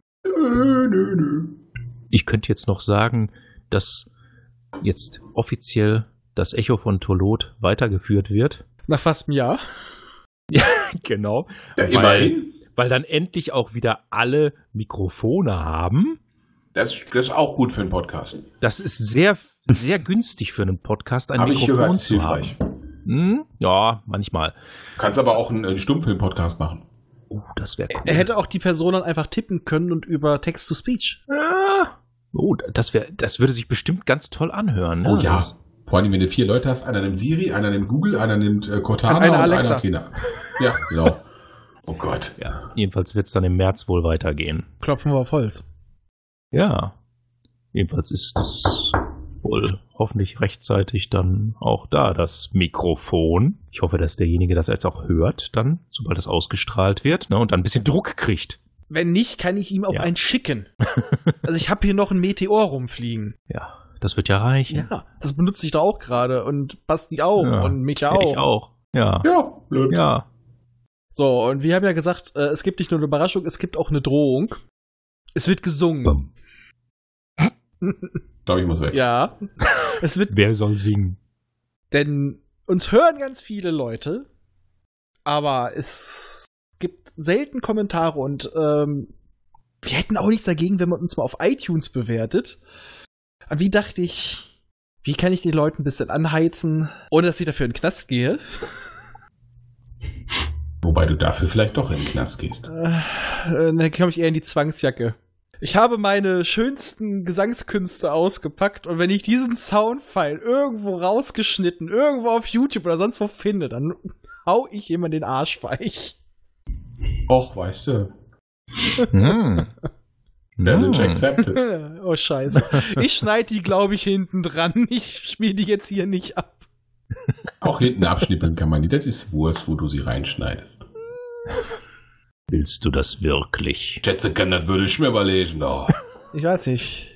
S2: Ich könnte jetzt noch sagen, dass jetzt offiziell das Echo von Tolot weitergeführt wird.
S4: Nach fast einem Jahr.
S2: <laughs> Genau.
S1: Ja,
S2: Weil-
S1: immerhin.
S2: Weil dann endlich auch wieder alle Mikrofone haben.
S1: Das, das ist auch gut für einen Podcast.
S2: Das ist sehr, sehr günstig für einen Podcast, ein
S1: Hab ich
S2: Mikrofon
S1: gehört, ist
S2: zu haben.
S1: hilfreich.
S2: Hm? Ja, manchmal.
S1: Kannst aber auch einen äh, Stummfilm-Podcast machen.
S2: Oh, das wäre cool.
S4: Er hätte auch die Person dann einfach tippen können und über Text-to-Speech.
S2: Ah. Oh, das, wär, das würde sich bestimmt ganz toll anhören. ne?
S1: Oh ja.
S2: Das ist-
S1: Vor allem, wenn du vier Leute hast, einer nimmt Siri, einer nimmt Google, einer nimmt äh, Cortana
S4: Und einer
S1: und
S4: Alexa.
S1: einer Kinder. Ja, genau. Oh Gott.
S2: ja. Jedenfalls wird es dann im März wohl weitergehen.
S4: Klopfen wir auf Holz.
S2: Ja. Jedenfalls ist es wohl hoffentlich rechtzeitig dann auch da, das Mikrofon. Ich hoffe, dass derjenige das jetzt auch hört, dann, sobald es ausgestrahlt wird, ne, und dann ein bisschen Druck kriegt.
S4: Wenn nicht, kann ich ihm auch
S2: Ja.
S4: einen <laughs> schicken. Also ich habe hier noch einen Meteor rumfliegen.
S2: Ja, das wird ja reichen.
S4: Ja, das benutze ich da auch gerade und Basti auch
S2: Ja.
S4: und mich ja
S2: Ja,
S4: auch.
S2: Ich auch. Ja.
S1: Ja, blöd.
S2: Ja.
S4: So, und wir haben ja gesagt, äh, es gibt nicht nur eine Überraschung, es gibt auch eine Drohung. Es wird gesungen.
S1: Ich glaube, ich muss weg.
S4: Ja. es wird,
S2: Wer soll singen?
S4: denn uns hören ganz viele Leute, aber es gibt selten Kommentare und ähm, wir hätten auch nichts dagegen, wenn man uns mal auf iTunes bewertet. Aber wie dachte ich, wie kann ich die Leute ein bisschen anheizen, ohne dass ich dafür in den Knast gehe?
S1: Wobei du dafür vielleicht doch in den Knast gehst.
S4: Äh, dann komme ich eher in die Zwangsjacke. Ich habe meine schönsten Gesangskünste ausgepackt und wenn ich diesen Soundfile irgendwo rausgeschnitten, irgendwo auf YouTube oder sonst wo finde, dann hau ich jemand den Arsch weich. <laughs>
S1: Och, weißt du.
S2: Hm.
S1: Challenge
S4: Hm.
S1: accepted.
S4: oh <laughs> Scheiße. Ich schneide die, glaube ich, hinten dran. <laughs> Ich spiele die jetzt hier nicht ab.
S1: Auch hinten abschnippeln kann man die. Das ist Wurst, wo du sie reinschneidest.
S2: Willst du das wirklich?
S1: Schätze kann, das würde ich mir überlegen. Oh.
S4: Ich weiß nicht.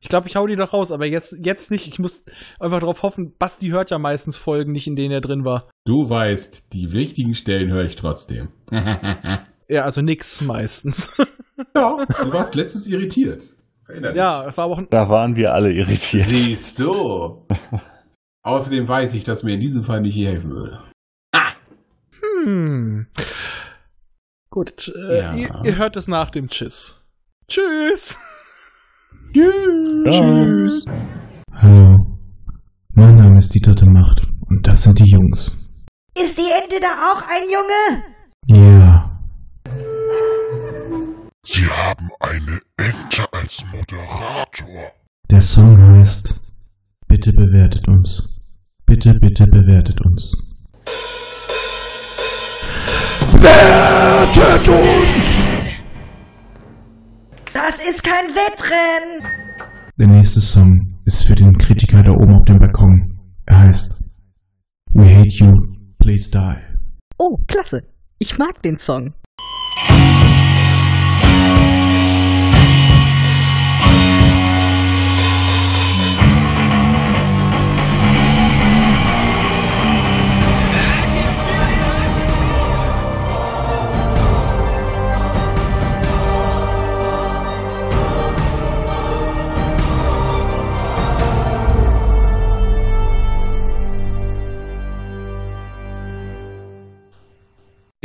S4: Ich glaube, ich hau die doch raus, aber jetzt, jetzt nicht. Ich muss einfach darauf hoffen, Basti hört ja meistens Folgen nicht, in denen er drin war.
S1: Du weißt, die wichtigen Stellen höre ich
S4: <laughs>
S1: trotzdem. ja,
S4: Ja, also nix meistens. <laughs>
S1: du warst letztens irritiert. Erinner dich.
S4: ja, war aber auch ein
S3: Da waren wir alle irritiert.
S1: Siehst du. Außerdem weiß ich, dass mir in diesem Fall nicht hier helfen würde.
S4: Hm. Gut, äh,
S1: Ja.
S4: ihr, ihr hört es nach dem Tschüss. Tschüss!
S3: Tschüss.
S8: Hallo, mein Name ist die dritte Macht und das sind die Jungs.
S9: Ist die Ente da auch ein Junge?
S8: Ja.
S10: Sie haben eine Ente als Moderator.
S8: Der Song heißt Bitte bewertet uns. Bitte, bitte bewertet uns.
S9: Das ist kein Wettrennen!
S8: Der nächste Song ist für den Kritiker da oben auf dem Balkon. Er heißt We hate you, please die.
S11: Oh, klasse. Ich mag den Song.